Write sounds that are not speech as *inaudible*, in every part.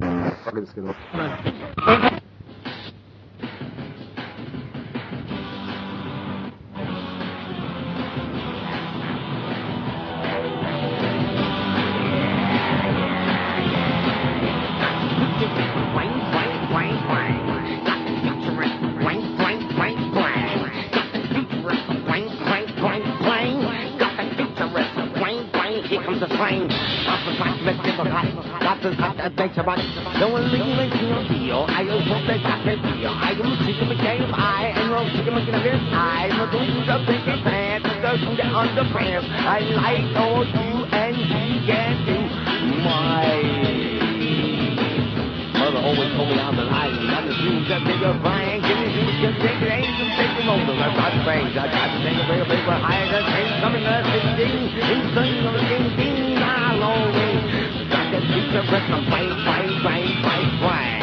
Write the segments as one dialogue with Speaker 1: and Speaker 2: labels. Speaker 1: わけですけど。
Speaker 2: I like all you and you can do my mother always told me I'm the lion. I'm the shoes that make a flying. Give me shoes, just take it, ain't some taking over. I got things, I got things, I got paper higher than things. Coming up, ding, ding, ding, ding, ding, ding, I always got that pizza with some bang, bang, bang, bang, bang.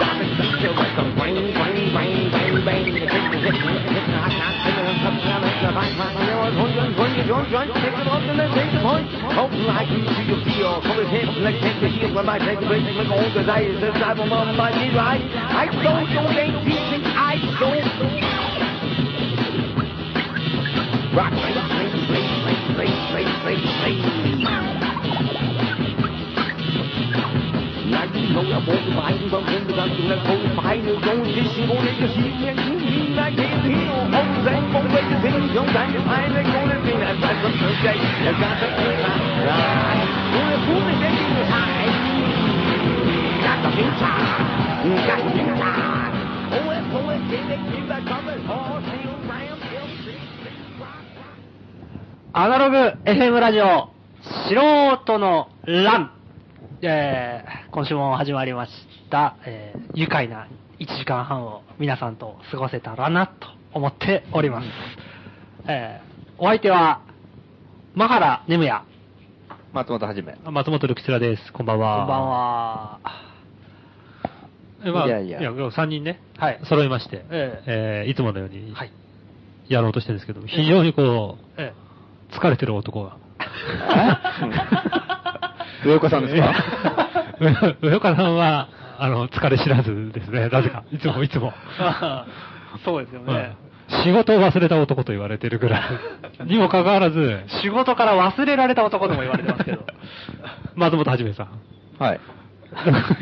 Speaker 2: Got the pizza with some bang, bang, bang, bang, bang. The pizza, the pizza, the pizza, I got I don't know they teaching, I don't rock, play, play, play, play, play, play, play. Nein, no, er wollte weinen, beim Ende dann so eine volle Feine, so ein bisschen ohne Geschichten, nie nein, geht hin, oh, oh, sein, oh, welches hin, so sein, eine ohne Ding, er sagt, was ist gleich, er sagt, das geht nach, nein, ohne Fuße, der ging nicht ein, das ist ein Tag, das ist ein Tag, oh, er volle Ding, Kinder kommen, oh, sie und Ryan, sie und
Speaker 3: アナログ FM ラジオ、素人の乱。えー、今週も始まりました。えー、愉快な1時間半を皆さんと過ごせたらなと思っております。えー、お相手は、マハラネムヤ。
Speaker 4: 松本はじめ。
Speaker 5: 松本るきつらです。こんばんは。
Speaker 3: こんばんは。
Speaker 5: え。まあ、
Speaker 4: い
Speaker 5: い
Speaker 4: や
Speaker 5: や
Speaker 4: い
Speaker 5: い
Speaker 4: や
Speaker 5: や。3人ね、
Speaker 3: はい
Speaker 5: 揃いまして、
Speaker 3: え
Speaker 5: えーいつものように
Speaker 3: はい。
Speaker 5: やろうとしてるんですけど、非常にこ
Speaker 3: え
Speaker 5: う、疲れてる男が。
Speaker 4: え上岡さんですか
Speaker 5: 上 *laughs* 岡さんは、あの、疲れ知らずです
Speaker 3: *laughs*
Speaker 5: ね、なぜか。いつもいつも。
Speaker 3: *laughs* そうですよね。
Speaker 5: うん仕事を忘れた男と言われてる
Speaker 3: *laughs*
Speaker 5: ぐらい。にもかかわらず、
Speaker 3: 仕事から忘れられた男とも言われてますけど。
Speaker 5: *laughs* 松本はじめさん。
Speaker 4: はい。
Speaker 5: *laughs*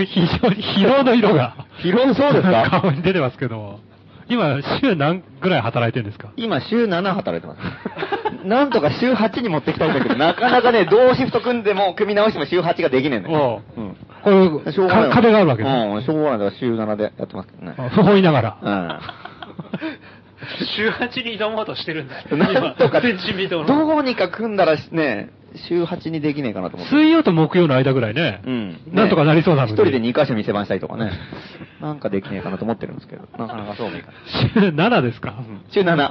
Speaker 5: 非常に疲労の色が。
Speaker 4: 疲労そうですか
Speaker 5: *laughs* 顔に出てますけど、今、週何ぐらい働いてるんですか
Speaker 4: 今、週7働いて
Speaker 5: *laughs*
Speaker 4: ます。なんとか週8に持ってきたいんだけど、なかなかね、どうシフト組んでも、組み直しても週8ができねえんだよ。
Speaker 5: おう
Speaker 4: うん。
Speaker 5: これ、
Speaker 4: しょうがない
Speaker 5: か壁があるわけです。
Speaker 4: うん、しょうがないだから週7でやってますけどね。
Speaker 5: 不本意ながら。
Speaker 3: *laughs* 週8に挑もうとしてるんだ
Speaker 4: うん。なんとか、
Speaker 3: 全人未到の。
Speaker 4: どうにか組んだらね、週8にできねえかなと思って。
Speaker 5: 水曜と木曜の間ぐらいね、
Speaker 4: うん。ね
Speaker 5: なんとかなりそうなのに
Speaker 4: 一人で2箇所店番したりとかね。なんかできねえかなと思ってるんですけど。なかなかそうもいかない。
Speaker 5: 週7ですか、
Speaker 4: 週7。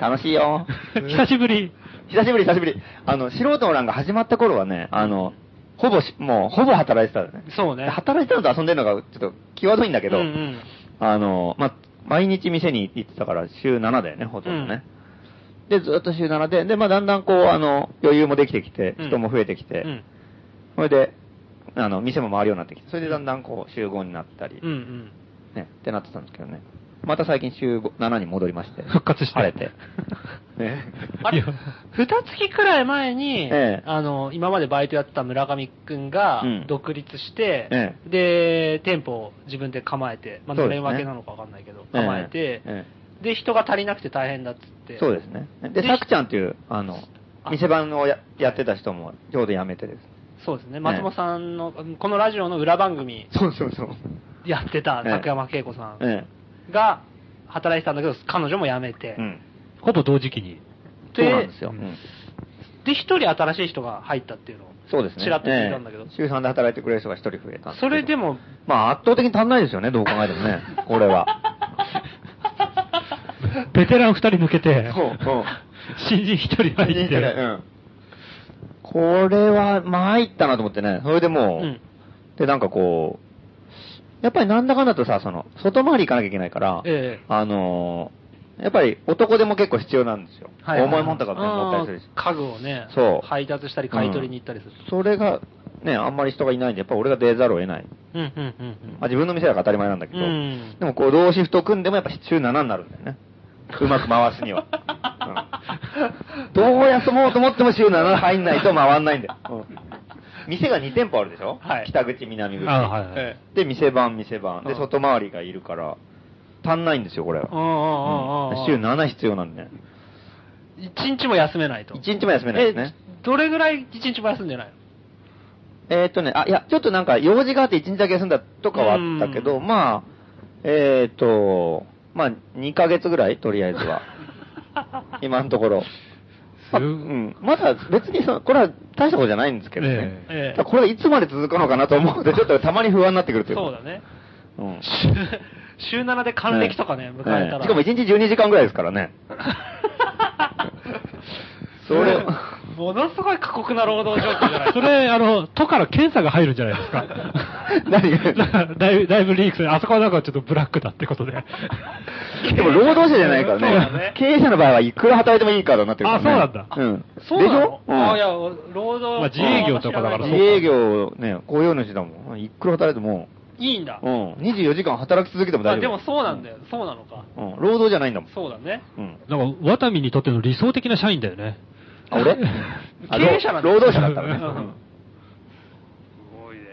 Speaker 4: 楽しいよ。
Speaker 5: 久しぶり。
Speaker 4: 久しぶり、久しぶり。あの、素人の欄が始まった頃はね、あの、ほぼし、もう、ほぼ働いてたよね。
Speaker 3: そうね。
Speaker 4: 働いてたのと遊んでるのが、ちょっと、際どいんだけど、
Speaker 3: うんうん
Speaker 4: あの、ま、毎日店に行ってたから、週7だよね、ほとんどね。で、ずっと週7で、で、まあ、だんだんこう、あの、余裕もできてきて、
Speaker 3: うん
Speaker 4: 人も増えてきて、
Speaker 3: うん
Speaker 4: それで、あの、店も回るようになってきて、それでだんだんこう、週5になったり、
Speaker 3: うんうん。
Speaker 4: ね、ってなってたんですけどね。また最近週5 7に戻りま *laughs* して。
Speaker 5: 復活して
Speaker 4: 晴れて。ね。
Speaker 3: あ
Speaker 5: い
Speaker 3: れ、
Speaker 5: や
Speaker 3: 二月くらい前に、
Speaker 4: ええ
Speaker 3: あの、今までバイトやってた村上くんが
Speaker 4: うん
Speaker 3: 独立して、
Speaker 4: え
Speaker 3: で、店舗を自分で構えて、まあ、
Speaker 4: そう
Speaker 3: の
Speaker 4: ですね
Speaker 3: れん分けなのかわかんないけど、構えて、
Speaker 4: ええ
Speaker 3: で、人が足りなくて大変だっつって。
Speaker 4: そうですね。で、
Speaker 3: で
Speaker 4: さくちゃんっていう、あの、
Speaker 3: あ
Speaker 4: 店番をややってた人も、ちょうど辞めてです。
Speaker 3: そうですね。松本さんの、このラジオの裏番組
Speaker 4: そうそうそう。
Speaker 3: やってた
Speaker 4: ええ
Speaker 3: 佐久山恵子さ
Speaker 4: え
Speaker 3: んが働いてたんだけど、彼女も辞めて
Speaker 4: え。う、ん。
Speaker 5: ほぼ同時期に。
Speaker 4: そうなんですよ。
Speaker 5: うん
Speaker 4: うん
Speaker 3: で、一人新しい人が入ったっていうのを、
Speaker 4: そうですね。
Speaker 3: ちらっと聞いたんだけど
Speaker 4: ええ週3で働いてくれる人が一人増えたんすけど
Speaker 3: それでも、
Speaker 4: まあ、圧倒的に足んないですよね、どう考えてもね。これ *laughs*
Speaker 5: *laughs*
Speaker 4: は。
Speaker 5: ベテラン2人抜けて、
Speaker 4: そうそう
Speaker 5: 新人1人入って、
Speaker 4: うん。これは、参ったなと思ってね。それでもう、
Speaker 3: うん
Speaker 4: で、なんかこう、やっぱりなんだかんだとさ、その、外回り行かなきゃいけないから、
Speaker 3: ええ
Speaker 4: あのーやっぱり男でも結構必要なんですよ。
Speaker 3: はいはいはい
Speaker 4: 重いもんとか全部持ったりするし。
Speaker 3: あー家具をね、
Speaker 4: そう
Speaker 3: 配達したり買い取りに行ったりする。
Speaker 4: それが、ね、あんまり人がいないんで、やっぱ俺が出ざるを得ない。
Speaker 3: うんうんうんうん。
Speaker 4: まあ自分の店だから当たり前なんだけど、
Speaker 3: うん
Speaker 4: でもこう、同シフト組んでもやっぱ週7になるんだよ
Speaker 3: *laughs*
Speaker 4: ね。うまく回すには。うん、どう休もうと思っても週7入んないと回んないんだよ。うん店が2店舗あるでしょ、
Speaker 3: はい
Speaker 4: 北口、南口。
Speaker 5: あはいはい
Speaker 4: ええで、店番、店番。で、
Speaker 3: うん
Speaker 4: 外回りがいるから、足んないんですよ、これは。
Speaker 3: うんうんうんうんうん
Speaker 4: 週7必要なんでね。
Speaker 3: 一日も休めないと。
Speaker 4: 1日も休めないですね。
Speaker 3: え、どれぐらい一日も休んでないの
Speaker 4: えーっとね、あ、いや、ちょっとなんか用事があって1日だけ休んだとかはあったけど、
Speaker 3: うん
Speaker 4: まあ、えーっと、まあ、2ヶ月ぐらい、とりあえずは。今のところ。まあう
Speaker 5: す
Speaker 4: ん、まだ別にそ、これは大したことじゃないんですけどね。
Speaker 5: え
Speaker 3: ええ
Speaker 4: ただこれいつまで続くのかなと思うので、ちょっとたまに不安になってくるというか
Speaker 3: そうだね。
Speaker 4: うん。
Speaker 3: 週週7で還暦とかね、迎えた
Speaker 4: え
Speaker 3: ら。
Speaker 4: えしかも1日12時間
Speaker 3: *laughs*
Speaker 4: ぐらいですからね。それを、。
Speaker 3: *laughs* ものすごい過酷な労働状況じゃない
Speaker 5: それ、あの、都から検査が入るんじゃないですか
Speaker 4: *laughs* *laughs* 何が
Speaker 5: だからだいぶ、だいぶリークする。あそこはなんかちょっとブラックだってことで。
Speaker 4: でも労働者じゃないから
Speaker 3: そう
Speaker 4: ね
Speaker 3: だ。ね
Speaker 4: 経営者の場合はいくら働いてもいいからなってるからね。
Speaker 5: あそ
Speaker 4: う。
Speaker 5: うなん
Speaker 3: そうな
Speaker 4: でし
Speaker 3: の
Speaker 4: ょ、うん
Speaker 3: あいや、労働、
Speaker 5: まあ自営業とかだから
Speaker 4: 自
Speaker 5: そう
Speaker 4: 営業ね、雇用主だもん。いくら働いても、
Speaker 3: いいんだ。
Speaker 4: うん。24時間働き続けても
Speaker 3: あ
Speaker 4: 大丈夫。
Speaker 3: でもそうなんだよ。そうなのか。
Speaker 4: うん。労働じゃないんだもん。
Speaker 3: そうだね。
Speaker 4: うん。
Speaker 5: なんか、ワタミにとっての理想的な社員だよね。
Speaker 4: あ、
Speaker 3: *laughs*
Speaker 4: 俺あ
Speaker 3: 経営者なんだ
Speaker 4: 労働者だったら
Speaker 3: う
Speaker 4: ね
Speaker 3: ん。すごいね。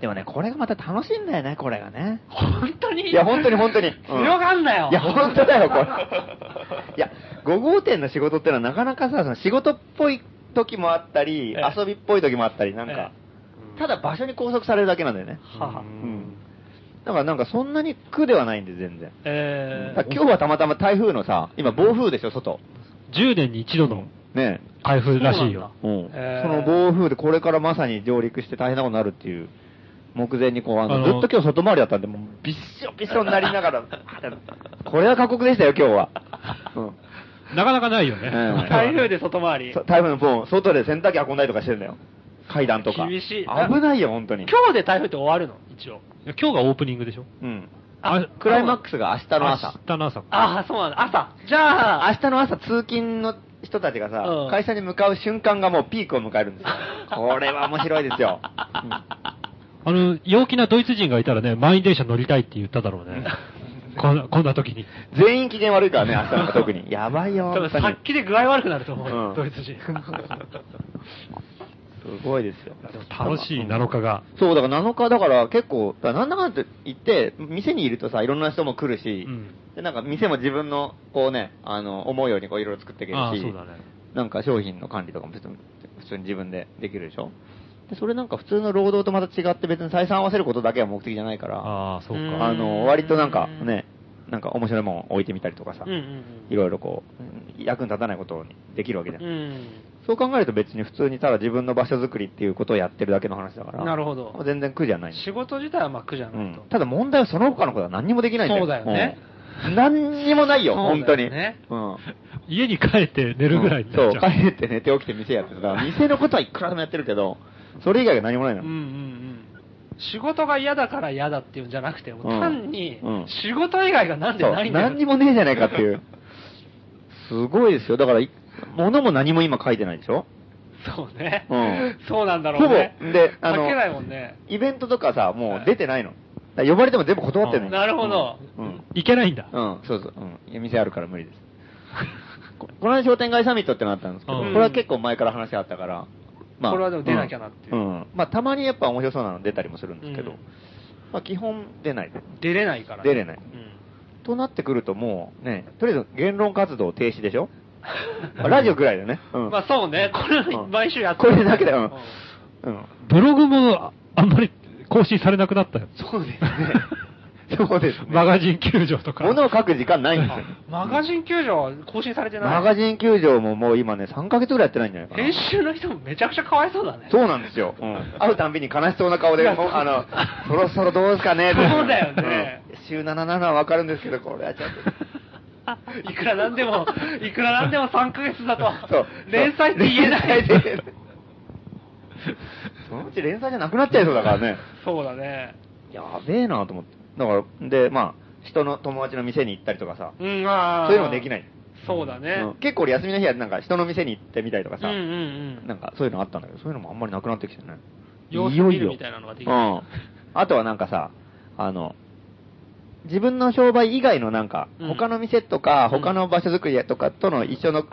Speaker 4: でもね、これがまた楽しいんだよね、これがね。
Speaker 3: 本当に
Speaker 4: いや、本当に本当に。うん
Speaker 3: 強がんなよ。
Speaker 4: いや、本当だよ、これ。いや、5号店の仕事ってのはなかなかさ、その仕事っぽい時もあったり、
Speaker 3: ええ
Speaker 4: 遊びっぽい時もあったり、なんか、
Speaker 3: ええ
Speaker 4: ただ場所に拘束されるだけなんだよね。
Speaker 3: はは
Speaker 4: うん。だからなんかそんなに苦ではないんで、全然。
Speaker 3: *laughs* え
Speaker 4: だから今日はたまたま台風のさ、今暴風でしょ、外。
Speaker 5: 10年に一度の
Speaker 4: ね
Speaker 5: 開封らしいよ。
Speaker 4: え。うん。
Speaker 3: ええ
Speaker 4: その暴風でこれからまさに上陸して大変なことになるっていう。目前にこう、あの、
Speaker 5: あの
Speaker 4: ずっと今日外回りだったんで、もうびっしょびっしょになりながら、これは過酷でし
Speaker 3: *laughs*
Speaker 4: たよ、今日は。うん。
Speaker 5: なかなかないよね。
Speaker 4: ええ
Speaker 3: 台風で外回り。
Speaker 4: そ台風のもう外で洗濯機運んだりとかしてんだよ。階段とか。
Speaker 3: 厳しい
Speaker 4: 危ないよ、本当に。
Speaker 3: 今日で台風って終わるの一応。
Speaker 5: 今日がオープニングでしょ
Speaker 4: うん。
Speaker 5: あ
Speaker 4: クライマックスが明日の朝。
Speaker 5: 明日の朝。
Speaker 3: ああ、そうなんだ。朝。じゃあ、
Speaker 4: 明日の朝、通勤の人たちがさ、
Speaker 3: うん
Speaker 4: 会社に向かう瞬間がもうピークを迎えるん
Speaker 3: *laughs*
Speaker 4: ですよ。 *laughs* これは面白いですよ。
Speaker 5: あの、陽気なドイツ人がいたらね、満員電車乗りたいって言っただろうね。こんな、こんな時に。
Speaker 4: 全員機嫌悪いからね、明日
Speaker 5: *laughs*
Speaker 4: は特に。やばいよ、
Speaker 3: 多分
Speaker 4: 本当
Speaker 3: さ
Speaker 4: に
Speaker 3: っ。きで具合悪くなると思うよ、
Speaker 4: うん
Speaker 3: ドイツ人。
Speaker 4: すごいですよ。
Speaker 5: でも楽しい7日が。
Speaker 4: そう、だから7日だから結構、だからなんだかんだ言って、店にいるとさ、いろんな人も来るし、
Speaker 5: うん
Speaker 4: で、なんか店も自分の、こうね、あの、思うようにこういろいろ作っていけるし、
Speaker 5: ああ、そうだね。
Speaker 4: なんか商品の管理とかも別に普通に自分でできるでしょで、それなんか普通の労働とまた違って別に採算合わせることだけは目的じゃないから、
Speaker 5: ああ、そう
Speaker 3: うん
Speaker 5: か。
Speaker 4: あの、割となんかね、なんか面白いもん置いてみたりとかさ、
Speaker 3: うんうん
Speaker 4: いろいろこう、役に立たないことにできるわけじゃ。
Speaker 3: うんん。
Speaker 4: そう考えると別に普通にただ自分の場所づくりっていうことをやってるだけの話だから。
Speaker 3: なるほど
Speaker 4: 全然苦じゃないんだよ
Speaker 3: 仕事自体はまあ苦じゃ
Speaker 4: う
Speaker 3: ない
Speaker 4: ん
Speaker 3: と。
Speaker 4: ただ問題はその他のことは何にもできないんだよ。
Speaker 3: そうだよね
Speaker 4: うん。何にもないよ、
Speaker 3: そうだよね
Speaker 4: 本当に。うん。
Speaker 5: 家に帰って寝るぐらいに
Speaker 4: そ
Speaker 5: な
Speaker 4: う、
Speaker 5: っちゃう。
Speaker 4: 帰って寝て起きて店やってるから、店のことはいくらでもやってるけど、それ以外が何もないの。
Speaker 3: うんうんうん。仕事が嫌だから嫌だっていうんじゃなくて、もう単に
Speaker 4: うん、
Speaker 3: 仕事以外がなんで
Speaker 4: そう
Speaker 3: ないんだよ。
Speaker 4: 何にもねえじゃないかっていう。すごいですよ。だから、い物も何も今書いてないでしょ
Speaker 3: そうね
Speaker 4: うん。
Speaker 3: そうなんだろうね。
Speaker 4: ほぼであの
Speaker 3: 書けないもんね。
Speaker 4: イベントとかさ、もう出てないの。だから呼ばれても全部断ってるの。
Speaker 3: なるほど。
Speaker 4: うん。
Speaker 5: いけないんだ。
Speaker 4: うん、そうそう。うん。店あるから無理です。ここの間商店街サミットってのあったんですけど、こ
Speaker 5: うん
Speaker 4: れは結構前から話があったから、
Speaker 3: これはでも出なきゃなっていう
Speaker 4: うん。んまあ、たまにやっぱ面白そうなの出たりもするんですけど、
Speaker 3: うん
Speaker 4: まあ、基本出ない。
Speaker 3: 出れないからね。
Speaker 4: 出れないとなってくるともう、ね、とりあえず言論活動停止でしょまあラジオぐらいだよね。う
Speaker 3: うん
Speaker 4: ん。
Speaker 3: まあそうね。これ
Speaker 4: うん
Speaker 3: 毎週やって
Speaker 4: これだけだ
Speaker 3: うん
Speaker 4: よ。うん。うん
Speaker 5: ブログもああんまり更新されなくなったよ。
Speaker 4: そうですね。 *laughs* そうですね。
Speaker 5: マガジン球場とか。
Speaker 4: 物を書く時間ないんですよ。
Speaker 3: マガジン球場は更新されてない。
Speaker 4: *laughs* マガジン球場ももう今ね、3ヶ月ぐらいやってないんじゃないかな。
Speaker 3: 編集の人もめちゃくちゃかわいそうだね。
Speaker 4: そうなんですよ。会うたんびに悲しそうな顔
Speaker 3: い
Speaker 4: で、
Speaker 3: や
Speaker 4: もうあの、そろそろどうですかねって
Speaker 3: そうだよね
Speaker 4: うん週77はわかるんですけど、これはちょっ
Speaker 3: *laughs* いくらなんでも、いくらなんでも3ヶ月だ *laughs*
Speaker 4: と。そう
Speaker 3: と、連載って言えな
Speaker 4: 連載っ
Speaker 3: い。
Speaker 4: てそのうち連載じゃなくなっちゃいそうだからね。
Speaker 3: そうだね。
Speaker 4: やべえなと思って。だから、で、まあ、人の友達の店に行ったりとかさ、
Speaker 3: うん、あー
Speaker 4: そういうのもできない。
Speaker 3: そうだね。
Speaker 4: うん結構俺休みの日はなんか人の店に行ってみたりとか
Speaker 3: うん
Speaker 4: さ、
Speaker 3: うんうん。
Speaker 4: なんかそういうのあったんだけど、そういうのもあんまりなくなってきてね。
Speaker 3: 様子見るみたいなのができる。
Speaker 4: うん。あとはなんかさ、あの、自分の商売以外のなんか、
Speaker 3: うん
Speaker 4: 他の店とか、
Speaker 3: うん
Speaker 4: 他の場所作りとかとの一緒の、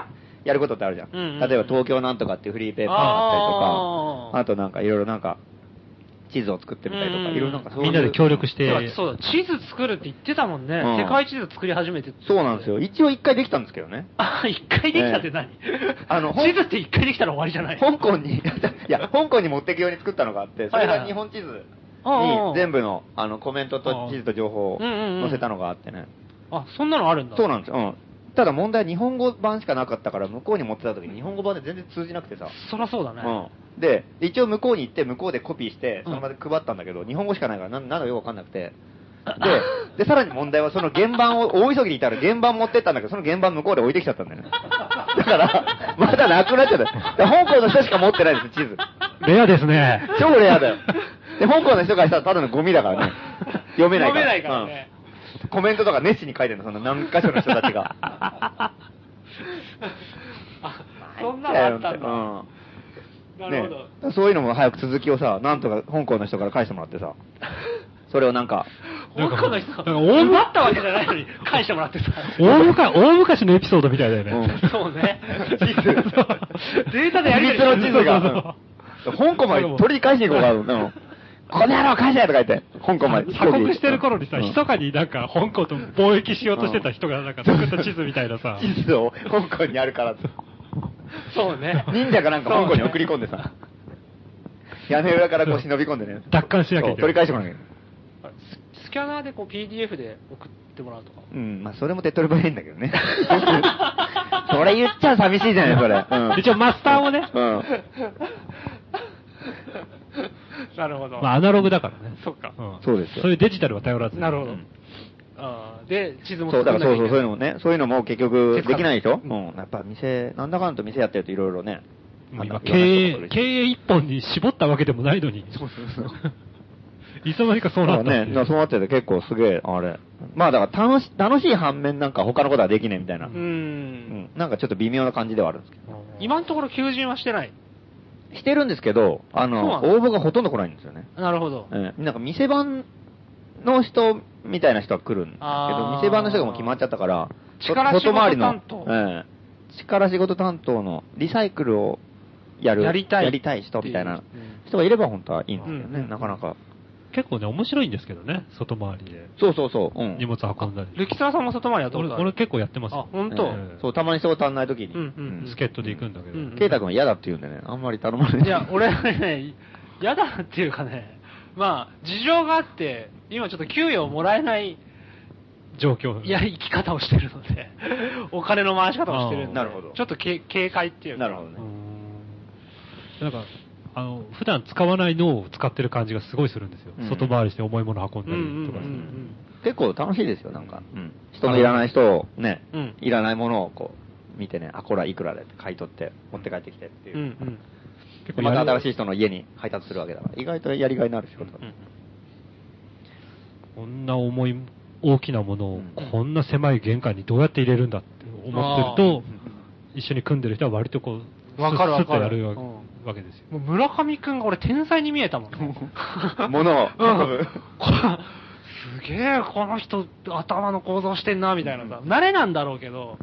Speaker 4: やることってあるじゃん。
Speaker 3: うんうんうん
Speaker 4: 例えば東京なんとかっていうフリーペーパーあったりと
Speaker 3: あー
Speaker 4: か、あとなんかいろいろなんか、地図を作ってみたりと
Speaker 3: うん
Speaker 4: か、
Speaker 3: うん
Speaker 4: いろいろなんかそういう。
Speaker 5: みんなで協力して
Speaker 3: だからそうだ、地図作るって言ってたもんね。
Speaker 4: うん
Speaker 3: 世界地図作り始めてって
Speaker 4: そうなんですよ。一応一回できたんですけどね。
Speaker 3: あ、一回できたって何、
Speaker 4: ええあのほん
Speaker 3: 地図って一回できたら終わりじゃない
Speaker 4: 香港に、 *laughs* いや、香港に持っていくように作ったのがあって、それ
Speaker 3: はい
Speaker 4: が
Speaker 3: はい
Speaker 4: 日本地図
Speaker 3: あ
Speaker 4: に
Speaker 3: あ
Speaker 4: 全部のあのコメントと地図と情報を
Speaker 3: うんうんうん
Speaker 4: 載せたのがあってね。
Speaker 3: あ、そんなのあるんだ。
Speaker 4: そうなんですよ。うん。ただ問題は日本語版しかなかったから、向こうに持ってた時に日本語版で全然通じなくてさ。
Speaker 3: そりゃそうだね。
Speaker 4: うん。で、一応向こうに行って、向こうでコピーして、
Speaker 3: う
Speaker 4: そ
Speaker 3: ん
Speaker 4: の場で配ったんだけど、日本語しかないから、なんなんだかよくわかんなく
Speaker 3: *laughs*
Speaker 4: て。で、で、さらに問題は、その原版を、大急ぎでいたら原版持ってったんだけど、その原版向こうで置いてきちゃったんだよ
Speaker 3: *laughs*
Speaker 4: ね。だから、まだなくなっちゃった。だから香港の人しか持ってないです、地図。
Speaker 5: レアですね。
Speaker 4: 超レアだよ。で、香港の人からしたらただのゴミだからね。読めないから。
Speaker 3: 読めないからね
Speaker 4: うんコメントとか熱心に書いてるの、その何箇所の人たち
Speaker 3: *laughs*
Speaker 4: が。
Speaker 3: あ、そんなのあったんだ。
Speaker 4: うん
Speaker 3: なるほど。
Speaker 4: ねだからそういうのも早く続きをさ、なんとか香港の人から返してもらって
Speaker 5: *laughs*
Speaker 4: さ、それをなんか、
Speaker 3: 香港の人、
Speaker 5: なんか大昔
Speaker 3: 奪ったわけじゃないのに、返してもらってさ。
Speaker 5: *laughs* 大昔、大昔のエピソードみたいだよね。
Speaker 4: うん
Speaker 3: そうね。
Speaker 4: 地図
Speaker 3: データでやり
Speaker 4: 秘
Speaker 3: 取
Speaker 4: 密
Speaker 3: り
Speaker 4: の地図
Speaker 5: そう
Speaker 4: が、うん香港まで取り返しに行こうか、うん、この野郎返せとか言って、香港まで。
Speaker 5: 鎖国してる頃にさ、
Speaker 4: うん
Speaker 5: 密かになんか香港と貿易しようとしてた人がなんか作った地図みたいなさ、
Speaker 4: *laughs* 地図を香港にあるからって
Speaker 3: そうね。
Speaker 4: 忍者がなんか香港に送り込んで
Speaker 5: *laughs*
Speaker 4: さ、屋根裏からこう忍び込んでね。
Speaker 5: 奪還しなきゃ
Speaker 4: そ
Speaker 5: いけない
Speaker 4: う取り返してもらう
Speaker 3: ススキャナーでこう PDF で送ってもらうとか。
Speaker 4: うん、まあそれも手っ取り早いんだけどね。 *laughs* それ言っちゃ寂しいじゃない、それ。うん
Speaker 5: 一応マスターをね、
Speaker 4: うん。
Speaker 3: なるほど。
Speaker 5: まあアナログだからね。
Speaker 3: そっか
Speaker 5: ん
Speaker 4: そうですよ
Speaker 5: そういうデジタルは頼らず。
Speaker 3: なるほど
Speaker 5: うん。
Speaker 3: あーで、地図も
Speaker 4: そう、だからそうそう、そういうの
Speaker 3: も。
Speaker 4: もね、そういうのも結局
Speaker 3: 手つか
Speaker 4: で
Speaker 3: ない
Speaker 4: きないでしょうん。やっぱ店、なんだかんだと店やってるといろいろね。
Speaker 5: もう今、
Speaker 4: あの
Speaker 5: 経
Speaker 4: いろんな人が来るし
Speaker 5: 営、経営一本に絞ったわけでもないのに。そうそう *laughs* そう。いつの間にかそうなったってい
Speaker 4: ね、そうなってて結構すげえ、あれ。まあだから楽し、楽しい反面なんか他のことはできねえみたいな。
Speaker 3: うー。
Speaker 4: うんん。なんかちょっと微妙な感じではあるんですけ
Speaker 3: 今のところ求人はしてない。
Speaker 4: ど。してるんですけど、あ
Speaker 3: そう
Speaker 4: の
Speaker 3: な、んだ
Speaker 4: 応募がほとんど来ないんですよね。
Speaker 3: なるほど。
Speaker 4: ええなんか店番の人みたいな人が来るんですけど
Speaker 3: あ、ー
Speaker 4: 店番の人がもう決まっちゃったから、
Speaker 3: 力
Speaker 4: そ外回りの
Speaker 3: 仕事担当
Speaker 4: ええ力仕事担当のリサイクルをやる、
Speaker 3: やりたい
Speaker 4: 人みたいな
Speaker 3: っていううん
Speaker 4: 人がいれば本当はいいんですけどね、
Speaker 3: うん
Speaker 4: なかなか。
Speaker 5: 結構ね、面白いんですけどね、外回りで。
Speaker 4: そうそうそう、うん。
Speaker 5: 荷物運んだり。
Speaker 3: ルキサラさんも外回りやったこ
Speaker 5: 俺
Speaker 3: とある
Speaker 5: 俺結構やってます
Speaker 3: あ、
Speaker 5: よ
Speaker 3: 本
Speaker 4: え
Speaker 3: 当。
Speaker 4: えそう、たまに人が足んない時に、
Speaker 3: うんうんうん
Speaker 5: 助っ人で行くんだけど。
Speaker 3: うん
Speaker 4: ケイタ君は嫌だって言うんでね、あんまり頼まない。
Speaker 3: いや、俺はね、嫌だっていうかね、まあ、事情があって、今ちょっと給与をもらえない、
Speaker 5: 状況。
Speaker 3: いや、生き方をしてるので、お金の回し方をしてるんで、
Speaker 4: あーなるほど
Speaker 3: ちょっとけ警戒っていう
Speaker 4: *laughs*
Speaker 3: か
Speaker 4: なるほどね
Speaker 5: うーんなんか、あの、普段使わない脳を使ってる感じがすごいするんですよ。
Speaker 4: うん
Speaker 5: 外回りして重いもの運
Speaker 3: うんうん
Speaker 5: んだりとか
Speaker 3: う
Speaker 5: する。
Speaker 3: ん
Speaker 4: 結構楽しいですよ、なんか。うん人のいらない人をね、
Speaker 3: うん
Speaker 4: いらないものをこう、見てね、あ、これはいくらでって買い取って、持って帰ってきてっていうう。
Speaker 3: ん。うんうん
Speaker 5: 結
Speaker 4: また
Speaker 5: やる
Speaker 4: 新しい人の家に配達するわけだから、意外とやりがいのある仕事だ、
Speaker 5: こんな重い、大きなものを、
Speaker 4: うん
Speaker 5: こんな狭い玄関にどうやって入れるんだって思ってると
Speaker 3: あ、
Speaker 5: 一緒に組んでる人は割とこう、
Speaker 3: わかる
Speaker 5: スッ
Speaker 3: わ
Speaker 5: スッと
Speaker 3: かる
Speaker 5: やる
Speaker 3: う
Speaker 5: わ
Speaker 3: ん
Speaker 5: わけですよ。
Speaker 3: もう村上くんが俺天才に見えたもんね。
Speaker 4: 物を
Speaker 3: うんこすげえ、この人、頭の構造してんな、みたいなさ。慣れなんだろうけど、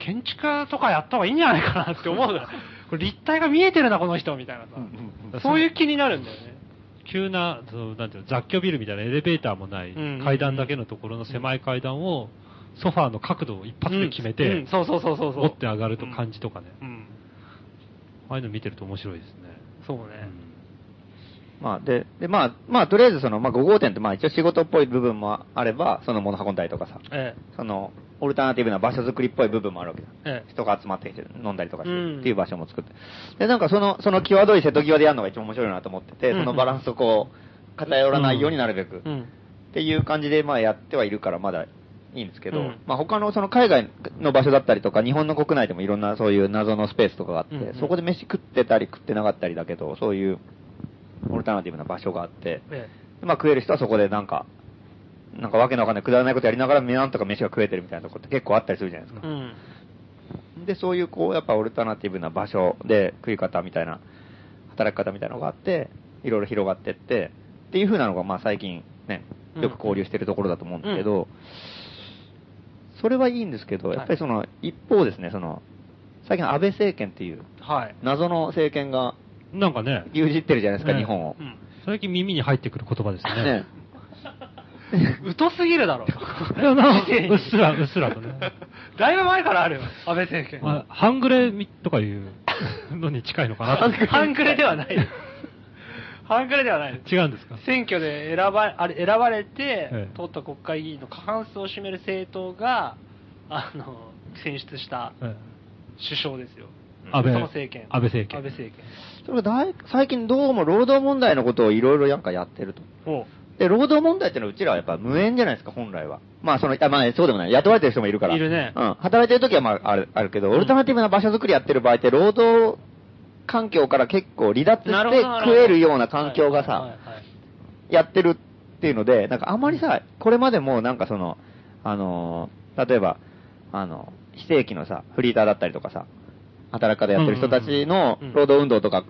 Speaker 3: 建築とかやった方がいいんじゃないかなって思うのよこれ立体が見えてるな、この人、みたいな
Speaker 5: う
Speaker 3: さ。
Speaker 5: ん
Speaker 3: そういう気になるんだよね。
Speaker 5: 急な、その、なんていうの、雑居ビルみたいなエレベーターもない、
Speaker 3: うん
Speaker 5: 階段だけのところの狭い階段を、ソファーの角度を一発で決めて、
Speaker 3: うんうんそうそうそうそうそう
Speaker 5: 持って上がると感じとかね。
Speaker 3: うん。
Speaker 5: ああいうの見てると面白いですね。
Speaker 3: そう
Speaker 5: う
Speaker 3: ね。
Speaker 4: まあ、で、で、まあ、まあ、とりあえずその、まあ、5号店って、まあ、一応仕事っぽい部分もあれば、その物運んだりとかさ、
Speaker 3: え
Speaker 4: その、オルタナティブな場所作りっぽい部分もあるわけだ。
Speaker 3: ええ
Speaker 4: 人が集まってきて飲んだりとかして、
Speaker 3: うん
Speaker 4: っていう場所も作って。で、なんかその、その際どい瀬戸際でやるのが一番面白いなと思ってて、
Speaker 3: うん
Speaker 4: そのバランスをこう、偏らないようになるべく、
Speaker 3: え。うん。
Speaker 4: っていう感じで、まあ、やってはいるから、まだいいんですけど、
Speaker 3: うん
Speaker 4: まあ、他のその海外の場所だったりとか、日本の国内でもいろんなそういう謎のスペースとかがあって、
Speaker 3: うんうん
Speaker 4: そこで飯食ってたり食ってなかったりだけど、そういうオルタナティブな場所があって、
Speaker 3: え
Speaker 4: まあ、食える人はそこでなんか、なんかわけのわかんないくだらないことやりながら、なんとか飯が食えてるみたいなとこって結構あったりするじゃないです
Speaker 3: え。
Speaker 4: か
Speaker 3: う。ん。
Speaker 4: で、そういうこう、やっぱオルタナティブな場所で食い方みたいな、働き方みたいなのがあって、いろいろ広がってって、っていう風なのが、まあ最近ね、よく交流してるところだと思うんですけど、それはいいんですけど、やっぱりその、一方ですね、その、最近安倍政権っていう、
Speaker 3: はい。
Speaker 4: 謎の政権が
Speaker 5: なんかね、
Speaker 4: 牛耳ってるじゃないですか、
Speaker 5: ね
Speaker 4: 日本を
Speaker 3: う。ん。
Speaker 5: 最近耳に入ってくる言葉ですね
Speaker 4: ね。
Speaker 3: 疎すぎる
Speaker 5: *laughs*
Speaker 3: だろ。
Speaker 5: いやなんかうっすら、うっすらとね。
Speaker 3: だいぶ前からあるよ、安倍政権。
Speaker 5: まあ、半グレみとかいうのに近いのかなと。
Speaker 3: 半クレではない。
Speaker 5: *laughs*
Speaker 3: 半クレではない。
Speaker 5: 違うんですか
Speaker 3: 選挙で選ばあれ選ばれて、
Speaker 5: ええ
Speaker 3: 通った国会議員の過半数を占める政党が、あの、選出した
Speaker 5: え
Speaker 3: 首相ですよ。
Speaker 5: え安倍
Speaker 3: その政権。
Speaker 5: 安倍政権
Speaker 3: 安倍政権。
Speaker 4: それが大最近どうも労働問題のことをいろいろなんかやってると。
Speaker 3: お
Speaker 4: で、労働問題ってのはうちらはやっぱ無縁じゃないですか、本来は。まあ、その、あまあ、そうでもない。雇われてる人もいるから。
Speaker 3: いるね
Speaker 4: うん。働いてる時はまあ、ある、あるけど、オルタナティブな場所づくりやってる場合って、労働環境から結構離脱
Speaker 3: な
Speaker 4: し
Speaker 3: る
Speaker 4: て
Speaker 3: ほどなるほ
Speaker 4: 食
Speaker 3: ど
Speaker 4: えるような環境が
Speaker 3: はいは
Speaker 4: さ
Speaker 3: い、はいはい
Speaker 4: やってるっていうので、なんかあんまりさ、これまでもなんかその、あのー例えば、あの、非正規のさ、フリーターだったりとかさ、働き方やってる人たちの
Speaker 3: うんうんうんうん
Speaker 4: 労働運動とか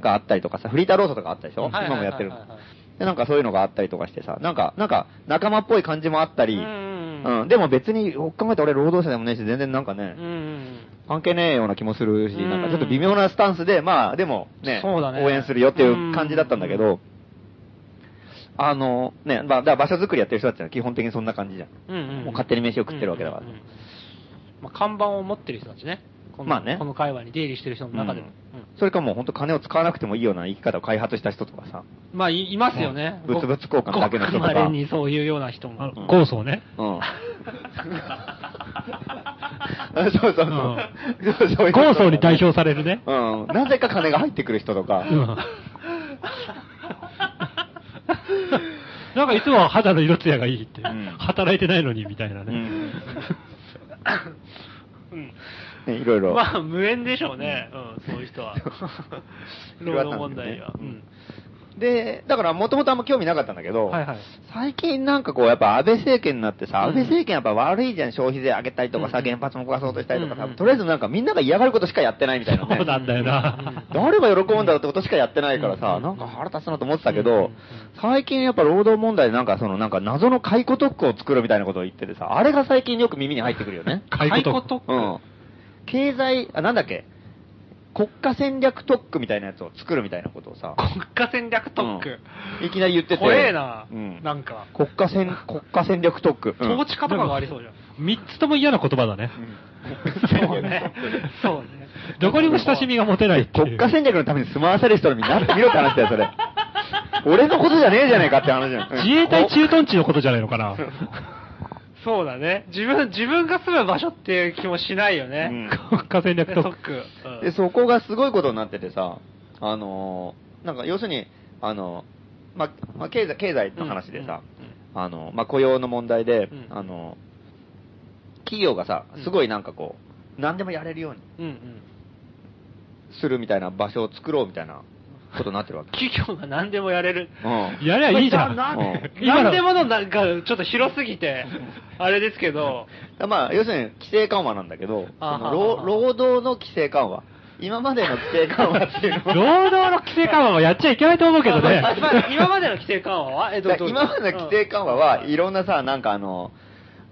Speaker 4: があったりとかさ、フリーター労組とかあったでしょ、
Speaker 3: はい
Speaker 4: 今もやってる
Speaker 3: はいはいはいはい
Speaker 4: で、なんかそういうのがあったりとかしてさ、なんか、なんか仲間っぽい感じもあったり、
Speaker 3: うんうん
Speaker 4: うんでも別に、よく考えたら俺労働者でもねえし、全然なんかね、
Speaker 3: うんうん
Speaker 4: 関係ねえような気もするし、
Speaker 3: うん
Speaker 4: なんかちょっと微妙なスタンスで、まあでもね、
Speaker 3: そうだね
Speaker 4: 応援するよっていう感じだったんだけど、あの、ね、まあ、だから場所作りやってる人たちは基本的にそんな感じじゃん。
Speaker 3: うんうんうん
Speaker 4: もう勝手に飯を食ってるわけだから。
Speaker 3: うんうんうんまあ、看板を持ってる人たちね。この
Speaker 4: まあね
Speaker 3: この界隈に出入りしてる人の中で
Speaker 4: うん
Speaker 3: も。うん
Speaker 4: それかもう本当金を使わなくてもいいような生き方を開発した人とかさ、
Speaker 3: まあ、いいますよね。
Speaker 4: うん物々交換だけの人とか
Speaker 3: ごく稀にそういうような人
Speaker 5: あ
Speaker 3: も。
Speaker 5: の、ゴーソーね。
Speaker 4: うん。 *laughs* そうそうそう。そうそういうこと
Speaker 5: ゴーソーに代表されるね。
Speaker 4: うん。なぜか金が入ってくる人とか。
Speaker 5: うんなんかいつも肌の色艶がいいって、
Speaker 4: うん
Speaker 5: 働いてないのにみたいな
Speaker 4: う
Speaker 5: ね。
Speaker 4: ん
Speaker 3: うん
Speaker 4: ね、いろいろ。
Speaker 3: まあ、無縁でしょうね。うん、そういう
Speaker 4: *laughs*
Speaker 3: 人は。労働問題には。うん
Speaker 4: で、だからもともとあんま興味なかったんだけど、
Speaker 3: はいはい
Speaker 4: 最近なんかこう、やっぱ安倍政権になってさ、安倍政権やっぱ悪いじゃん、消費税上げたりとかさ、原発も壊そうとしたりとかさ、
Speaker 3: うんうん
Speaker 4: とりあえずなんかみんなが嫌がることしかやってないみたいな、ね。
Speaker 5: そうなんだよな。
Speaker 4: 誰が喜ぶんだろうってことしかやってないからさ、なんか腹立つなと思ってたけど、最近やっぱ労働問題でなんかそのなんか謎の解雇特区を作るみたいなことを言っててさ、あれが最近よく耳に入ってくるよね。
Speaker 5: 解雇
Speaker 3: 解雇
Speaker 5: と
Speaker 3: 特。
Speaker 4: うん。経済、あ、なんだっけ国家戦略特区みたいなやつを作るみたいなことをさ、
Speaker 3: 国家戦略特区。
Speaker 4: うんいきなり言ってて。
Speaker 3: 怖えな
Speaker 4: うん。
Speaker 3: なんか。
Speaker 4: 国家戦、国家戦略特区。うん
Speaker 3: 統治家とかがありそうじゃん。
Speaker 5: 三つとも嫌な言葉だね。
Speaker 3: そうね。そうね。
Speaker 5: どこにも親しみが持てないっていう。
Speaker 4: 国家戦略のために住まわせる人になってみろって話だよ、それ。俺のことじゃねえじゃねえかって話じゃん。うん
Speaker 5: 自衛隊駐屯地のことじゃないのかな。
Speaker 3: そうだね。自分、自分が住む場所っていう気もしないよね。
Speaker 5: 国家戦略
Speaker 3: ね
Speaker 5: と。
Speaker 3: 特区。うん
Speaker 4: で、そこがすごいことになっててさ、あのーなんか要するに、あのーま、ま経済、経済の話でさ、あのーま雇用の問題で、
Speaker 3: うん
Speaker 4: あのー企業がさ、すごいなんかこう、何でもやれるように
Speaker 3: うんうん。
Speaker 4: するみたいな場所を作ろうみたいなことになってるわ
Speaker 3: *laughs*
Speaker 4: け。
Speaker 3: 企業が何でもやれる。
Speaker 4: うん。
Speaker 5: やりゃいいじゃん。
Speaker 3: なな
Speaker 4: うん
Speaker 5: 今の
Speaker 3: 何でものなんか、ちょっと広すぎて、あれですけど、
Speaker 4: まあ、要するに規制緩和なんだけど、そ
Speaker 3: あは
Speaker 4: の
Speaker 3: は
Speaker 4: 労労働の規制緩和。今までの規制緩和っていう
Speaker 3: *laughs*
Speaker 4: のは
Speaker 5: 労働の規制緩和はやっちゃいけないと思うけどね
Speaker 3: まあ。まあ今までの規制緩和はえど
Speaker 4: だ
Speaker 3: うど
Speaker 4: か
Speaker 3: う
Speaker 4: ら
Speaker 3: いう
Speaker 4: 今までの規定緩和はいろんなさ、なんかあの、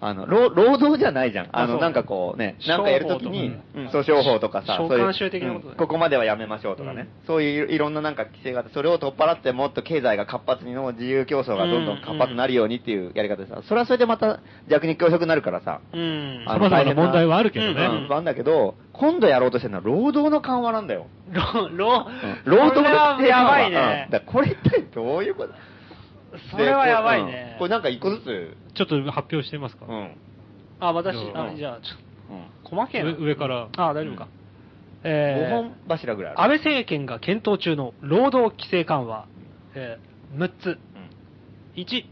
Speaker 4: あの、労労働じゃないじゃん。あ
Speaker 3: あそ
Speaker 4: の、
Speaker 3: う
Speaker 4: なんかこうね、なんかやるときに
Speaker 3: 商法と、か
Speaker 4: うん、訴訟法とかさ、
Speaker 3: 召
Speaker 4: そういう
Speaker 3: 喚集的なこと
Speaker 4: う
Speaker 3: だよ
Speaker 4: んここまではやめましょうとかね。そういういろんななんか規制があって、それを取っ払ってもっと経済が活発にの自由競争がどんどん活発になるようにっていうやり方でさ、それはそれでまた弱肉強食になるからさ、
Speaker 3: うん
Speaker 4: あ
Speaker 5: 様々な問題はあるけど
Speaker 4: う
Speaker 5: ね。
Speaker 4: ん、なんだけど、今度やろうとしてるのは労働の緩和なんだよ。
Speaker 3: 労労
Speaker 4: うん労働の
Speaker 3: そ
Speaker 4: 規
Speaker 3: れは
Speaker 4: 制
Speaker 3: や
Speaker 4: 緩和
Speaker 3: ばい
Speaker 4: うん
Speaker 3: ね
Speaker 4: だ。からこれ一体どういうこと
Speaker 3: それはやば
Speaker 4: でこ
Speaker 3: い
Speaker 4: うう
Speaker 3: ね
Speaker 4: ん。これなんか一個ずつ、
Speaker 5: ちょっと発表してみますか。
Speaker 4: うん。
Speaker 3: あ、私、あ
Speaker 4: うん
Speaker 3: じゃあ、ちょっ
Speaker 4: うん
Speaker 3: と、細けえな
Speaker 5: 上上から
Speaker 3: あ、大丈夫か。
Speaker 4: 5
Speaker 3: えー
Speaker 4: 本柱ぐらいあ
Speaker 3: 安
Speaker 4: る。
Speaker 3: 倍政権が検討中の労働規制緩和、えー、6つ。1、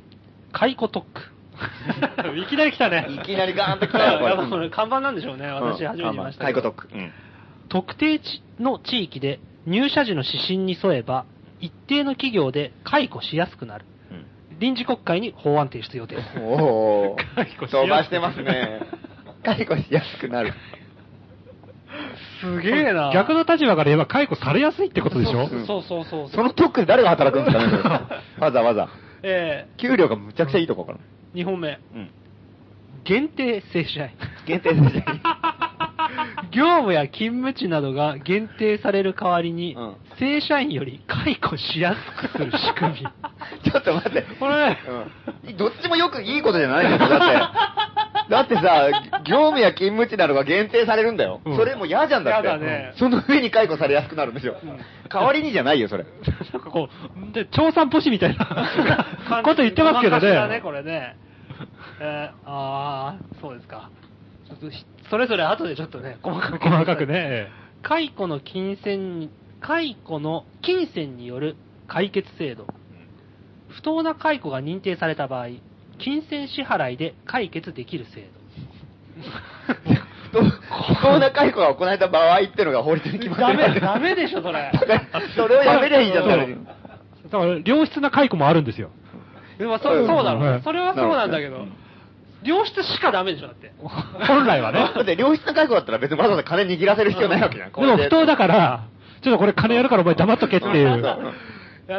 Speaker 3: 解雇特区。 *laughs* いきなり来たね。
Speaker 4: いきなりガーンと来たよこれ
Speaker 3: やっぱこれ看板なんでしょうね。私初めて見ました
Speaker 4: 解
Speaker 3: け
Speaker 4: 雇
Speaker 3: ど。
Speaker 4: 特区。うん
Speaker 3: 特定地の地域で入社時の指針に沿えば、一定の企業で解雇しやすくなる。臨時国会に法案提出予定。
Speaker 4: うんお *laughs* ー
Speaker 5: 解雇しやすく
Speaker 4: 飛ばしてますね。解雇しやすくなる。
Speaker 3: すげえな。
Speaker 5: 逆の立場から言えば解雇されやすいってことでしょ
Speaker 3: そうそうそう *laughs* そう。
Speaker 4: その特区で誰が働くんですかね、それ *laughs* わざわざ。
Speaker 3: え
Speaker 4: 給料がむちゃくちゃいいとこから。
Speaker 3: ー、2本目。
Speaker 4: うん。
Speaker 3: 限定正社員。
Speaker 4: 限定正社員
Speaker 3: 業務や勤務地などが限定される代わりに、
Speaker 4: うん
Speaker 3: 正社員より解雇しやすくする仕組み。
Speaker 4: *laughs* ちょっと待って。
Speaker 3: これね
Speaker 4: うん。どっちもよくいいことじゃないですよ、だって。だってさ、業務や勤務地などが限定されるんだよ。
Speaker 5: うん
Speaker 4: それも嫌じゃんだって。
Speaker 3: 嫌だね
Speaker 4: その上に解雇されやすくなるんですよ。代わりにじゃないよ、それ。
Speaker 5: なんかこう、で、調査ポシみた
Speaker 3: *laughs*
Speaker 5: いなこと言ってますけ
Speaker 3: ご
Speaker 5: ど
Speaker 3: まかしだね、
Speaker 5: ね。
Speaker 3: これね。えー、あー、そうですか。ちょっとひそれぞれ後でちょっとね、細かく。
Speaker 5: 細かくね。。え
Speaker 3: *laughs* 解雇の金銭に、解雇の金銭による解決制度。不当な解雇が認定された場合、金銭支払いで解決できる制
Speaker 4: 不当不当な解雇が行われた場合ってのが法律に決ま
Speaker 5: *laughs*
Speaker 3: 度。
Speaker 4: って
Speaker 3: ダ
Speaker 4: る
Speaker 3: メ、ダメでしょ、それ。
Speaker 4: *laughs* それをやめりゃいいじゃん、それ。
Speaker 5: えだから、良質な解雇もあるんですよ。
Speaker 3: でもそうそうだろうね、
Speaker 5: はい
Speaker 3: それはそうなんだけど。良質しかダメでしょ、だって。
Speaker 5: *laughs* 本来はね。
Speaker 4: だって良質な解雇だったら別にわざわざ金握らせる必要ないわけじゃん。
Speaker 5: でも不当だから、ちょっとこれ金やるからお前黙っとけってい
Speaker 3: なん
Speaker 5: う。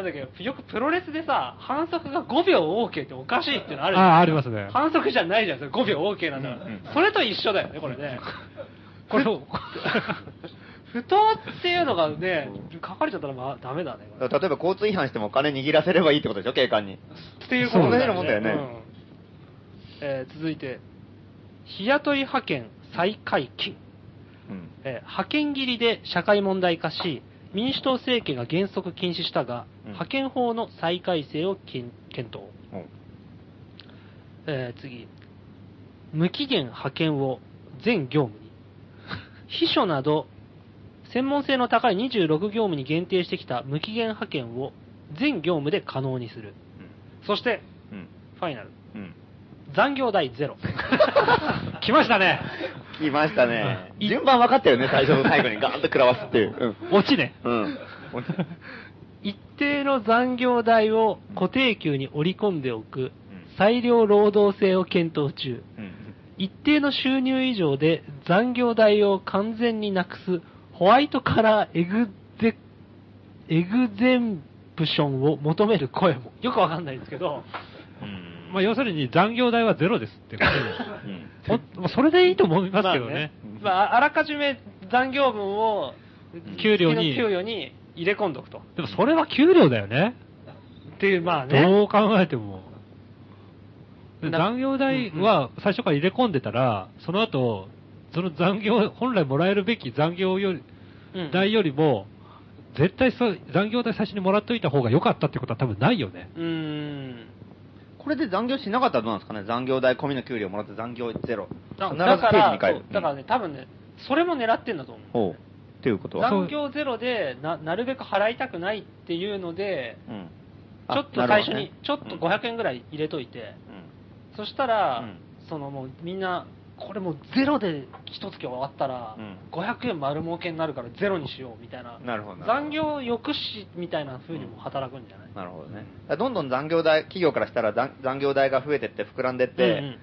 Speaker 3: だっけよくプロレスでさ、反則が5秒 OK っておかしいってのあるじゃん
Speaker 5: ああ、ありますね。
Speaker 3: 反則じゃないじゃん、それ5秒 OK なんだから、それと一緒だよね、これ
Speaker 5: *laughs*
Speaker 3: ね。これ、不当っていうのがね、書かれちゃったらまあダメだね、これ
Speaker 4: 例えば交通違反してもお金握らせればいいってことでしょ、警官に。
Speaker 3: っていうこと
Speaker 4: そう同じようなもんだよね
Speaker 3: うんえー続いて、日雇い派遣再解禁。
Speaker 4: うん。
Speaker 3: えー派遣切りで社会問題化し、民主党政権が原則禁止したが、
Speaker 4: うん
Speaker 3: 派遣法の再改正を検検討。えー次。無期限派遣を全業
Speaker 4: *laughs*
Speaker 3: 務に。秘書など、専門性の高い26業務に限定してきた無期限派遣を全業務で可能にする。そして、
Speaker 4: うん。
Speaker 3: ファイナル。
Speaker 4: うん。
Speaker 3: 残業代
Speaker 4: *laughs*
Speaker 3: ゼロ。来ましたね。
Speaker 4: 来ましたね。順番分かったよね、最初と最後にガーンと食らわすっていう。
Speaker 3: 落ちね。
Speaker 4: うん。うん。
Speaker 3: 一定の残業代を固定給に織り込んでおく
Speaker 4: ん
Speaker 3: 裁量労働制を検討中。一定の収入以上で残業代を完全になくすホワイトカラーエグゼ、エグゼンプションを求める声も。よくわかんないですけど、
Speaker 5: まあ要するに残業代はゼロですってこ
Speaker 4: うん
Speaker 5: とでおもうそれでいいと思いますけど
Speaker 3: まあ
Speaker 5: ね。
Speaker 3: ねまあ、あらかじめ残業分を
Speaker 5: 給料に
Speaker 3: 月の給与に入れ込んどくと。
Speaker 5: でもそれは給料だよね。
Speaker 3: っていう、まあね。
Speaker 5: どう考えても。で
Speaker 3: な
Speaker 5: 残業代は最初から入れ込んでたら、その後、その残業、本来もらえるべき残業より、
Speaker 3: うん
Speaker 5: 代よりも、絶対そう残業代最初にもらっといた方が良かったってことは多分ないよね。
Speaker 3: うーん。
Speaker 4: これで残業しなかったらどうなんですかね残業代込みの給料もらって残業ゼロ。必
Speaker 3: だ
Speaker 4: ず
Speaker 3: だか
Speaker 4: 定時に
Speaker 3: ら、
Speaker 4: 帰
Speaker 3: そ
Speaker 4: る
Speaker 3: う。だからね、多分ね、それも狙ってんだと思う。
Speaker 4: ほう。っていうことは。
Speaker 3: 残業ゼロでな、なるべく払いたくないっていうので、
Speaker 4: うん。
Speaker 3: ちょっと最初に、ちょっと500円ぐらい入れといて、そしたら、
Speaker 4: うん
Speaker 3: そのもうみんな、これもうゼロで一月終わったら、
Speaker 4: うん
Speaker 3: 500円丸儲けになるからゼロにしようみたいな、
Speaker 4: なるほど
Speaker 3: 残業抑止みたいな風にも働くんじゃない、
Speaker 4: なるほどね。だからどんどん残業代、企業からしたら残残業代が増えてって膨らんでっ
Speaker 3: うんうん
Speaker 4: て、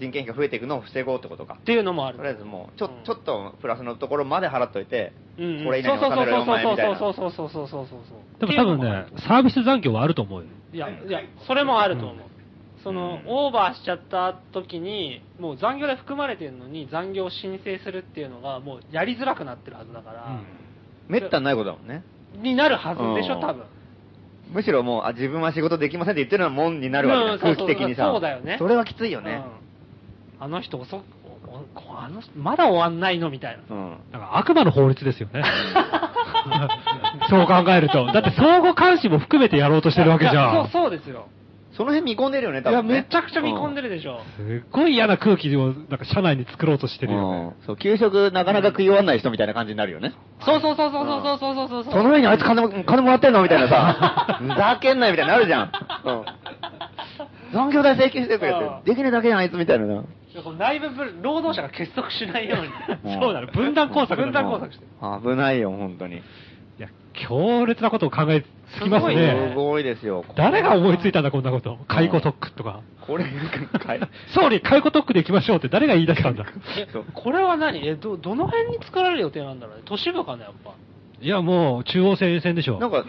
Speaker 4: 人件費が増えていくのを防ごうってことか
Speaker 3: っ。ていうのもある
Speaker 4: とりあえずもう、ちょ
Speaker 3: うん
Speaker 4: ちょっとプラスのところまで払っといて、
Speaker 3: うんうん
Speaker 4: これ以内に収めろよ、お前みたいな。
Speaker 3: そうそうそうそうそうそうそうそう
Speaker 5: でも多分ね、サービス残業はあると思うよ。
Speaker 3: いや、いや、それもあると思う。その、
Speaker 4: うん
Speaker 3: オーバーしちゃった時に、もう残業で含まれてるのに残業を申請するっていうのが、もうやりづらくなってるはずだから、
Speaker 4: めったにないことだもんね。
Speaker 3: になるはずでし
Speaker 4: う
Speaker 3: ょ、
Speaker 4: ん
Speaker 3: 多分。
Speaker 4: むしろもう、あ、自分は仕事できませんって言ってるのはもんになる
Speaker 3: う
Speaker 4: わ
Speaker 3: ん
Speaker 4: けだ、空気的にさ。
Speaker 3: そうだよね
Speaker 4: それはきついよね。
Speaker 3: うんあの人遅く、おおあの人まだ終わんないのみたいな。
Speaker 4: うん。
Speaker 5: だから悪魔の法律ですよね。 *laughs* そう考えると。だって相互監視も含めてやろうとしてるわけじゃん。
Speaker 3: いやそう、そうですよ。
Speaker 4: その辺見込んでるよね、
Speaker 3: い
Speaker 4: 多
Speaker 3: や、
Speaker 4: 分、ね。
Speaker 3: めちゃくちゃ見込んで
Speaker 4: る
Speaker 3: るでしょ。
Speaker 5: すっごい嫌な空気を、なんか社内に作ろうとしてるよね。
Speaker 4: そう、給食なかなか食い終わんない人みたいな感じになるよね。
Speaker 3: そうそうそうそうそうそうそうそうそ
Speaker 4: *laughs*
Speaker 3: う。
Speaker 4: その上にあいつ金も金もらってんのみたいなさ、 *laughs* ふざけんなよみたいになるじゃん。うん。残業代請求してくれ
Speaker 3: うん
Speaker 4: って。できねえだけじゃん、あいつみたい
Speaker 5: *laughs*
Speaker 4: なな。
Speaker 3: いやこの内部分労働者が結束しないように。
Speaker 4: ん
Speaker 5: そうだね。分断工作だね
Speaker 3: 分断工作してる
Speaker 4: うん危ないよ、本当に。
Speaker 5: いや、強烈なことを考えつきますね。
Speaker 4: すごいですよ。
Speaker 5: 誰が思いついたんだ、こんなこと。解雇特区とか。
Speaker 4: これ、なんかかい、
Speaker 5: *laughs* 総理、解雇特区で行きましょうって誰が言い出したんだ。
Speaker 4: そう
Speaker 3: これは何え、ど、どの辺に作られる予定なんだろうね。都市部かな、やっ
Speaker 4: *laughs*
Speaker 3: ぱ。
Speaker 5: いや、もう、中央線沿線でしょ。
Speaker 4: なんか、うん。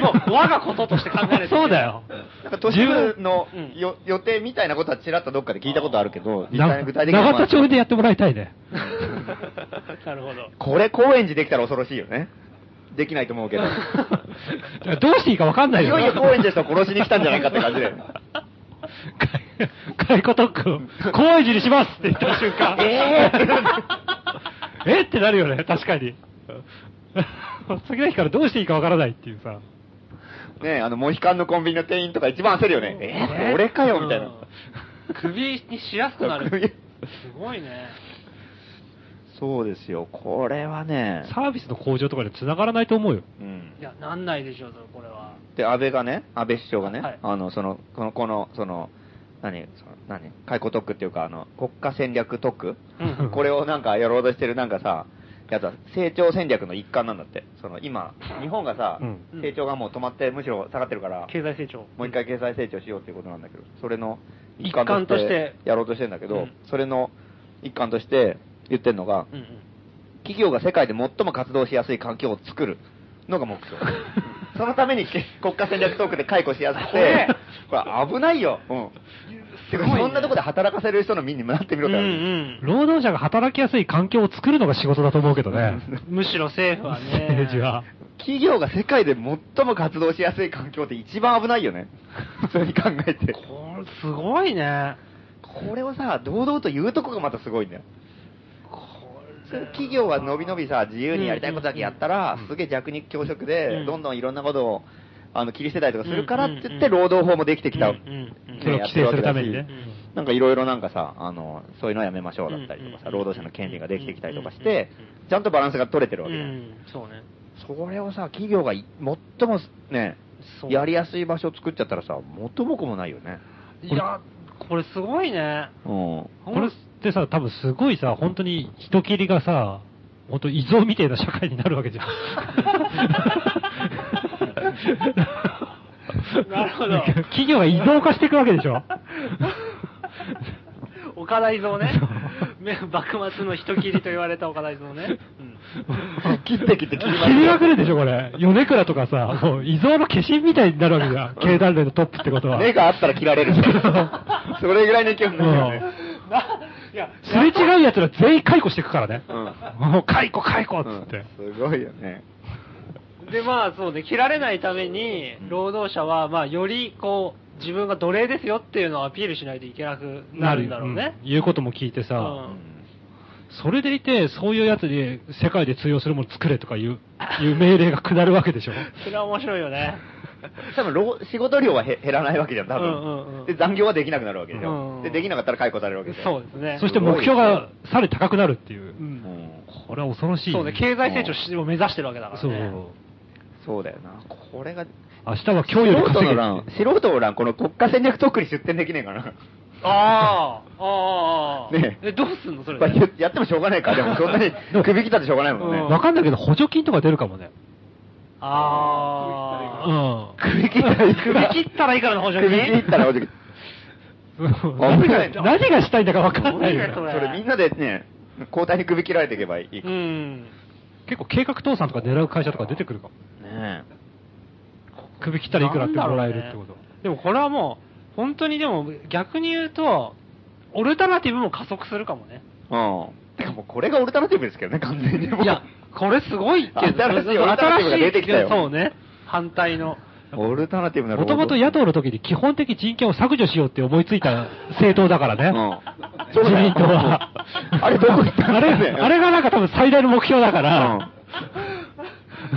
Speaker 3: もう、我がこととして考えれてる
Speaker 5: そうだよ。
Speaker 4: なんか都市部のよ予定みたいなことはちらっとどっかで聞いたことあるけど、実際
Speaker 5: な
Speaker 4: に具体的にはまあ
Speaker 5: 長田町でやってもらいたいね。
Speaker 3: なるほど。
Speaker 4: *laughs* これ高円寺できたら恐ろしいよね。できないと思うけど。
Speaker 5: だから *laughs* どうしていいかわかんない
Speaker 4: い
Speaker 5: よ。
Speaker 4: よいよ高円寺の人を殺しに来たんじゃないかって感
Speaker 5: *laughs*
Speaker 4: じで。
Speaker 5: 解雇特区、高円寺にしますって言った瞬間。え *laughs* ええってなるよね、確かに。次の日からどうしていいかわからないっていうさ。
Speaker 4: ねえあの、モヒカンのコンビニの店員とか一番焦るよね。えー、俺かよ、みたいな。
Speaker 3: 首にしやすくなる。すごいね。
Speaker 4: そうですよ。これはね。
Speaker 5: サービスの向上とかで繋がらないと思うよ。
Speaker 4: うん
Speaker 3: い。や、なんないでしょう、これは。
Speaker 4: で、安倍がね、安倍首相がね、
Speaker 3: はい
Speaker 4: あの、その、この、この、その、何、その何、解雇特区っていうか、あの、国家戦略特区、
Speaker 5: うん
Speaker 4: これをなんかやろうとしてるなんかさ、やつは成長戦略の一環なんだって。その、今、日本がさ、
Speaker 5: うん
Speaker 4: 成長がもう止まって、むしろ下がってるから、
Speaker 3: 経済成長。
Speaker 4: もう一回経済成長しようっていうことなんだけど、それの
Speaker 3: 一環として
Speaker 4: やろうとしてるんだけど、
Speaker 3: うん
Speaker 4: それの一環として言ってるのが、
Speaker 3: うんうん。
Speaker 4: 企業が世界で最も活動しやすい環境を作るのが目標。そのためにけ国家戦略トークで解雇しやすくて、これ危ないよ。うん。てか、そんなとこで働かせる人の身になってみろ
Speaker 3: う
Speaker 4: っ
Speaker 3: ん
Speaker 4: て話、
Speaker 3: うん。
Speaker 5: 労働者が働きやすい環境を作るのが仕事だと思うけ
Speaker 4: *laughs*
Speaker 5: どね。
Speaker 3: むしろ政府はね。
Speaker 5: 政治は。
Speaker 4: 企業が世界で最も活動しやすい環境って一番危ない *laughs* よね。普通に考えて。
Speaker 3: これ、すごいね。
Speaker 4: これをさ、堂々と言うとこがまたすごいんだよ。
Speaker 3: こ
Speaker 4: 企業はのびのびさ、自由にやりたいことだけやったら、すげえ弱肉強食
Speaker 3: う
Speaker 4: で
Speaker 3: ん、
Speaker 4: どんどんいろんなことを、あの、切り捨てたりとかするからって言って、
Speaker 3: うんうんう
Speaker 4: 労働法もできてきた。
Speaker 3: うんうんうん
Speaker 5: それを規制するためにね
Speaker 4: やってるわけだしなんかいろいろなんかさ、あの、そういうのやめましょうだったりとかさ、
Speaker 3: うんうんう
Speaker 4: 労
Speaker 3: ん
Speaker 4: 働者の権利ができてきたりとかして
Speaker 3: うんうんう、
Speaker 4: ちゃんとバランスが取れてるわ
Speaker 3: れう
Speaker 4: けじゃない
Speaker 3: ん、そうね。
Speaker 4: それをさ、企業がい最もね、
Speaker 3: そう
Speaker 4: やりやすい場所を作っちゃったらさ、元も子もないよね。
Speaker 3: いや、これすごいね。
Speaker 4: うん。
Speaker 5: これってさ、多分すごいさ、本当に人切りがさ、本当異常みたいな社会になるわけじゃん。
Speaker 3: なるほど
Speaker 5: 企業が異常化していくわけでしょ
Speaker 3: 岡田伊蔵ね。め幕末の人斬りと言われた岡田伊蔵ね。うん
Speaker 4: 切って切って切りまくる
Speaker 5: 切りまくるでしょ、これ。米倉とかさ、もう異常の化身みたいになるわけじゃん。経団連のトップってことは。
Speaker 4: 目があったら切られる。
Speaker 5: *laughs*
Speaker 4: それぐらいの勢いになるよね。
Speaker 3: いや、
Speaker 5: すれ違う奴ら全員解雇していくからね。
Speaker 4: う
Speaker 5: もう解雇解雇っつって。
Speaker 4: うんすごいよね。
Speaker 3: で、まあそうね、切られないために、労働者は、まあよりこう、自分が奴隷ですよっていうのをアピールしないといけなくなるんだろうね。
Speaker 5: ん言うことも聞いてさ、
Speaker 3: うん
Speaker 5: それでいて、そういうやつに世界で通用するもの作れとかいう、
Speaker 3: *laughs*
Speaker 5: いう命令が下るわけでしょ。
Speaker 3: それは面白いよね。
Speaker 4: 多分労仕事量はへ減らないわけじゃん、多分、
Speaker 3: うんうんうん
Speaker 4: で、残業はできなくなるわけでしょ、
Speaker 3: うんうん
Speaker 4: で、できなかったら解雇されるわけでし
Speaker 3: そ
Speaker 4: ょ
Speaker 3: うですね。
Speaker 5: そして目標がさらに高くなるっていう。
Speaker 3: うん
Speaker 4: うん
Speaker 5: これは恐ろしい、
Speaker 3: そうね、経済成長しを目指してるわけだから
Speaker 5: そう
Speaker 3: ね。
Speaker 4: そうだよな。これが、
Speaker 5: 明日は今
Speaker 4: 素
Speaker 5: 日より
Speaker 4: 人
Speaker 5: 稼
Speaker 4: の
Speaker 5: げる。
Speaker 4: 欄、素人の欄、この国家戦略特区に出展できねえかな。
Speaker 3: ああ、ああ、ああ。
Speaker 4: ねえ
Speaker 3: え、どうすんのそれ
Speaker 4: まあ
Speaker 3: で。
Speaker 4: 言やってもしょうがないか。でもそんな *laughs* に首切ったってしょうがないもんね。
Speaker 5: わかんないけど補助金とか出るかもね。う
Speaker 3: ああ。
Speaker 5: ん。
Speaker 4: 首切ったらいくら
Speaker 3: 首切ったらいくらの補助金
Speaker 4: 首切ったら補助金。
Speaker 5: 何が *laughs* 何がしたいんだかわかんないよ
Speaker 3: すごいねそ
Speaker 4: そ
Speaker 5: ね。
Speaker 3: れ
Speaker 4: れみんなでね、交代に首切られていけばいい。
Speaker 3: う
Speaker 4: ね
Speaker 3: ん。
Speaker 5: 結構計画倒産とか狙う会社とか出てくるかも。
Speaker 4: え
Speaker 5: 首切ったらいくらってもらえるってこ
Speaker 3: なんだろ
Speaker 5: と
Speaker 3: うね。でもこれはもう、本当にでも逆に言うと、オルタナティブも加速するかもね。
Speaker 4: うん。てかもうこれがオルタナティブですけどね、完全にもう。
Speaker 3: いや、これすごいけど、
Speaker 4: 新しいオルタナティブが出てきたよ
Speaker 3: そうね。反対の。
Speaker 4: オルタナティブな
Speaker 5: もともと野党の時に基本的人権を削除しようって思いついた政党だからね。
Speaker 4: うん
Speaker 5: 自民党は。
Speaker 4: うんあれどこ行ったん
Speaker 5: あ
Speaker 4: だ
Speaker 5: れ、
Speaker 4: よね
Speaker 5: あれがなんか多分最大の目標だから。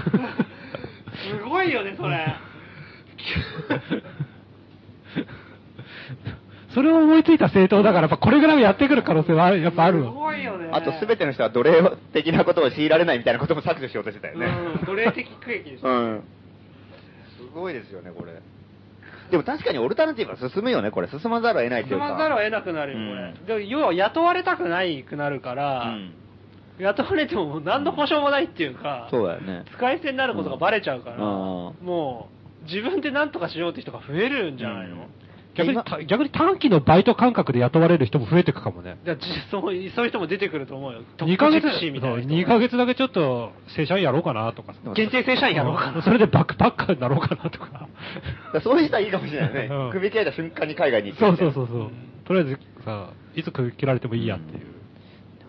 Speaker 3: すごいよね、それ。
Speaker 5: それを思いついた政党だから、やっぱこれぐらいはやってくる可能性はあるやっぱある
Speaker 3: す
Speaker 5: の。
Speaker 3: ごいよね。
Speaker 4: あと全ての人は奴隷的なことを強いられないみたいなことも削除しようとしてたよね。
Speaker 3: うん、奴隷的区域でしょ。
Speaker 4: うん。すごいですよね、これ。でも確かにオルタナティブは進むよね、これ。進まざるを得ないとい
Speaker 3: 進
Speaker 4: うか。
Speaker 3: まざるを得なくなるよ、これ。
Speaker 4: うん
Speaker 3: で要は雇われたくないくなるから、
Speaker 4: うん
Speaker 3: 雇われてももう何の保証もないっていうか、
Speaker 4: そうだよね。
Speaker 3: 使い捨てになることがバレちゃうから、
Speaker 4: うんうん
Speaker 3: もう自分で何とかしようって人が増えるんじゃないの、
Speaker 5: 逆に
Speaker 4: 今
Speaker 5: た逆に短期のバイト感覚で雇われる人も増えていくかもね。
Speaker 3: だから実そういうそういう人も出てくると思うよ。
Speaker 5: 2ヶ月
Speaker 3: トップジプシーみたいな人が
Speaker 5: 2ヶ月だけちょっと正社員やろうかなとかさ。
Speaker 3: 限定正社員やろうか
Speaker 5: うん
Speaker 3: な。
Speaker 5: それでバックパッカーになろうかなとか。
Speaker 4: だからそういう人はいいかもしれないよ
Speaker 5: うん
Speaker 4: ね。首切られた瞬間に海外に行く
Speaker 5: そ
Speaker 4: み
Speaker 5: う
Speaker 4: たい
Speaker 5: そう
Speaker 4: な
Speaker 5: そうそう。とりあえずさ、いつ首切られてもいいやっていう。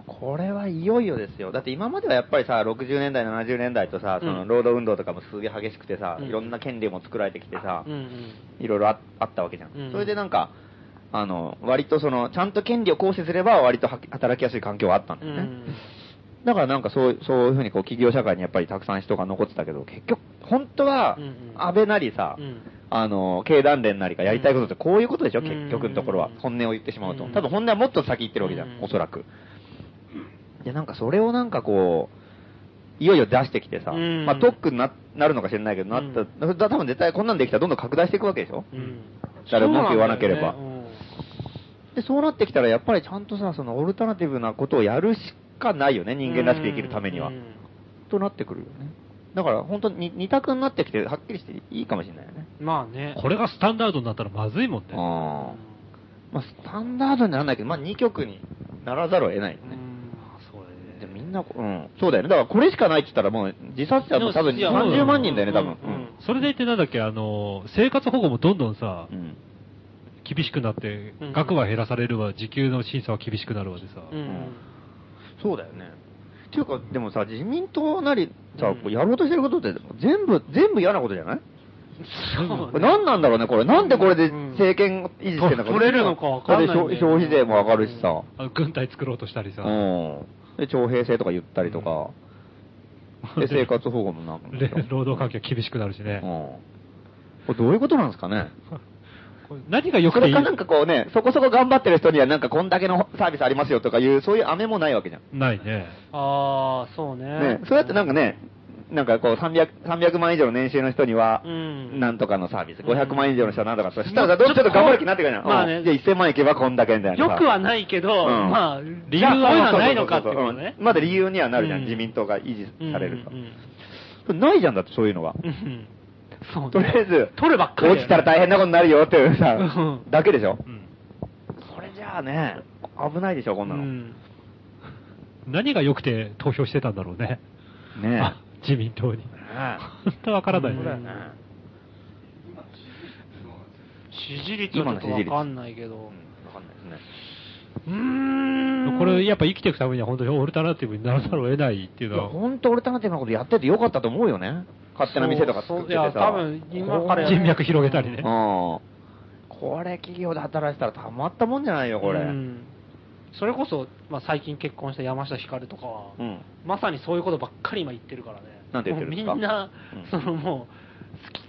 Speaker 4: これはいよいよですよ。だって今まではやっぱりさ、60年代、70年代とさ、その労働運動とかもすげえ激しくてさ、
Speaker 3: うん
Speaker 4: いろんな権利も作られてきてさ、
Speaker 3: うんうん
Speaker 4: いろいろああったわけじゃん。
Speaker 3: うん
Speaker 4: それでなんか、あの、割とその、ちゃんと権利を行使すれば割とは働きやすい環境はあったんだ
Speaker 3: う
Speaker 4: よ
Speaker 3: ん
Speaker 4: ね。だからなんかそうそういうふうにこう企業社会にやっぱりたくさん人が残ってたけど、結局、本当は
Speaker 3: うんうん、
Speaker 4: 安倍なりさ、
Speaker 3: うん
Speaker 4: あの、経団連なりがやりたいことってこういうことでしょ、
Speaker 3: うん
Speaker 4: 結局のところは。本音を言ってしまうと。
Speaker 3: うん
Speaker 4: 多分本音はもっと先行ってるわけじゃん、
Speaker 3: うん
Speaker 4: おそらく。いや、なんかそれをなんかこう、いよいよ出してきてさ、
Speaker 3: うん
Speaker 4: まあトックにななるのか知らないけど、なった、だ多分絶対こんなんできたらどんどん拡大していくわけでしょ、
Speaker 3: うん
Speaker 4: 誰も文句言わなければ
Speaker 3: そうなんだよね
Speaker 4: で、そうなってきたらやっぱりちゃんとさ、そのオルタナティブなことをやるしかないよね、
Speaker 3: うん
Speaker 4: 人間らしく生きるためには。
Speaker 3: うん
Speaker 4: となってくるよね。だから本当に二択になってきて、はっきりしていいかもしれないよね。
Speaker 3: まあね。
Speaker 5: これがスタンダードになったらまずいもんね。
Speaker 4: ああ。まあ、スタンダードにならないけど、まあ、2曲にならざるを得ないよ
Speaker 3: う
Speaker 4: ね。
Speaker 3: ん
Speaker 4: でみんなこ、うん、そうだよね。だからこれしかないって言ったらもう自殺者も多分
Speaker 3: いやうん
Speaker 4: 30万人だよね、多分。
Speaker 3: うんうん
Speaker 5: それでいてなんだっけ、あの、生活保護もどんどんさ
Speaker 4: う、ん。
Speaker 5: 厳しくなって
Speaker 3: うん、
Speaker 5: 額は減らされるわ、時給の審査は厳しくなるわでさ。
Speaker 3: うん
Speaker 4: そうだよね。っていうか、でもさ、自民党なりさ、
Speaker 3: うん
Speaker 4: こうやろうとしてることって全部、全部嫌なことじゃない
Speaker 3: そう
Speaker 4: これ何なんだろうね、これ。なんでこれで
Speaker 3: うん
Speaker 4: 政権を維持してんだ
Speaker 3: 取れるのかわかんないんだよね
Speaker 4: これで消消費税も上がるしさ。
Speaker 5: あの軍隊作ろうとしたりさ。
Speaker 4: うん。で、徴兵制とか言ったりとか。
Speaker 5: *laughs*
Speaker 4: で、生活保護もなくなっ
Speaker 5: で
Speaker 4: ちゃう
Speaker 5: 労働環境厳しくなるしね。
Speaker 4: うん。これどういうことなんですか
Speaker 3: *laughs*
Speaker 4: ね
Speaker 5: これ何が良
Speaker 4: そ
Speaker 5: くて
Speaker 4: れ
Speaker 5: い
Speaker 4: か
Speaker 5: い
Speaker 4: なんかこうね、そこそこ頑張ってる人にはなんかこんだけのサービスありますよとかいう、そういう飴もないわけじゃん。
Speaker 5: ないね。
Speaker 3: ああ、そうね。
Speaker 4: ね、そうやってなんかね、なんかこう300、300万以上の年収の人には
Speaker 3: う、ん
Speaker 4: なんとかのサービス、
Speaker 3: うん
Speaker 4: 500万以上の人はなんとか、そしたらさどうちょっと頑張る気になってくるじゃん。
Speaker 3: まあね
Speaker 4: うんじゃあ1000万いけばこんだけみたいなさ。
Speaker 3: よくはないけど、
Speaker 4: うん
Speaker 3: まあ、理
Speaker 4: 理
Speaker 3: 由
Speaker 4: 由
Speaker 3: は
Speaker 4: は
Speaker 3: いうのはないのかっていうこと
Speaker 4: そうそう
Speaker 3: ね
Speaker 4: そう。うんまだ理由にはなるじゃん、
Speaker 3: うん
Speaker 4: 自民党が維持されると
Speaker 3: うん。うん
Speaker 4: ないじゃんだって、そういうのは。
Speaker 3: うんうんそうね
Speaker 4: とりあえず、
Speaker 3: 取るばっかりだよね
Speaker 4: 落ちたら大変なことになるよっていうさ
Speaker 3: う、ん
Speaker 4: だけでしょ。
Speaker 5: うん
Speaker 4: それじゃあね、危ないでしょ、こんなの。
Speaker 3: う
Speaker 4: ね
Speaker 3: ん
Speaker 5: 何が良くて投票してたんだろうね。
Speaker 4: え。
Speaker 5: あ *laughs* 自民党に。
Speaker 4: ね
Speaker 5: 本当わからない
Speaker 3: そうだよね
Speaker 5: ね。
Speaker 3: 支持率はちょっとわかんないけど。
Speaker 4: わかんないですね。
Speaker 3: うーん。
Speaker 5: これやっぱ生きていくためには本当にオルタナティブにならざるを得ないっていう
Speaker 4: いや、
Speaker 5: のは、
Speaker 4: ほんと俺たナティブなことやっててよかったと思うよね。勝手な店とか作っててさ。
Speaker 3: そうそういや多分今からやる
Speaker 5: 人脈広げたり
Speaker 4: うん。
Speaker 5: ね。
Speaker 4: これ企業で働いてたらたまったもんじゃないよ、これ。
Speaker 3: う
Speaker 4: うん。
Speaker 3: んそれこそ、まあ、最近結婚した山下ひかるとかは、まさにそういうことばっかり今言ってるからね。
Speaker 4: なんて言ってるんですか
Speaker 3: もうみんな、
Speaker 4: うん
Speaker 3: そのもう、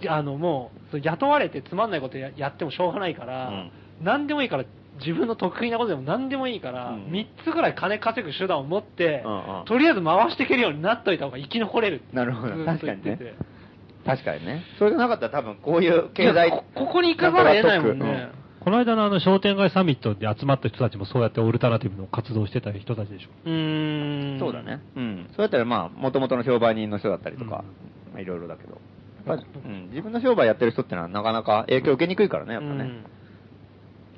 Speaker 3: 好き、あのもう、その雇われてつまんないことややってもしょうがないから、
Speaker 4: うん
Speaker 3: 何でもいいから、自分の得意なことでも何でもいいから、
Speaker 4: うん
Speaker 3: 3つぐらい金稼ぐ手段を持って、
Speaker 4: うんうん
Speaker 3: とりあえず回していけるようになっといた方が生き残れるって
Speaker 4: なるほど
Speaker 3: ずっと言ってて
Speaker 4: 確かにね確かにね。それがなかったら多分こういう経済。
Speaker 3: いやこここに行かざるを得ないもんね。
Speaker 5: この間のあの商店街サミットで集まった人たちもそうやってオルタナティブの活動をしてた人たちでしょ。
Speaker 3: う
Speaker 4: う
Speaker 3: ー
Speaker 4: ん
Speaker 3: ん。
Speaker 4: そうだね。うん。そうやったらまあ、もともとの商売人の人だったりとか、まあいろいろだけど。やっぱうん、自分の商売やってる人ってのはなかなか影響受けにくいからね、やっぱ
Speaker 3: う
Speaker 4: ね
Speaker 3: ん。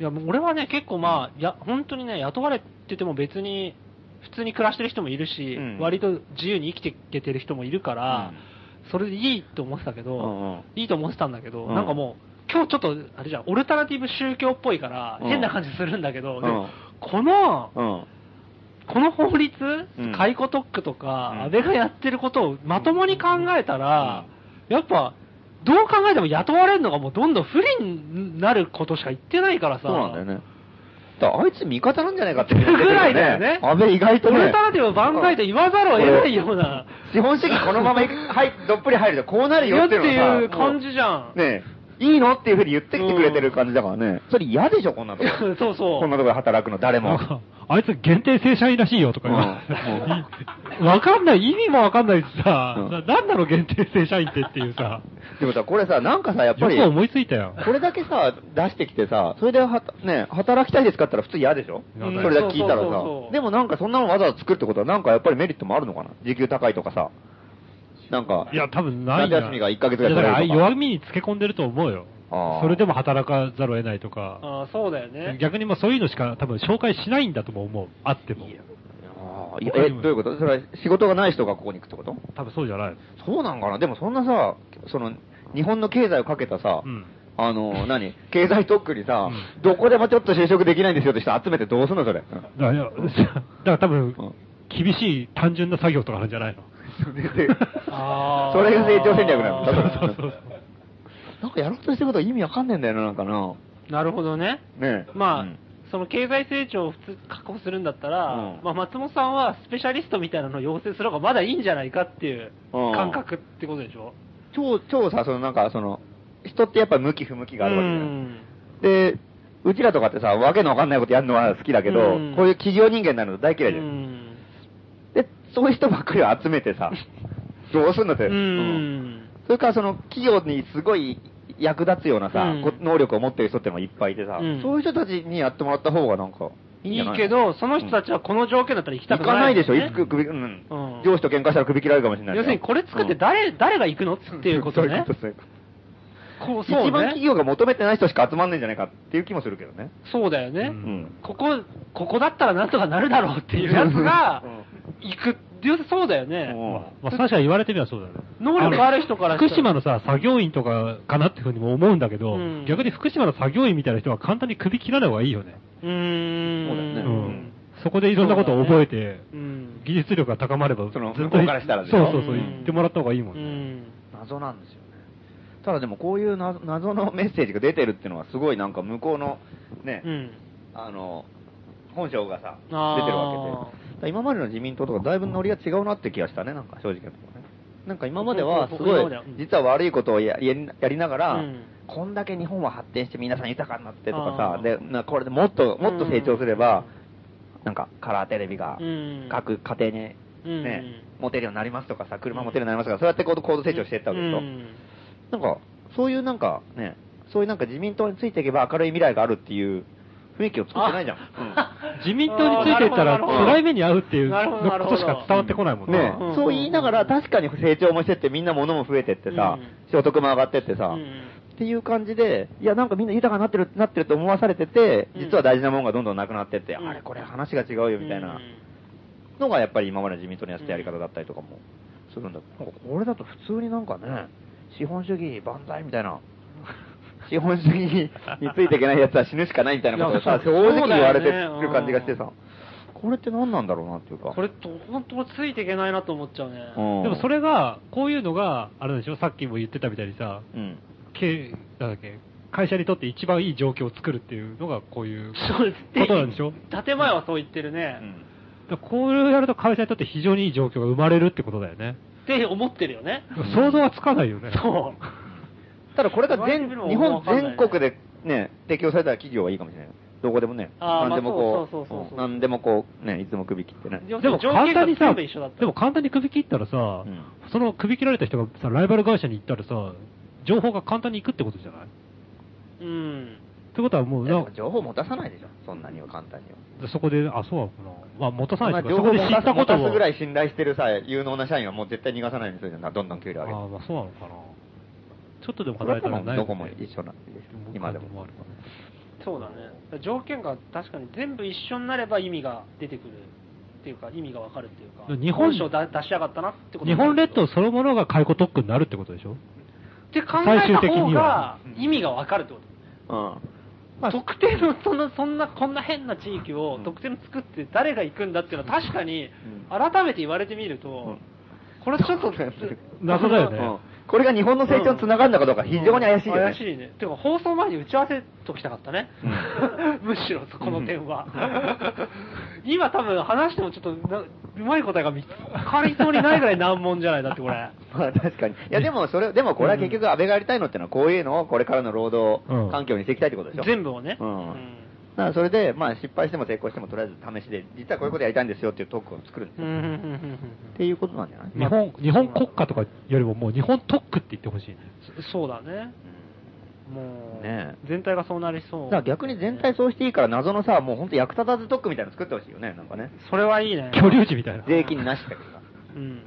Speaker 3: いや、もう俺はね、結構まあ、いや、本当にね、雇われてても別に、普通に暮らしてる人もいるし、
Speaker 4: うん
Speaker 3: 割と自由に生きていけてる人もいるから、それでいいと思ってたけど、
Speaker 4: うんうん
Speaker 3: いいと思ってたんだけど、
Speaker 4: うん
Speaker 3: なんかもう、今日ちょっと、あれじゃん、オルタナティブ宗教っぽいから、
Speaker 4: うん
Speaker 3: 変な感じするんだけど、
Speaker 4: うん
Speaker 3: でもこの、
Speaker 4: うん。
Speaker 3: この法律、
Speaker 4: うん
Speaker 3: 解雇特区とか、
Speaker 4: うん
Speaker 3: 安倍がやってることをまともに考えたら、やっぱ、どう考えても雇われるのがもうどんどん不利になることしか言ってないからさ、
Speaker 4: そうなんだよね。だからあいつ味方なんじゃないかって
Speaker 3: ぐらいだよね。
Speaker 4: 安倍意外と
Speaker 3: オ
Speaker 4: ね。
Speaker 3: ルタナティブ万歳と言わざるを得ないような、
Speaker 4: 資本主義このままいくはい、どっぷり入るとこうなるよ
Speaker 3: やっ
Speaker 4: ってていうのがさ
Speaker 3: いう感じじゃん。
Speaker 4: ねえいいのっていうふうに言ってきてくれてる感じだからね。それ嫌でしょ、こんな
Speaker 3: *laughs*
Speaker 4: とこ。
Speaker 3: そうそ
Speaker 4: こんなとこで働くの、誰
Speaker 5: なん
Speaker 4: も。
Speaker 3: *laughs*
Speaker 5: かあいつ限定正社員らしいよとか言わ
Speaker 4: う
Speaker 5: わかんない、意味もわかんないしさ、
Speaker 4: うん
Speaker 5: ななんなの限定正社員ってっていうさ、
Speaker 4: でもさ、これさ、なんかさ、やっぱ
Speaker 5: よ
Speaker 4: り
Speaker 5: く、思いついたよ。
Speaker 4: これだけさ、出してきてさ、それではた、ね、働きたいですかって言ったら普通嫌でしょ
Speaker 5: 嫌
Speaker 4: そ
Speaker 5: だよ
Speaker 4: れだけ聞いたら
Speaker 3: そうそう
Speaker 4: さ
Speaker 3: そうそ。う
Speaker 4: でもなんかそんなのわざわざ作るってことは、なんかやっぱりメリットもあるのかな時給高いとかさ。なんか、
Speaker 5: いや、多分ないんだ
Speaker 4: 夏休みが一ヶ月ぐ
Speaker 5: い
Speaker 4: らい
Speaker 5: やだ
Speaker 4: 取
Speaker 5: か
Speaker 4: れる
Speaker 5: らあ
Speaker 4: とか
Speaker 5: あいう弱みにつけ込んでると思うよ。
Speaker 4: あー
Speaker 5: それでも働かざるを得ないとか、
Speaker 3: ああ、そうだよね。
Speaker 5: 逆にもうそういうのしか多分紹介しないんだとも思う。あっても。
Speaker 4: あーいやえ、どういうことそれは仕事がない人がここに行くってこと
Speaker 5: 多分そうじゃない。
Speaker 4: そうなんかなでもそんなさ、その、日本の経済をかけたさ、
Speaker 5: うん
Speaker 4: あの、何経済特区にさ、
Speaker 5: うん
Speaker 4: どこでもちょっと就職できないんですよって人集めてどうすんの
Speaker 5: *laughs*
Speaker 4: それ。
Speaker 5: だからいやだから多分
Speaker 4: うん、
Speaker 5: 厳しい単純な作業とかあるんじゃないの
Speaker 4: で
Speaker 3: あー
Speaker 4: それが成長戦略なの。多分
Speaker 5: そうそうそう
Speaker 4: なんかやろうとしてること意味わかんねえんだよな、なんかな。
Speaker 3: なるほどね。
Speaker 4: ねえ
Speaker 3: まあ、
Speaker 4: うん
Speaker 3: その経済成長を普通確保するんだったら、
Speaker 4: うん
Speaker 3: まあ松本さんはスペシャリストみたいなのを養成する方がまだいいんじゃないかっていう
Speaker 4: うん
Speaker 3: 感覚ってことでしょ
Speaker 4: 超、超さ、そのなんかその、人ってやっぱ向き不向きがあるわけじゃ
Speaker 3: う
Speaker 4: ない
Speaker 3: ん
Speaker 4: で、うちらとかってさ、わけのわかんないことやるのは好きだけど、
Speaker 3: うん
Speaker 4: こういう企業人間になるの大嫌いじゃ。
Speaker 3: うんん
Speaker 4: で、そういう人ばっかりを集めてさ、どうすんのって。
Speaker 3: うん
Speaker 4: それからその企業にすごい役立つようなさ、
Speaker 3: うん
Speaker 4: こ能力を持ってる人ってのがいっぱいいてさ、
Speaker 3: うん
Speaker 4: そういう人たちにやってもらった方がなんかいいん
Speaker 3: い
Speaker 4: じゃ
Speaker 3: い
Speaker 4: ない
Speaker 3: けど、その人たちはこの条件だったら行きた
Speaker 4: 行
Speaker 3: く
Speaker 4: かな
Speaker 3: ないい
Speaker 4: で
Speaker 3: よ
Speaker 4: しょ、
Speaker 3: ね、
Speaker 4: いつく首、うん
Speaker 3: うん
Speaker 4: 上司と喧嘩したら首切られるかもしれないじゃん。
Speaker 3: 要するにこれ作って誰、誰が行くのっていうこと
Speaker 4: *laughs*
Speaker 3: ね
Speaker 4: そ。ういうこと
Speaker 3: こう
Speaker 4: そういうこと
Speaker 3: そう
Speaker 4: 一番
Speaker 3: ね
Speaker 4: 企業が求めてない人しか集まんないんじゃないかっていう気もするけどね。
Speaker 3: そうだよね、
Speaker 5: うん
Speaker 4: うん
Speaker 3: ここ、ここだったらなんとかなるだろうっていうやつが、行く。要するにそうだよね。
Speaker 4: うん
Speaker 5: まあまあ、確かに言われてみればそうだよね。
Speaker 3: 能力ある人からしたら
Speaker 5: 福島のさ、作業員とかかなっていうふうにも思うんだけど、
Speaker 3: うん
Speaker 5: 逆に福島の作業員みたいな人は簡単に首切らない方がいいよね。
Speaker 3: うーん。
Speaker 4: そうだよね
Speaker 5: うん。
Speaker 4: うん
Speaker 5: そこでいろんなことを覚えて、
Speaker 3: うん。
Speaker 5: 技術力が高まれば、
Speaker 4: その
Speaker 5: ずっ
Speaker 4: 向
Speaker 5: と
Speaker 4: こうからしたらでし
Speaker 5: そう
Speaker 4: ょ
Speaker 5: そうそ
Speaker 3: う
Speaker 5: う、
Speaker 3: ん
Speaker 5: 言ってもらった方がいいもん
Speaker 3: う
Speaker 5: ね。
Speaker 3: ん。
Speaker 4: 謎なんですよね。ただでもこういう謎謎のメッセージが出てるっていうのはすごいなんか向こうのね、
Speaker 3: うん。
Speaker 4: あの、本省がさ、出てる
Speaker 3: あー
Speaker 4: わけで。だから今までの自民党とかだいぶノリが違うなって気がしたね、なんか正直なところね。なんか今まではす
Speaker 3: そうそう
Speaker 4: ごい
Speaker 3: そうそう、
Speaker 4: 実は悪いことをややりやりながら、
Speaker 3: うん
Speaker 4: こんだけ日本は発展して皆さん豊かになってと
Speaker 3: あ
Speaker 4: かさ、
Speaker 3: ー
Speaker 4: で、なこれでもっと、もっと成長すれば、なんかカラーテレビが
Speaker 3: うん
Speaker 4: 各家庭にね、
Speaker 3: うん
Speaker 4: 持てるようになりますとかさ、車持てるようになりますとか、そうやってこう高度成長していったわけでしょ。
Speaker 3: うん
Speaker 4: なんか、そういうなんかね、そういうなんか自民党についていけば明るい未来があるっていう雰囲気を作ってないじゃん。
Speaker 5: 自民党についていった
Speaker 3: あ
Speaker 5: ら
Speaker 3: ーなるほど
Speaker 5: 辛い目に遭うっていう
Speaker 3: なるほどなる
Speaker 5: こ
Speaker 3: ほ
Speaker 5: と
Speaker 3: ど
Speaker 5: しか伝わってこないもん
Speaker 4: ね
Speaker 5: ね。
Speaker 3: うん
Speaker 4: そう言いながら確かに成長もしてってみんな物も増えてってさ、
Speaker 3: うん
Speaker 4: 所得も上がってってさ、
Speaker 3: うん
Speaker 4: っていう感じで、いやなんかみんな豊かになってる、なってると思わされてて、
Speaker 3: うん
Speaker 4: 実は大事なものがどんどんなくなってって、
Speaker 3: うん
Speaker 4: あれこれ話が違うよみたいな
Speaker 3: う
Speaker 4: のがやっぱり今までの自民党のやってたやり方だったりとかもするんだけど、なんかこれだと普通になんかね、資本主義万歳みたい *laughs* な。資本主義についていけないやつは死ぬしかないみたいなことをさ、
Speaker 3: いや
Speaker 4: 正
Speaker 3: そう
Speaker 4: 直言われて
Speaker 3: そうだよね
Speaker 4: る感じがして
Speaker 3: う
Speaker 4: さ、これって何なんだろうなっていうか。
Speaker 3: んこれと、本当ついていけないなと思っちゃうね。
Speaker 4: うん、
Speaker 5: でもそれが、こういうのが、あれでしょ、さっきも言ってたみたいにさ、
Speaker 4: うん。
Speaker 5: 経なんだっけ、会社にとって一番いい状況を作るっていうのが、こういう
Speaker 3: そうです
Speaker 5: ことなんでしょ
Speaker 3: 建前はそう言ってるね。
Speaker 5: だからこうやると会社にとって非常にいい状況が生まれるってことだよね。
Speaker 3: って思ってるよね。
Speaker 5: 想像はつかないよね。
Speaker 3: そう。
Speaker 4: ただこれが全、
Speaker 3: 言われてみれば
Speaker 4: 日本
Speaker 3: わかんない
Speaker 4: 全国でね、提供されたら企業はいいかもしれない。どこでもね、
Speaker 3: あー
Speaker 4: 何でもこ
Speaker 3: まあそうそうそうそう
Speaker 4: う、何でもこう、ね、いつも首切ってね。
Speaker 3: 要す
Speaker 5: で
Speaker 3: る
Speaker 5: も
Speaker 3: に条
Speaker 5: 簡
Speaker 3: 件
Speaker 5: 単
Speaker 3: が
Speaker 5: にさ、
Speaker 3: 全部一緒だった。
Speaker 5: でも簡単に首切ったらさ、
Speaker 4: うん
Speaker 5: その首切られた人がさ、ライバル会社に行ったらさ、情報が簡単に行くってことじゃないっ
Speaker 3: うん。
Speaker 5: てことはもう
Speaker 4: いや
Speaker 5: な
Speaker 4: でも、情報持たさないでしょ、そんなには簡単には。
Speaker 5: そこで、あ、そうなのかな。まあ、持たさないと
Speaker 4: 情
Speaker 5: そ
Speaker 4: 報
Speaker 5: こで知
Speaker 4: 持た
Speaker 5: っ
Speaker 4: す
Speaker 5: た
Speaker 4: 持
Speaker 5: こと
Speaker 4: た
Speaker 5: を。
Speaker 4: すぐらい信頼してるさ、有能な社員はもう絶対逃がさないようにするじゃんな、どんどん給料
Speaker 5: あ
Speaker 4: 上げて。
Speaker 5: ーまあ、そうなのかな。ちょっとでも
Speaker 4: これ
Speaker 5: 働
Speaker 4: はいも
Speaker 5: たらな
Speaker 4: う
Speaker 5: い
Speaker 4: どこも一緒なんです今でも。
Speaker 5: あるかな
Speaker 3: そうだね。条件が確かに全部一緒になれば意味が出てくる。っていうか、意味がわかるっていうか。
Speaker 5: 日本
Speaker 3: 本性だ出しやがったなってこと
Speaker 5: 日本列島
Speaker 3: っ
Speaker 5: そのものが解雇特区になるってことでしょ
Speaker 3: て考え
Speaker 5: 最終
Speaker 3: た
Speaker 5: 的
Speaker 3: 方
Speaker 5: には
Speaker 3: が意味がわかるってこと。
Speaker 4: うん。
Speaker 3: まあ特定のそんな、そんな、こんな変な地域を特定の作って誰が行くんだっていうのは確かに、
Speaker 4: う
Speaker 3: 改めて言われてみると、これちょっと、
Speaker 4: そうだよね
Speaker 5: 謎だよね
Speaker 4: うんこれが日本の成長につながるのかどうか非常に怪しいよね。
Speaker 3: 怪しいね。でも放送前に打ち合わせときたかったね。むしろ、この点は。今多分話してもちょっとな、うまい答えが見つかりそうにないぐらい難問じゃないだってこれ。
Speaker 4: まあ確かに。いやでもそれ、でもこれは結局安倍がやりたいのってのはこういうのをこれからの労働環境にしていきたいってことでしょ。
Speaker 3: 全部をね。
Speaker 4: うん。だからそれで、まあ失敗しても成功してもとりあえず試しで、実はこういうことやりたいんですよっていうトークを作るんです
Speaker 3: うん
Speaker 4: よ。っ
Speaker 3: うんうんうんうん
Speaker 4: ていうことなんじゃない
Speaker 5: 日本、日本国家とかよりももう日本特区って言ってほしいね。
Speaker 3: そそうだね。もう、
Speaker 4: ねえ
Speaker 3: 全体がそうなりそう。
Speaker 4: だから逆に全体そうしていいから謎のさ、もう本当役立たずトークみたいなの作ってほしいよね、なんかね。
Speaker 3: それはいいね。
Speaker 5: 居留地みたいな。
Speaker 4: 税金なしだけどさ。
Speaker 3: うん。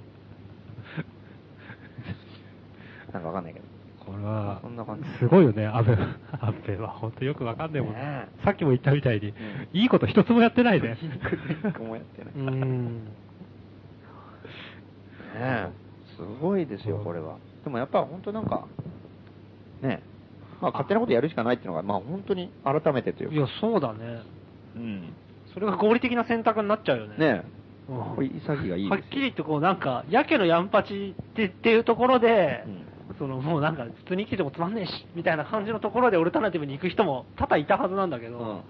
Speaker 4: なんかわかん
Speaker 3: *laughs*
Speaker 4: ないけど。
Speaker 5: これは
Speaker 4: そんな感じ、
Speaker 5: すごいよね、安倍、安倍は。本当よくわかんないもん
Speaker 4: ね
Speaker 5: ね。さっきも言ったみたいに
Speaker 4: ん、
Speaker 5: いいこと一つもやってないね。
Speaker 4: 一個もやってない。
Speaker 3: う
Speaker 4: ね
Speaker 3: ん。
Speaker 4: えすごいですよ、これは。でもやっぱ本当なんか、ねえ、まあ勝手なことやるしかないっていうのが、まあ本当に改めてというか
Speaker 3: い。や、そうだね。
Speaker 4: うん。
Speaker 3: それが合理的な選択になっちゃうよね。
Speaker 4: ねえ。
Speaker 3: うん
Speaker 4: これ潔がいい
Speaker 3: はっきり言って、こう、なんか、やけのやんぱちってっていうところで、その、もうなんか、普通に生きててもつまんねえし、みたいな感じのところでオルタナティブに行く人も多々いたはずなんだけ
Speaker 4: う
Speaker 3: ど、
Speaker 4: ん。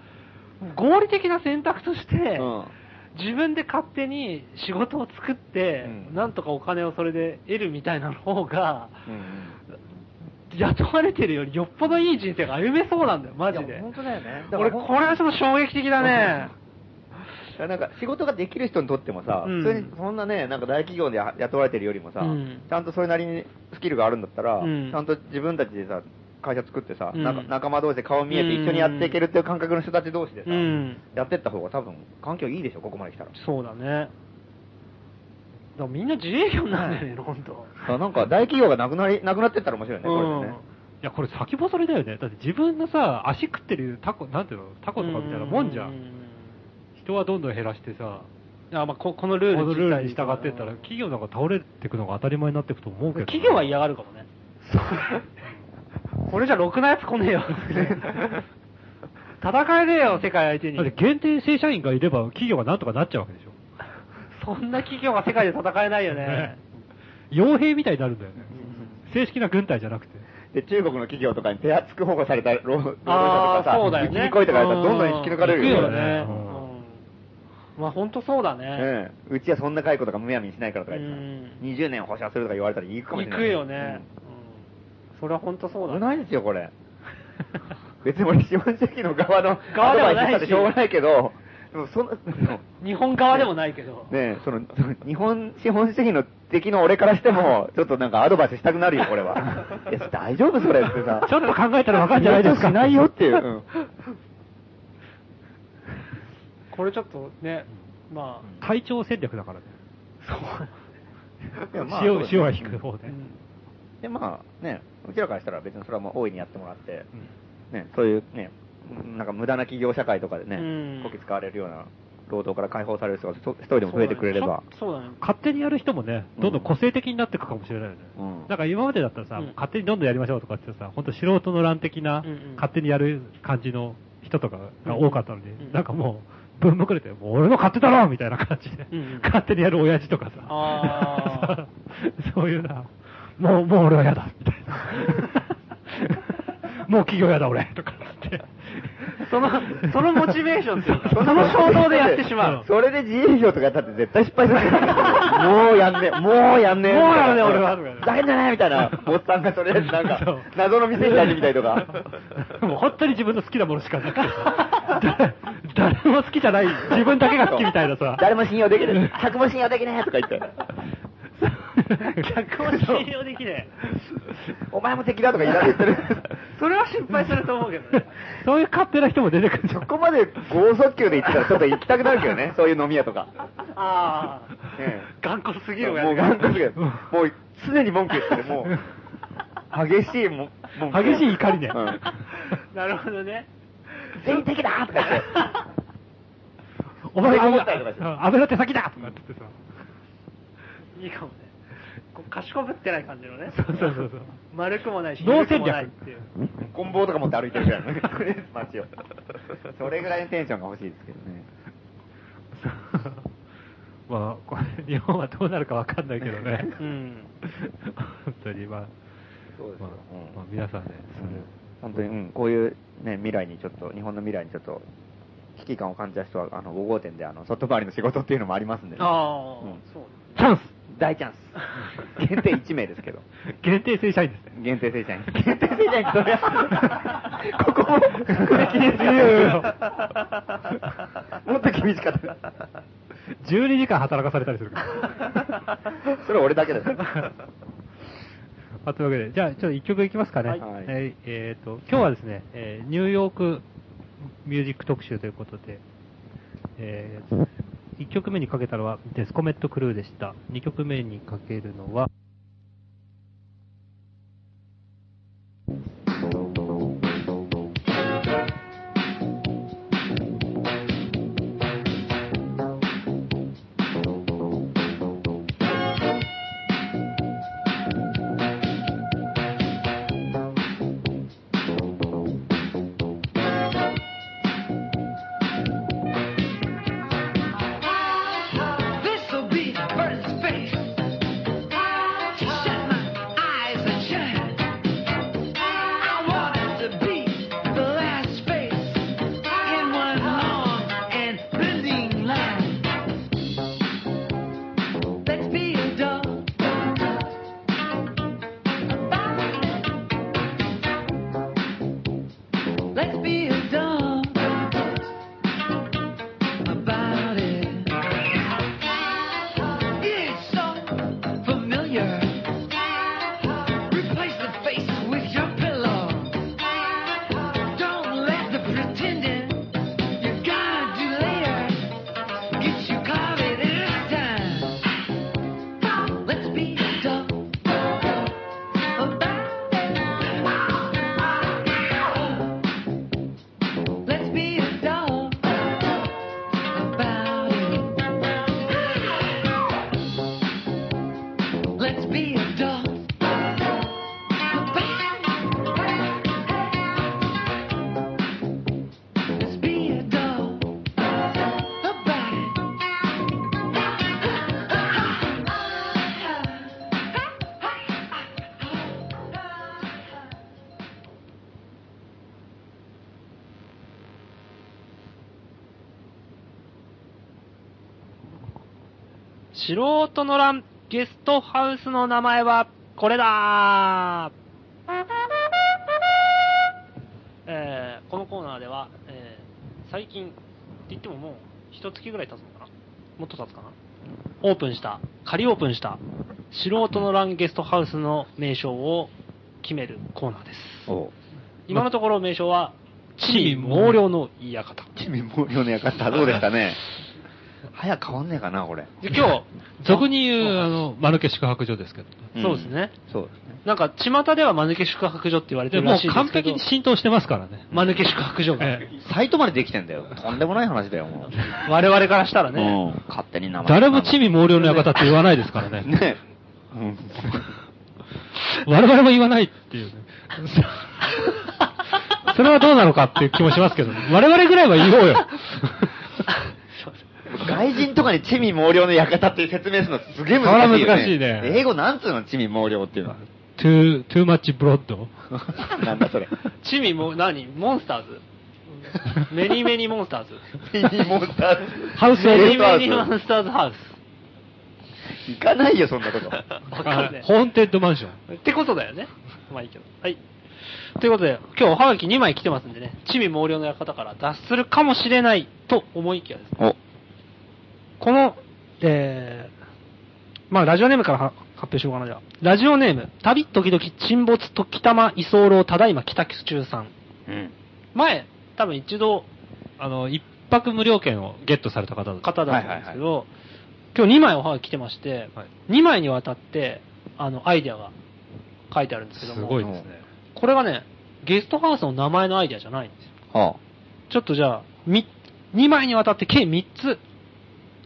Speaker 3: 合理的な選択として、
Speaker 4: うん
Speaker 3: 自分で勝手に仕事を作って、
Speaker 4: うん
Speaker 3: なんとかお金をそれで得るみたいなの方が、
Speaker 4: うん
Speaker 3: 雇われてるよりよっぽどいい人生が歩めそうなんだよ、マジ
Speaker 4: い
Speaker 3: で
Speaker 4: や。本当だよね。だから
Speaker 3: 俺、これはちょっと衝撃的だね。
Speaker 4: なんか仕事ができる人にとってもさ、
Speaker 3: うん
Speaker 4: それにそんなね、なんか大企業でや雇われてるよりもさ、
Speaker 3: うん
Speaker 4: ちゃんとそれなりにスキルがあるんだったら、
Speaker 3: うん
Speaker 4: ちゃんと自分たちでさ、会社作ってさ、
Speaker 3: うん
Speaker 4: なんか仲間同士で顔見えて一緒にやっていけるっていう感覚の人たち同士でさ、
Speaker 3: うん
Speaker 4: やってった方が多分環境いいでしょ、ここまで来たら。
Speaker 3: そうだね。だからみんな自営業になんだよね、ほんと。
Speaker 4: あなんか大企業がなくなり、なくなってったら面白いよね、これでね。
Speaker 5: いや、これ先細りだよね。だって自分のさ、足食ってるタコ、なんていうのタコとかみたいなもんじゃ。
Speaker 3: うん
Speaker 5: 人はどんどん減らしてさ、
Speaker 3: あ、まあ、ここの
Speaker 5: こ
Speaker 3: ルール
Speaker 5: の
Speaker 3: 自体
Speaker 5: ルールに従ってったら、企業なんか倒れてくのが当たり前になっていくと思うけど。
Speaker 3: 企業は嫌がるかもね。これじゃろくなやつ来ねえよ。戦えねえよ、世界相手に
Speaker 5: だ。って限定正社員がいれば企業がなんとかなっちゃうわけでしょ。
Speaker 3: そんな企業は世界で戦えないよね。
Speaker 5: 傭兵みたいになるんだよね。正式な軍隊じゃなくて。
Speaker 4: で、中国の企業とかにペアつく保護された労労働者と
Speaker 3: あ
Speaker 4: か
Speaker 3: あ、
Speaker 4: さ、
Speaker 3: そうだよ
Speaker 4: 一
Speaker 3: ね。
Speaker 4: 気に来いとかやったらどんどん引き抜かれる
Speaker 3: うん
Speaker 4: よ
Speaker 3: 行
Speaker 4: ね。
Speaker 3: くよね。
Speaker 5: う
Speaker 3: うんまあ、ほんとそうだね。
Speaker 4: うん、うちはそんな解雇とかむやみにしないからとか言ってさ、
Speaker 3: うん
Speaker 4: 20年保証するとか言われたら行くかもしれ
Speaker 3: 行
Speaker 4: ない。
Speaker 3: くよね。うんそれはほんとそう
Speaker 4: う
Speaker 3: *laughs*
Speaker 4: ん。
Speaker 3: だ
Speaker 4: 危
Speaker 3: ね。
Speaker 4: ないですよ、これ。別に俺、資本主義の側の
Speaker 3: 側でもな
Speaker 4: アド
Speaker 3: いし
Speaker 4: バイスしたってしょうがないけど、でも
Speaker 5: *laughs*
Speaker 4: その、ね
Speaker 3: 日本側でもないけど。
Speaker 4: えその、その日本資本主義の敵の俺からしても、ちょっとなんかアドバイスしたくなるよ、これ
Speaker 5: *laughs*
Speaker 4: は。いや、大丈夫それってさ。
Speaker 5: ちょっと考えたらわかんじゃないですか。
Speaker 4: しないよっていう。うん
Speaker 5: *laughs*
Speaker 3: これちょっとね、ま
Speaker 5: 会長戦略だからね。
Speaker 4: いやまあ
Speaker 5: 塩
Speaker 4: そうですね
Speaker 5: 塩は引く方
Speaker 3: あ、う
Speaker 5: で。
Speaker 3: ん
Speaker 4: で、まあね、うちらからしたら別にそれはもう大いにやってもらって、ね、そういうね、なんか無駄な企業社会とかで
Speaker 3: うん
Speaker 4: ね、こき使われるような労働から解放される人がそ一人でも増えてくれれば。
Speaker 3: そうだね。
Speaker 5: 勝手にやる人もね、どんどん個性的になっていくかもしれないよね。
Speaker 4: うん
Speaker 5: だから今までだったらさ、
Speaker 3: うん
Speaker 5: 勝手にどんどんやりましょうとかってさ、本当素人の乱的な、
Speaker 3: うんうん
Speaker 5: 勝手にやる感じの人とかが多かったのに、
Speaker 3: うん
Speaker 5: なんかもう、ぶんまくれて、もう俺の勝手だろみたいな感じで、
Speaker 3: うんうん
Speaker 5: *laughs* 勝手にやる親父とか
Speaker 3: あ
Speaker 5: さ、 *laughs* そういうな、もう、もう俺は嫌だ、み
Speaker 3: *laughs*
Speaker 5: たいな。もう企業嫌だ俺、とかって。
Speaker 3: その、そのモチベーションっていうか、その衝動でやってしまう。
Speaker 4: *laughs* それで自営業とかやったって絶対失敗する。もうやんねえ、もうやんねえ。
Speaker 5: もうや
Speaker 4: みた
Speaker 5: んねえ
Speaker 4: いな
Speaker 5: 俺は
Speaker 4: だけじゃないみたいな。坊っさんがとりあえずなん
Speaker 5: *laughs* そう
Speaker 4: か、謎の店に入ってみたりとか。
Speaker 5: *laughs* もう本当に自分の好きなものしかなく
Speaker 4: *laughs*
Speaker 5: てさ誰誰も好きじゃない、自分だけが好きみたいなさ。
Speaker 4: *laughs* 誰も信用できねえ。客も信用できねえとか言って。
Speaker 3: 逆を信用できね
Speaker 4: お前も敵だとか言いながら言
Speaker 5: *laughs*
Speaker 4: ってる。
Speaker 3: え。それは失敗すると思うけどね。
Speaker 5: そういう勝手な人も出てくるじゃ
Speaker 4: そ
Speaker 5: ん。
Speaker 4: こまで剛速球で行ってたらちょっと行きたくなるけどね。そういう飲み屋とか。
Speaker 3: あ
Speaker 4: ええ
Speaker 3: あ、頑固すぎる
Speaker 4: もう
Speaker 3: や
Speaker 4: 頑
Speaker 3: つ
Speaker 4: 固すぎる。もう常に文句言ってる。もう、激しいも、もう
Speaker 5: 激しい怒りね。
Speaker 4: うん
Speaker 3: なるほどね。
Speaker 4: 全員敵だとか言って。
Speaker 5: *laughs* お前が
Speaker 4: 思ったりとかして
Speaker 5: 安倍の手先だとかって言ってさ。
Speaker 3: いいかもね。こうかしこぶってない感じのね。
Speaker 5: そうそうそうそう。
Speaker 3: 丸くもないし、
Speaker 5: 脳
Speaker 3: 広く
Speaker 5: 戦
Speaker 3: も
Speaker 5: 略
Speaker 3: ないっていう。
Speaker 4: 棍棒とか持って歩いてるぐらいのね *laughs* 街を。それぐらいのテンションが欲しいですけどね。
Speaker 5: *laughs* まあ、これ日本はどうなるかわかんないけどね。
Speaker 3: うん。
Speaker 5: *laughs* 本当に、まあ、
Speaker 4: そうですよ
Speaker 5: まあ
Speaker 4: うん
Speaker 5: まあ皆さんね、それ
Speaker 4: 本当に、うん、こういう、ね、未来にちょっと、日本の未来にちょっと、危機感を感じた人は、あの、5号店で、あの、外回りの仕事っていうのもありますんで、ね、
Speaker 3: ああ、
Speaker 4: うん
Speaker 3: そう
Speaker 5: チャンス
Speaker 4: 大チャンス。限定1名ですけど。
Speaker 5: *laughs* 限定正社員ですね。
Speaker 4: 限定正社員。限定正社員それ *laughs* は、ここも、これ厳し
Speaker 5: いやいやい
Speaker 4: かった。もっと厳し *laughs* かった。
Speaker 5: 12時間働かされたりするから。
Speaker 4: それ俺だけです。
Speaker 5: *laughs* あというわけで、じゃあ、ちょっと一曲いきますかね。
Speaker 4: はい
Speaker 5: えーえーと、今日はですね、えーニューヨークミュージック特集ということで、え1曲目にかけたのは、デスコメットクルーでした。2曲目にかけるのは、
Speaker 6: This'll be the first space. Shut my eyes and shine. I want it to be the last space in one long and bending line. Let's be a dog. Let's be a dog about it. It's so familiar. Replace the face with your pillow. Don't let the pretending you're gonna do later get you caught in this time. Let's be dumb about it. Let's be dumb about it. Let's be adults. Let's be adults. About it.
Speaker 7: 素人の欄、ゲストハウスの名前は、これだ
Speaker 3: えーこのコーナーでは、えー最近って言ってももう一月ぐらい経つのかなもっと経つかなオープンした、仮オープンした、素人のランゲストハウスの名称を決めるコーナーです。
Speaker 4: お
Speaker 3: 今のところ名称は、地位毛量の言い館。
Speaker 4: 君もう、の館、どうでしたね。早く変わんねえかな、これ。
Speaker 3: で今日、
Speaker 5: 俗に言う、あの、丸家宿泊所ですけど。
Speaker 4: ん
Speaker 3: そうですね。
Speaker 4: そうですね。
Speaker 3: なんか、巷では間抜け宿泊所って言われて
Speaker 5: で
Speaker 3: る
Speaker 5: も
Speaker 3: ら
Speaker 5: う
Speaker 3: しいですけど。
Speaker 5: 完璧に浸透してますからね。
Speaker 3: 間抜け宿泊所が。
Speaker 5: え
Speaker 4: サイトまでできてんだよ。とんでもない話だよ、もう。
Speaker 3: 我々からしたらね。
Speaker 4: うん勝手に名前。
Speaker 5: 誰も地味毛量の館って言わないですからね。
Speaker 4: *laughs* ね。うん。
Speaker 5: 我々も言わないっていうね。 *laughs* それはどうなのかっていう気もしますけど、我々ぐらいは言おうよ。
Speaker 4: 外人とかに地味毛量の館っていう説明するのすげえ難しいよ、ね。
Speaker 5: それは難しいね
Speaker 4: 英語なんつうの、地味毛量っていうのは。
Speaker 5: too, too much blood.
Speaker 4: なんだそれ。
Speaker 3: チミも、何モンスターズメニーメニーモンスターズ。
Speaker 4: ミニモンスターズ。
Speaker 5: ハウス
Speaker 3: メ
Speaker 4: ゲス
Speaker 3: ニー
Speaker 4: トハウ
Speaker 3: メ
Speaker 4: ス
Speaker 3: ニーモンスターズハウス。
Speaker 4: 行かないよ、そんなこと。
Speaker 3: わかんね
Speaker 5: ホーンテッドマンション。
Speaker 3: え。ってことだよね。まあいいけど。はい。ということで、今日おはがき2枚来てますんでね、チミ毛量の館から脱するかもしれないと思いきやですね、
Speaker 4: お、
Speaker 3: この、えー、まあラジオネームからは発表しようかな、じゃあ。ラジオネーム、旅時々沈没と北間居候ただいま北九州さん。
Speaker 4: うん。
Speaker 3: 前、多分一度
Speaker 5: あの、一泊無料券をゲットされた方だ
Speaker 3: 方だったんですけど、今日2枚おはがき来てまして、
Speaker 5: はい
Speaker 3: 2枚にわたって、あの、アイデアが書いてあるんですけど
Speaker 5: す
Speaker 3: も、
Speaker 5: ごいですね。
Speaker 3: これがね、ゲストハウスの名前のアイデアじゃないんですよ。
Speaker 4: は
Speaker 3: ちょっとじゃあ、2枚にわたって計3つ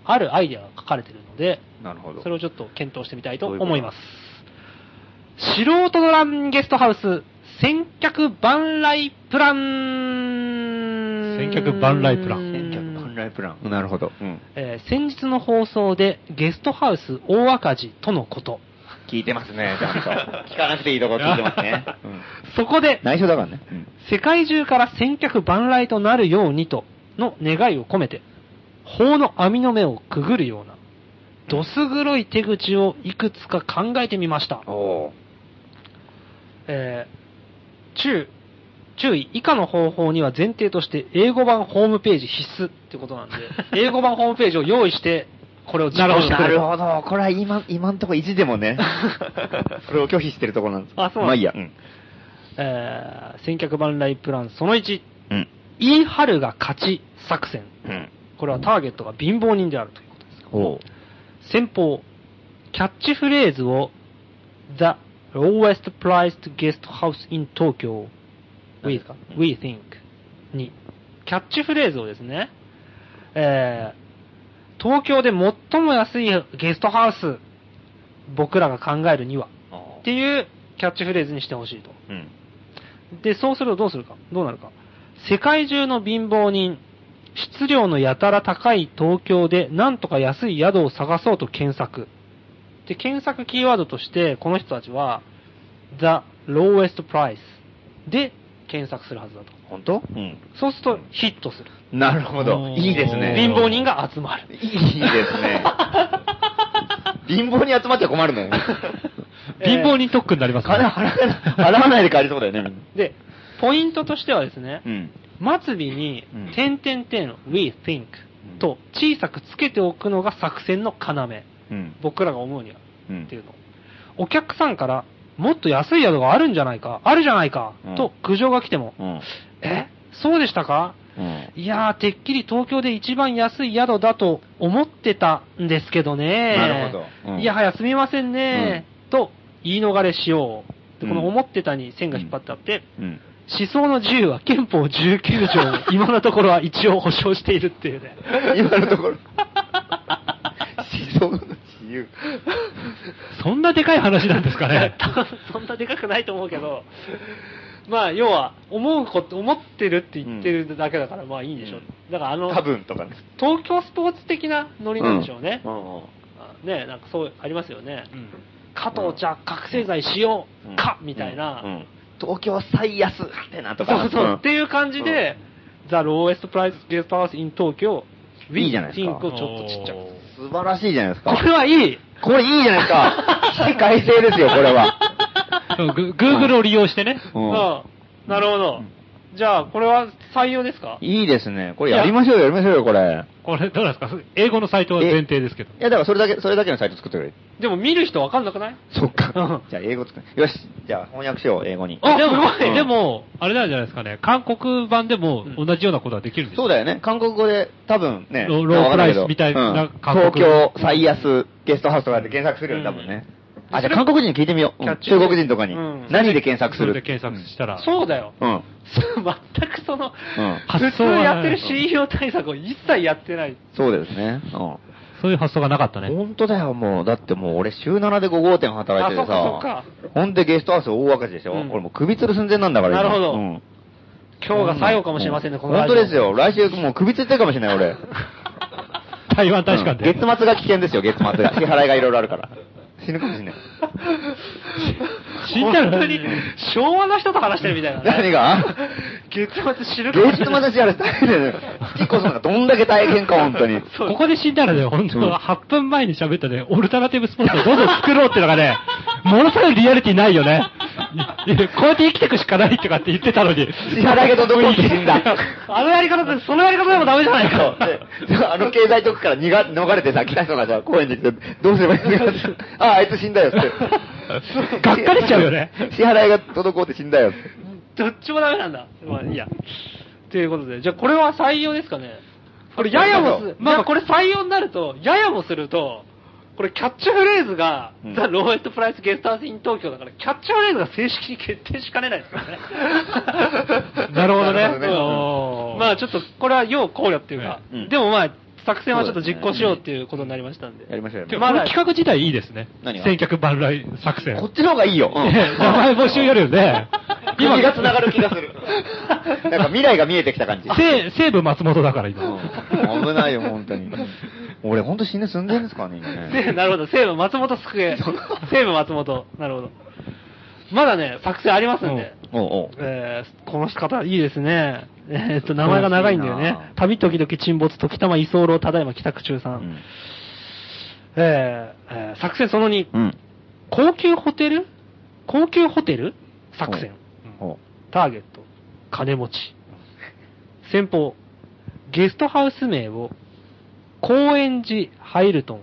Speaker 3: あるアイデアが書かれてるので、
Speaker 4: あ、なるほど。
Speaker 3: それをちょっと検討してみたいと
Speaker 4: どういうこと
Speaker 3: 思います。素人のランゲストハウス、先客万来プラン。
Speaker 5: 先客万来プラン
Speaker 4: 先客万来プラン。なるほど。うん。
Speaker 3: えー先日の放送でゲストハウス大赤字とのこと。
Speaker 4: 聞いてますね、ちゃんと。 *laughs* 聞かなくていいところ聞いてます *laughs* ね。うん
Speaker 3: そこで、
Speaker 4: 内緒だからね。うん
Speaker 3: 世界中から千客万来となるようにと、の願いを込めて、法の網の目をくぐるような、どす黒い手口をいくつか考えてみました。
Speaker 4: おー
Speaker 3: えー注、注意、以下の方法には前提として、英語版ホームページ必須ってこ
Speaker 4: *laughs*
Speaker 3: となんで、英語版ホームページを用意して、これを実行してく
Speaker 4: な
Speaker 3: れ
Speaker 4: るほど。これは今、今んとこ意地でも *laughs* ね、それを拒否してるところなんです
Speaker 3: あそう
Speaker 4: まあいいや。うん。
Speaker 3: えー千客万来プランその1、
Speaker 4: うん。
Speaker 3: イーハルが勝ち作戦。
Speaker 4: うん。
Speaker 3: これはターゲットが貧乏人であるということです。
Speaker 4: お
Speaker 3: 先方、キャッチフレーズを The lowest priced guest house in Tokyo
Speaker 4: 何で
Speaker 3: we,
Speaker 4: すか
Speaker 3: we think に、キャッチフレーズをですね、えー東京で最も安いゲストハウス、僕らが考えるには、
Speaker 4: お
Speaker 3: っていうキャッチフレーズにしてほしいと。
Speaker 4: うん。
Speaker 3: で、そうするとどうするか、どうなるか。世界中の貧乏人、質量のやたら高い東京で、なんとか安い宿を探そうと検索。で、検索キーワードとして、この人たちは、The Lowest Price で検索するはずだと。
Speaker 4: 本当うん。
Speaker 3: そうするとヒットする。
Speaker 4: なるほど。いいですね。
Speaker 3: 貧乏人が集まる。
Speaker 4: いいです
Speaker 3: *laughs*
Speaker 4: ね。貧乏に集まっちゃ困るのよ。
Speaker 5: 貧乏人特区になりますね。
Speaker 4: 金払わない払わないで帰りそうだよね、みんな
Speaker 3: で、ポイントとしてはですね、
Speaker 4: うん。
Speaker 3: 末尾に
Speaker 4: うん、
Speaker 3: 点々点、we think と小さくつけておくのが作戦の要。
Speaker 4: うん。
Speaker 3: 僕らが思うには。
Speaker 4: うん
Speaker 3: っていうの。お客さんから、もっと安い宿があるんじゃないか、あるじゃないか、
Speaker 4: うん
Speaker 3: と苦情が来ても、
Speaker 4: うん。
Speaker 3: えそうでしたか
Speaker 4: うん。
Speaker 3: いやー、てっきり東京で一番安い宿だと思ってたんですけどね。
Speaker 4: なるほどうん
Speaker 3: いやはやすみませんね、と言い逃れしよう。でこ
Speaker 4: うん
Speaker 3: の思ってたに線が引っ張ってあって、
Speaker 4: うん。
Speaker 3: 思想の自由は憲法19条、今のところは一応保障しているっていうね。。
Speaker 4: 今のところ。思想の自由。
Speaker 5: *laughs* そんなでかい話なんですかね
Speaker 3: 多分 *laughs* そんなでかくないと思うけど、まあ、要は、思うこと、思ってるって言ってるだけだから、まあいいんでしょう。だから、あの、
Speaker 4: 多分とかね。
Speaker 3: 東京スポーツ的なノリなんでしょうね。
Speaker 4: ん。
Speaker 3: あねなんかそう、ありますよね。加藤じゃあ覚醒剤しようか、みたいな、
Speaker 4: うんうん東京最安ってなとか。
Speaker 3: そうそう、
Speaker 4: ん
Speaker 3: っていう感じで、The lowest price guest house in Tokyo、
Speaker 4: いいじゃないですか
Speaker 3: We think をちょっとちっちゃく。
Speaker 4: 素晴らしいじゃないです
Speaker 3: こ
Speaker 4: か。
Speaker 3: れはいい
Speaker 4: これいいじゃないですか。起死回生ですよ、これ
Speaker 3: *laughs*
Speaker 4: は。
Speaker 5: うんグ Google を利用してね。
Speaker 4: うん
Speaker 3: うんなるほど。じゃあ、これは採用ですか
Speaker 4: いいですね。これやりましょうよ、やりましょうよ、これ。
Speaker 5: これ、どうなんですか英語のサイトは前提ですけど。
Speaker 4: いや、だからそれだけ、それだけのサイト作ってくれ。
Speaker 3: でも見る人わかんなくない
Speaker 4: そっ
Speaker 3: うん
Speaker 4: か。じゃあ、英語作る。よし。じゃあ、翻訳しよう、英語に。
Speaker 5: でも
Speaker 4: うん
Speaker 5: でも、あれなんじゃないですかね。韓国版でも同じようなことはできるんです
Speaker 4: そうだよね。韓国語で、多分ね、
Speaker 5: ロロープライスみたいな
Speaker 4: うん
Speaker 5: 韓国
Speaker 4: 東京最安ゲストハウスとかで検索するよね、多分ね。あ、じゃあ韓国人に聞いてみよう。うん
Speaker 3: キャッチ
Speaker 4: 中国人とかに
Speaker 3: うん。
Speaker 4: 何で検索す
Speaker 5: それ
Speaker 4: る
Speaker 5: で検索したら。
Speaker 3: そうだよ。
Speaker 4: うん。
Speaker 3: 全くその、
Speaker 4: うん
Speaker 3: 普通やってる信用対策を一切やってない。
Speaker 4: そうですね。うん。
Speaker 5: そういう発想がなかったね。
Speaker 4: 本当だよ、もう。だってもう俺週7で5号店働いてて
Speaker 3: あそ
Speaker 4: さ
Speaker 3: っか。
Speaker 4: ほんでゲストハウス大赤字でしょ、
Speaker 3: うん
Speaker 4: 俺もう首吊る寸前なんだから今
Speaker 3: なるほど
Speaker 4: うん
Speaker 3: 今日が最後かもしれませんね、この
Speaker 4: 本
Speaker 3: ラジ
Speaker 4: 当
Speaker 3: オ
Speaker 4: です。よ。来週もう首吊ってるかもしれない、
Speaker 3: *laughs*
Speaker 4: 俺。
Speaker 5: 台湾大使館で。
Speaker 4: うん月末が危険ですよ、月末が。支払いがいろいろあるから。死ぬかもしれない。
Speaker 5: 死んだら
Speaker 3: 本当に、昭和の人と話してるみたいな、ね。
Speaker 4: 何が
Speaker 3: 月末知るかも
Speaker 4: 月
Speaker 3: しれ
Speaker 4: 末
Speaker 3: ない
Speaker 4: の支払い大変だよね。月こそなんかどんだけ大変か、本当に。
Speaker 5: ここで死んだらね、本当
Speaker 4: うん
Speaker 5: は8分前に喋ったね、オルタナティブスポンサーをどんどん作ろうっての
Speaker 4: *laughs*
Speaker 5: がね、ものすごいリアリティないよね。いやこうやって生きてくしかないとかって言ってたのに。
Speaker 4: 支払いがどんどん死んだ。
Speaker 3: あのやり方で、そのやり方でもダメじゃない
Speaker 4: *laughs*
Speaker 3: か。
Speaker 4: そうであの経済局から逃が逃れてさ、来た人がさ、公園に来て、どうすればいいんだよって。あ、あいつ死んだよって。
Speaker 5: がっかりしちゃうよね。
Speaker 4: 支払いが滞って死んだよって。
Speaker 3: どっちもダメなんだ。まあ、いいや。ということで、じゃあこれは採用ですかね。これ、ややも
Speaker 4: そう
Speaker 3: す、まあこれ採用になると、ややもすると、これキャッチフレーズが、
Speaker 4: うん
Speaker 3: ザ・ローエット・プライス・ゲストハウス・イン・東京だから、キャッチフレーズが正式に決定しかねないですからね。
Speaker 5: なるほどね
Speaker 4: なるほどね
Speaker 3: うんまあちょっと、これは要考慮っていうか、
Speaker 4: うん
Speaker 3: でもまあ、作戦はちょっと実行しようっていうことになりましたんで。
Speaker 4: やりましょうやり
Speaker 5: で
Speaker 4: ましょう
Speaker 5: この企画自体いいですね
Speaker 4: 何。が
Speaker 5: 千客万来作
Speaker 4: こ
Speaker 5: 戦
Speaker 4: っ。ちの方がいいよ。うん *laughs*
Speaker 3: *laughs*
Speaker 5: ね名前募集やるよね。
Speaker 4: 首が繋がる気がする。なんか未来が見えてきた感じ。
Speaker 5: 西西武松本だから今。
Speaker 4: うん危ないよ、本当に。俺、本当死ぬ寸前ですからね、今
Speaker 3: *laughs* 西
Speaker 4: ね。
Speaker 3: 武なるほど、西武松本救え。西武松本、なるほど。まだね、作戦ありますんで。
Speaker 4: おうおう
Speaker 3: えーこの方、いいですね。えーっと、名前が長いんだよ
Speaker 4: いい
Speaker 3: ね
Speaker 4: な。
Speaker 3: 旅時々沈没、時たま居候、ただいま帰宅中さん。
Speaker 4: うん
Speaker 3: えーえー作戦その2、
Speaker 4: うん。
Speaker 3: 高級ホテル高級ホテル作戦。
Speaker 4: おう
Speaker 3: ターゲット、金持ち。先方、ゲストハウス名を、高円寺ハイルトン、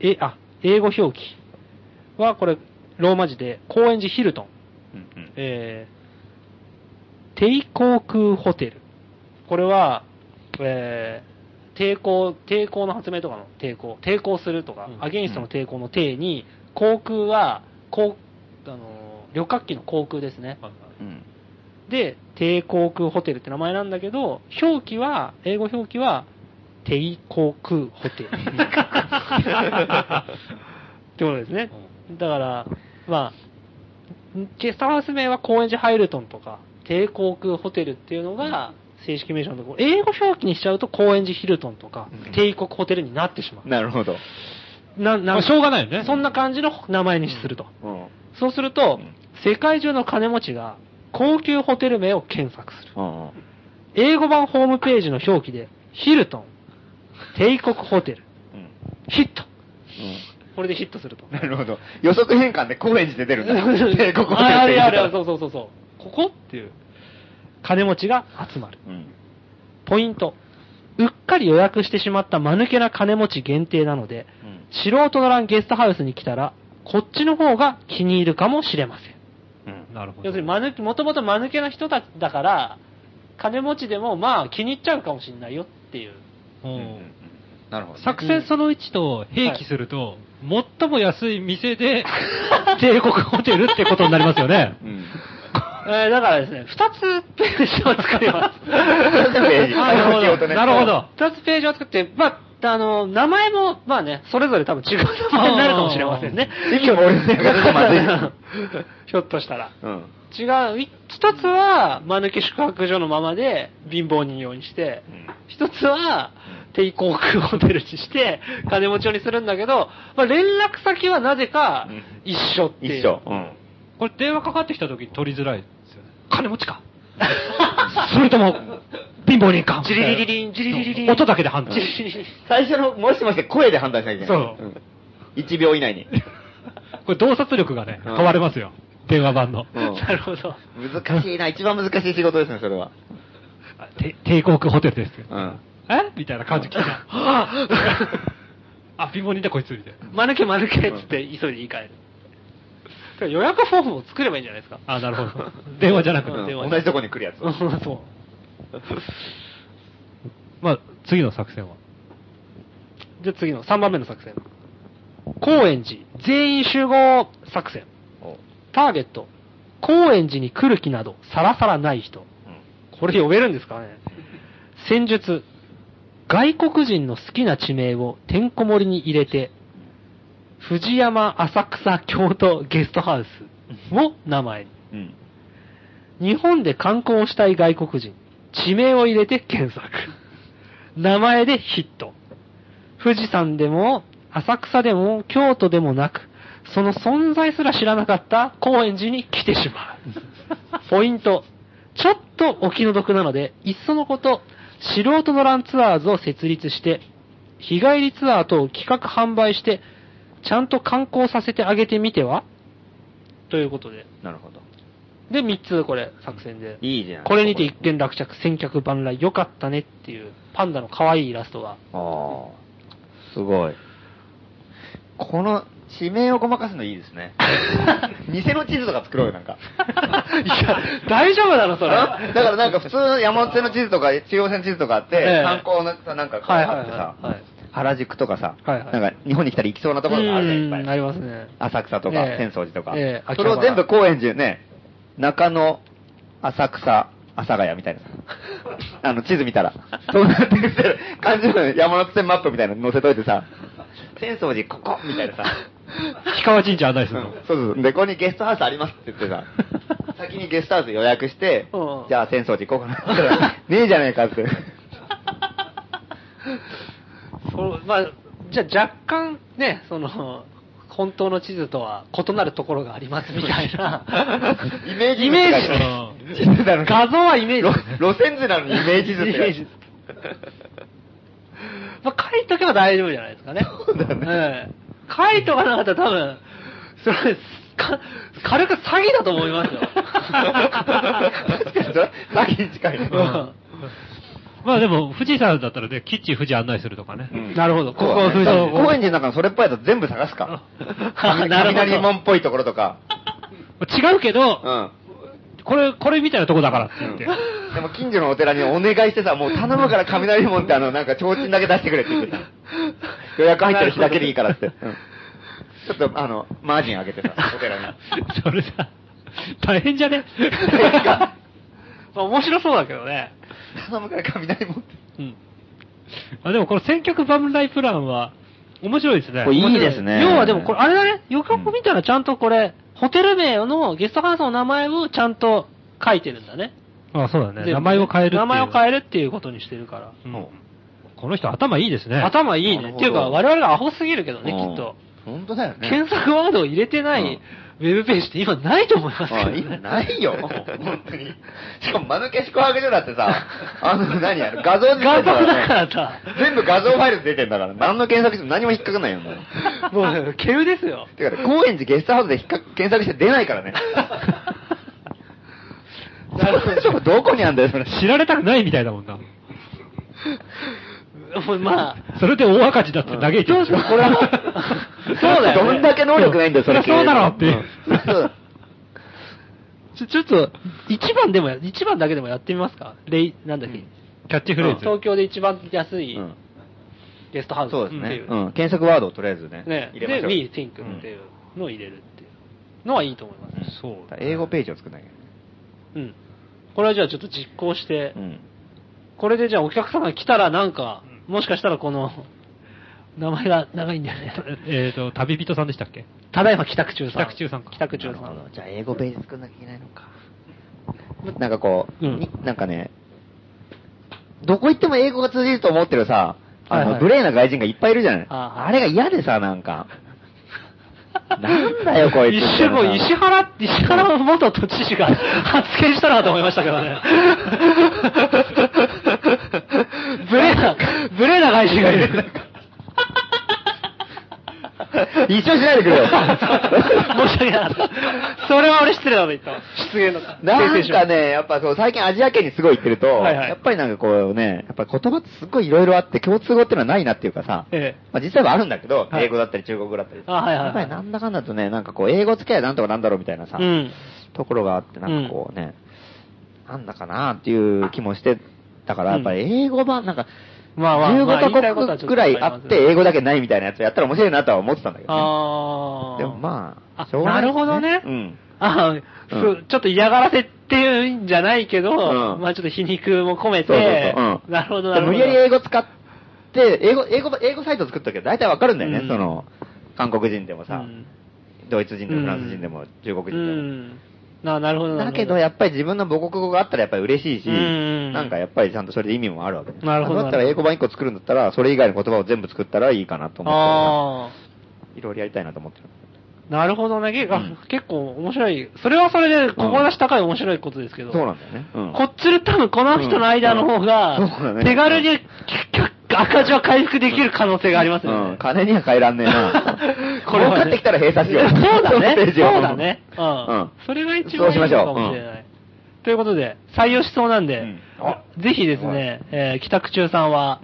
Speaker 3: え、あ、英語表記は、これ、ローマ字で、高円寺ヒルトン、
Speaker 4: うんうん
Speaker 3: えー、低航空ホテル。これは、えー、抵抗、抵抗の発明とかの抵抗、抵抗するとか、
Speaker 5: うん
Speaker 3: アゲインストの抵抗の抵に、航空は、航あのー旅客機の航空ですね。
Speaker 4: うん
Speaker 3: で、低航空ホテルって名前なんだけど、表記は、英語表記は、低航空ホ
Speaker 5: *laughs*
Speaker 3: テル。ってことですね。だから、まあ、んゲストハウス名は高円寺ハイルトンとか、低航空ホテルっていうのが、正式名称のところ、英語表記にしちゃうと高円寺ヒルトンとか、帝国ホテルになってしまう。
Speaker 4: なるほど。
Speaker 3: な、な
Speaker 5: まあしょうがないよね
Speaker 3: そんな感じの名前にすると。
Speaker 4: うん
Speaker 3: そうすると、
Speaker 4: うん
Speaker 3: 世界中の金持ちが高級ホテル名を検索する。
Speaker 4: うんうん
Speaker 3: 英語版ホームページの表記で、ヒルトン、帝国ホテル、
Speaker 4: うん
Speaker 3: ヒット。
Speaker 4: うん
Speaker 3: これでヒットすると。
Speaker 4: なるほど。予測変換で高円寺で出るんだ。 *laughs* 帝国ホテルって言うから
Speaker 3: ああれあれあれ、そうそうそうそう。ここっていう。金持ちが集まる。
Speaker 4: うん。
Speaker 3: ポイント。うっかり予約してしまった間抜けな金持ち限定なので、
Speaker 4: うん
Speaker 3: 素人の欄ゲストハウスに来たら、こっちの方が気に入るかもしれません。
Speaker 5: なるほど。
Speaker 3: 要するに間抜け、もともと間抜けな人たちだから、金持ちでもまあ気に入っちゃうかもしれないよっていう。
Speaker 5: うん
Speaker 4: なるほどね。
Speaker 5: 作戦その1と併記すると、最も安い店で、 *laughs* 帝国ホテルってことになりますよね。
Speaker 4: うん。 *laughs*
Speaker 3: えーだからですね、二つページを作ります。
Speaker 4: ページ
Speaker 3: な
Speaker 4: 先ほ
Speaker 3: るほ
Speaker 4: ど
Speaker 3: ど。
Speaker 4: ね
Speaker 3: なるほど。二つページを作って、まあ、あの、名前も、まあね、それぞれ多分違う名前になるかもしれませんね。
Speaker 4: 意味も俺の中でまずい。
Speaker 3: *laughs* ひょっとしたら。
Speaker 4: うん。
Speaker 3: 違う、い一つは、間抜け宿泊所のままで貧乏人用にして、一つは、低航空ホテルにして、金持ち用にするんだけど、まあ、連絡先はなぜか
Speaker 4: うん、
Speaker 3: 一緒っていう。
Speaker 4: 一緒。うん。
Speaker 5: これ電話かかってきた時に取りづらいですよね。
Speaker 3: 金持ちか。
Speaker 5: それ
Speaker 3: *laughs*
Speaker 5: とも、貧乏人か。
Speaker 3: ジリリリリン、ジリリリリン。
Speaker 5: 音だけで判断
Speaker 3: ジリリリリン
Speaker 4: 最初の、もしもして声で判断しなきゃいけない。。
Speaker 5: そうん
Speaker 4: 1秒以内に。
Speaker 5: これ洞察力がね、
Speaker 4: うん
Speaker 5: 変われますよ。電話版の。
Speaker 4: うん
Speaker 3: *laughs* なるほど。
Speaker 4: 難しいな、一番難しい仕事ですね、それは。
Speaker 5: て帝国ホテルですよ。
Speaker 4: うん。
Speaker 5: えみたいな感じ来た。 *laughs* あ、貧乏人だこいつみたいな。
Speaker 3: 間抜け間抜けっつって急いで言い換える。だから予約フォームを作ればいいんじゃないですか。
Speaker 5: あ、なるほど。電話じゃなく
Speaker 4: う
Speaker 5: て。
Speaker 4: ん同じとこに来るやつ。
Speaker 3: うんそう。
Speaker 5: まあ、次の作戦は。
Speaker 3: じゃあ次の3番目の作戦。高円寺全員集合作戦。
Speaker 4: お
Speaker 3: ターゲット。高円寺に来る気などさらさらない人。これ呼べるんですかね。戦術。外国人の好きな地名をてんこ盛りに入れて、藤山、浅草、京都、ゲストハウスを名前に。
Speaker 4: うん。
Speaker 3: 日本で観光をしたい外国人。地名を入れて検索。名前でヒット。富士山でも、浅草でも、京都でもなく、その存在すら知らなかった高円寺に来てしまう。ポイント。ちょっとお気の毒なので、いっそのこと、素人のランツアーズを設立して、日帰りツアーと企画販売して、ちゃんと観光させてあげてみてはということで。
Speaker 4: なるほど。
Speaker 3: で、3つこれ、作戦で。
Speaker 4: いいじゃん。
Speaker 3: これにて一件落着、千客万来、よかったねっていう、パンダの可愛いイラス
Speaker 4: *laughs*
Speaker 3: トが。
Speaker 4: ああ、すごい。この、地名をごまかすのいいです
Speaker 3: *laughs*
Speaker 4: ね。偽の地図とか作ろうよ、なんか。
Speaker 3: いや、大丈夫なのそれ。
Speaker 4: あだからなんか普通の山手線の地図とか、中央線の地図とかあって、
Speaker 3: ええ
Speaker 4: 観光のなんかこうあってさ、
Speaker 3: はいはいはいはい
Speaker 4: 原宿とかさ、
Speaker 3: はいはい
Speaker 4: なんか日本に来たら行きそうなところがあるじゃん、いっぱい。
Speaker 3: うんありますね
Speaker 4: 浅草とか、
Speaker 3: ええ
Speaker 4: 浅草寺とか、
Speaker 3: ええ
Speaker 4: それを
Speaker 3: 秋葉
Speaker 4: 全
Speaker 3: 原
Speaker 4: 部高円寺ね、中野、浅草、阿佐ヶ谷み
Speaker 3: *laughs*
Speaker 4: たいな。あの、地図見たら。そうなってる感じの山手線マップみたいなの載せといてさ、浅草寺ここみたいなさ、
Speaker 7: 氷
Speaker 3: *laughs*
Speaker 7: 川神社案内す
Speaker 4: う
Speaker 7: る
Speaker 4: ん
Speaker 7: の。
Speaker 4: そうそうそう。で、ここにゲストハウスありますって言って
Speaker 3: *laughs*
Speaker 4: さ、先にゲストハウス予約して
Speaker 3: うん、
Speaker 4: じゃあ浅草寺行こうかなって言ったら。ねえじゃねえか
Speaker 3: *laughs*
Speaker 4: って。。
Speaker 3: そうまあ、じゃあ若干ね、その、本当の地図とは異なるところがありますみたいな
Speaker 4: イメージ
Speaker 3: イメージ
Speaker 4: 図って書いてある
Speaker 3: 画像はイメージ。
Speaker 4: 路路線図なのにイメージ図って書いてある
Speaker 3: イメージ図まあ、書いとけば大丈夫じゃないですかね。
Speaker 4: そうだね
Speaker 3: ええ書いとかなかったら多分、それ、か軽く詐欺だと思いま
Speaker 4: *laughs*
Speaker 3: すよ
Speaker 4: 確かにそれ、詐欺に近いね。
Speaker 3: うん
Speaker 5: まあでも、富士山だったらね、キッチン富士案内するとかね。
Speaker 4: うん
Speaker 3: なるほどここは
Speaker 4: そう
Speaker 3: 封
Speaker 4: だ
Speaker 3: 鎖
Speaker 4: ね多
Speaker 3: を
Speaker 4: 分高円寺の中のそれっぽいやつ全部探すか。
Speaker 3: *laughs* あなるほど
Speaker 4: 雷門っぽいところとか。
Speaker 5: 違うけど、
Speaker 4: うん。
Speaker 5: これ、これみたいなとこだからって言って。
Speaker 4: でも近所のお寺にお願いしてさ、もう頼むから雷門ってあの、なんか提灯だけ出してくれって言
Speaker 3: *laughs*
Speaker 4: ってた。予約入ってる日だけでいいからって。うんちょっと、あの、マージン上げてさ、お寺に。
Speaker 5: それさ、大変じゃね
Speaker 3: *laughs* まあ面白そうだけどね。
Speaker 4: 頼むから雷門って。
Speaker 5: うん。あ、でもこの選曲万来プランは、面白いですね。
Speaker 4: これいいですね。
Speaker 3: 要はでもこれ、あれだね、よくよく見たらちゃんとこれ、ホテル名のゲストハウスの名前をちゃんと書いてるんだね。
Speaker 5: あ、そうだ
Speaker 3: 全
Speaker 5: ね。
Speaker 3: 部
Speaker 5: 名前を変えるっていう。
Speaker 3: 名前を変
Speaker 5: え
Speaker 3: えるっていうことにしてるから。
Speaker 5: る。この人頭いいですね。
Speaker 3: 頭いい
Speaker 4: なる
Speaker 3: ね。
Speaker 4: ほど
Speaker 3: っていうか、我々がアホすぎるけどね、
Speaker 4: うん
Speaker 3: きっと。。
Speaker 4: 本当だよね。
Speaker 3: 検索ワードを入れてな
Speaker 4: うん
Speaker 3: いウェブページって今ないと思いますけ
Speaker 4: ああ
Speaker 3: どね。
Speaker 4: *laughs* 今ない
Speaker 3: *laughs*
Speaker 4: よ、本当に。しかも、間抜け宿泊所だって
Speaker 3: *laughs*
Speaker 4: さ、あの、何やる画像で出てん
Speaker 3: 画像だからさ
Speaker 4: 全部画像ファイルで出てんだから、何の検索しても何も引っかかんないよ、もう。
Speaker 3: もう、ケウですよ。
Speaker 4: てかね、高円寺ゲストハウスで引っか検索して出ないから
Speaker 3: *laughs*
Speaker 4: ね。なるほど。どこにあんだよ、それ。
Speaker 5: 知られたくないみたいだもんな。
Speaker 3: もうまあ、
Speaker 5: それで大赤字だって嘆いてる。
Speaker 3: そうそうこれは *laughs* そうだよね
Speaker 4: どんだけ能力ないんだよ、それ。
Speaker 5: そうだろっていううん
Speaker 4: そう
Speaker 3: *laughs* ちょ、ちょっと、一番でもや、一番だけでもやってみますかレイ、なんだっけ、
Speaker 5: キャッチフレーズ。
Speaker 3: 東京で一番安い
Speaker 4: うん
Speaker 3: ゲストハウス
Speaker 4: そう
Speaker 3: って
Speaker 4: で
Speaker 3: い
Speaker 4: すね。
Speaker 3: う。
Speaker 4: うん。検索ワードをとりあえずね。
Speaker 3: ね、
Speaker 4: 入れましょ
Speaker 3: で、
Speaker 4: う
Speaker 3: We Think っていうのを入れるっていうのはいいと思います。
Speaker 5: そう
Speaker 4: うん英語ページを作んなきゃい
Speaker 3: うん。これはじゃあちょっと実行して
Speaker 4: け、ない。うん。
Speaker 3: これでじゃあお客様が来たらなんか、もしかしたらこの、 *laughs* 名前が長いんだよね。
Speaker 5: えっと、旅人さんでしたっけ
Speaker 3: ただいま帰宅中さん。
Speaker 5: 帰宅中さんか
Speaker 3: 帰宅中さ
Speaker 4: なるほ
Speaker 3: ん。
Speaker 4: どじゃあ英語ページ作んなきゃいけないのか。なんかこう、
Speaker 3: うん
Speaker 4: になんかね、どこ行っても英語が通じると思ってるさ、あ
Speaker 3: はい
Speaker 4: の、
Speaker 3: はい
Speaker 4: 無礼な外人がいっぱいいるじゃない。
Speaker 3: ああ
Speaker 4: あれが嫌でさ、なんか。なんだよ、こいつ。
Speaker 3: 一瞬もう石原、石原元都知事が発言したのかと思いましたけ
Speaker 4: *laughs*
Speaker 3: どね。ブレな、ブレな外人がいる。
Speaker 4: 一緒にしないで
Speaker 3: *laughs*
Speaker 4: くれよ。
Speaker 3: 申し訳なかった。それは俺失礼なこと言ったわ。失言の。
Speaker 4: なんかね、やっぱそう、最近アジア圏にすごい行ってると、
Speaker 3: はいはい
Speaker 4: やっぱりなんかこうね、やっぱ言葉ってすごいいろいろあって、共通語っていうのはないなっていうかさ、
Speaker 3: ええ
Speaker 4: まあ実際はあるんだけど、
Speaker 3: はい
Speaker 4: 英語だったり中国語だったり。
Speaker 3: あはいはいはい
Speaker 4: やっぱりなんだかんだとね、なんかこう、英語付き合いなんとかなんだろうみたいなさ、
Speaker 3: うん。
Speaker 4: ところがあって、なんかこうね、なんだかなっていう気もして、だからやっぱり英語版、なんか、
Speaker 3: まあまあまあ
Speaker 4: 15カ国くらいあって、英語だけないみたいなやつやったら面白いなとは思ってたんだけどね。
Speaker 3: ああ。
Speaker 4: でもまあ
Speaker 3: あ、
Speaker 4: しょうがいです
Speaker 3: なるほどね
Speaker 4: うん。
Speaker 3: ああ、
Speaker 4: うん
Speaker 3: そうちょっと嫌がらせっていうんじゃないけど、
Speaker 4: うん
Speaker 3: まあちょっと皮肉も込めて、
Speaker 4: そうそうそう。うん。
Speaker 3: なるほどなるほど。
Speaker 4: 無理やり英語使って、英語、英語、英語サイト作っとけば大体わかるんだよね、
Speaker 3: うん
Speaker 4: その、韓国人でもさ、
Speaker 3: うん
Speaker 4: ドイツ人でも
Speaker 3: うん
Speaker 4: フランス人でも中国人
Speaker 3: う
Speaker 4: でも。
Speaker 3: ん。ななるほどなる
Speaker 4: だ
Speaker 3: ほ
Speaker 4: けど、や
Speaker 3: っ
Speaker 4: っぱり自分の母国語があったらやっぱり嬉しいし、
Speaker 3: うん
Speaker 4: なんかやっぱりちゃんとそれで意味もあるわけね
Speaker 3: なるほど
Speaker 4: だったら英語版1個作るんだったら、それ以外の言葉を全部作ったらいいかなと思っ
Speaker 3: あ
Speaker 4: て、いろいろやりたいなと思ってる。
Speaker 3: あ、なるほどね。けあ
Speaker 4: うん
Speaker 3: 結構面白い。それはそれで志高い面白いことですけど。
Speaker 4: そうなんだよね。うん。
Speaker 3: こっちで多分この人の間の方
Speaker 4: うん
Speaker 3: が
Speaker 4: そうだ、ね
Speaker 3: 手軽にきき赤字は回復できる可能性がありますよね。。
Speaker 4: うん、金には変えらんねえな
Speaker 3: *laughs* これはね
Speaker 4: 儲かってきたら閉鎖しよう。
Speaker 3: そうだ
Speaker 4: *laughs*
Speaker 3: ね。
Speaker 4: のページを
Speaker 3: そうだね。う
Speaker 4: うん
Speaker 3: ん。。それが一番いいのかもしれない。ということで、採用しそうなんで、
Speaker 4: うんあ
Speaker 3: ぜひですね、えー、帰宅中さんは、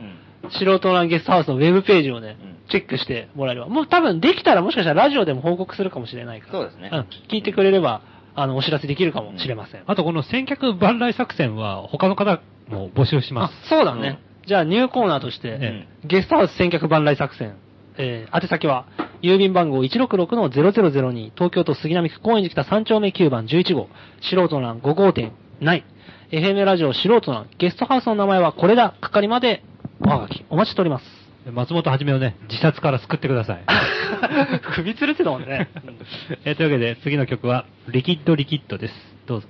Speaker 4: う
Speaker 3: 素人ランゲストハウスのウェブページをね、
Speaker 4: うん
Speaker 3: チェックしてもらえれば。もう多分できたらもしかしたらラジオでも報告するかもしれないから。
Speaker 4: そうですね
Speaker 3: ん。聞いてくれれば、あの、お知らせできるかもしれません。
Speaker 5: あとこの先客万来作戦は他の方も募集しま
Speaker 3: あ
Speaker 5: す。、
Speaker 3: そうだね。じゃあ、ニューコーナーとして、
Speaker 5: え
Speaker 3: ゲストハウス先客万来作戦。えー、宛先は、郵便番号166-0002、東京都杉並区高円寺北3丁目9番11号、素人欄5号店、ない。FM ラジオ素人欄、ゲストハウスの名前はこれだ、係まで、おはがき、お待ちしております。
Speaker 5: 松本はじめをね、自殺から救ってください。
Speaker 3: *laughs* 首吊るってたもんね。うん
Speaker 5: えーというわけで、次の曲は、リキッドリキッドです。どうぞ。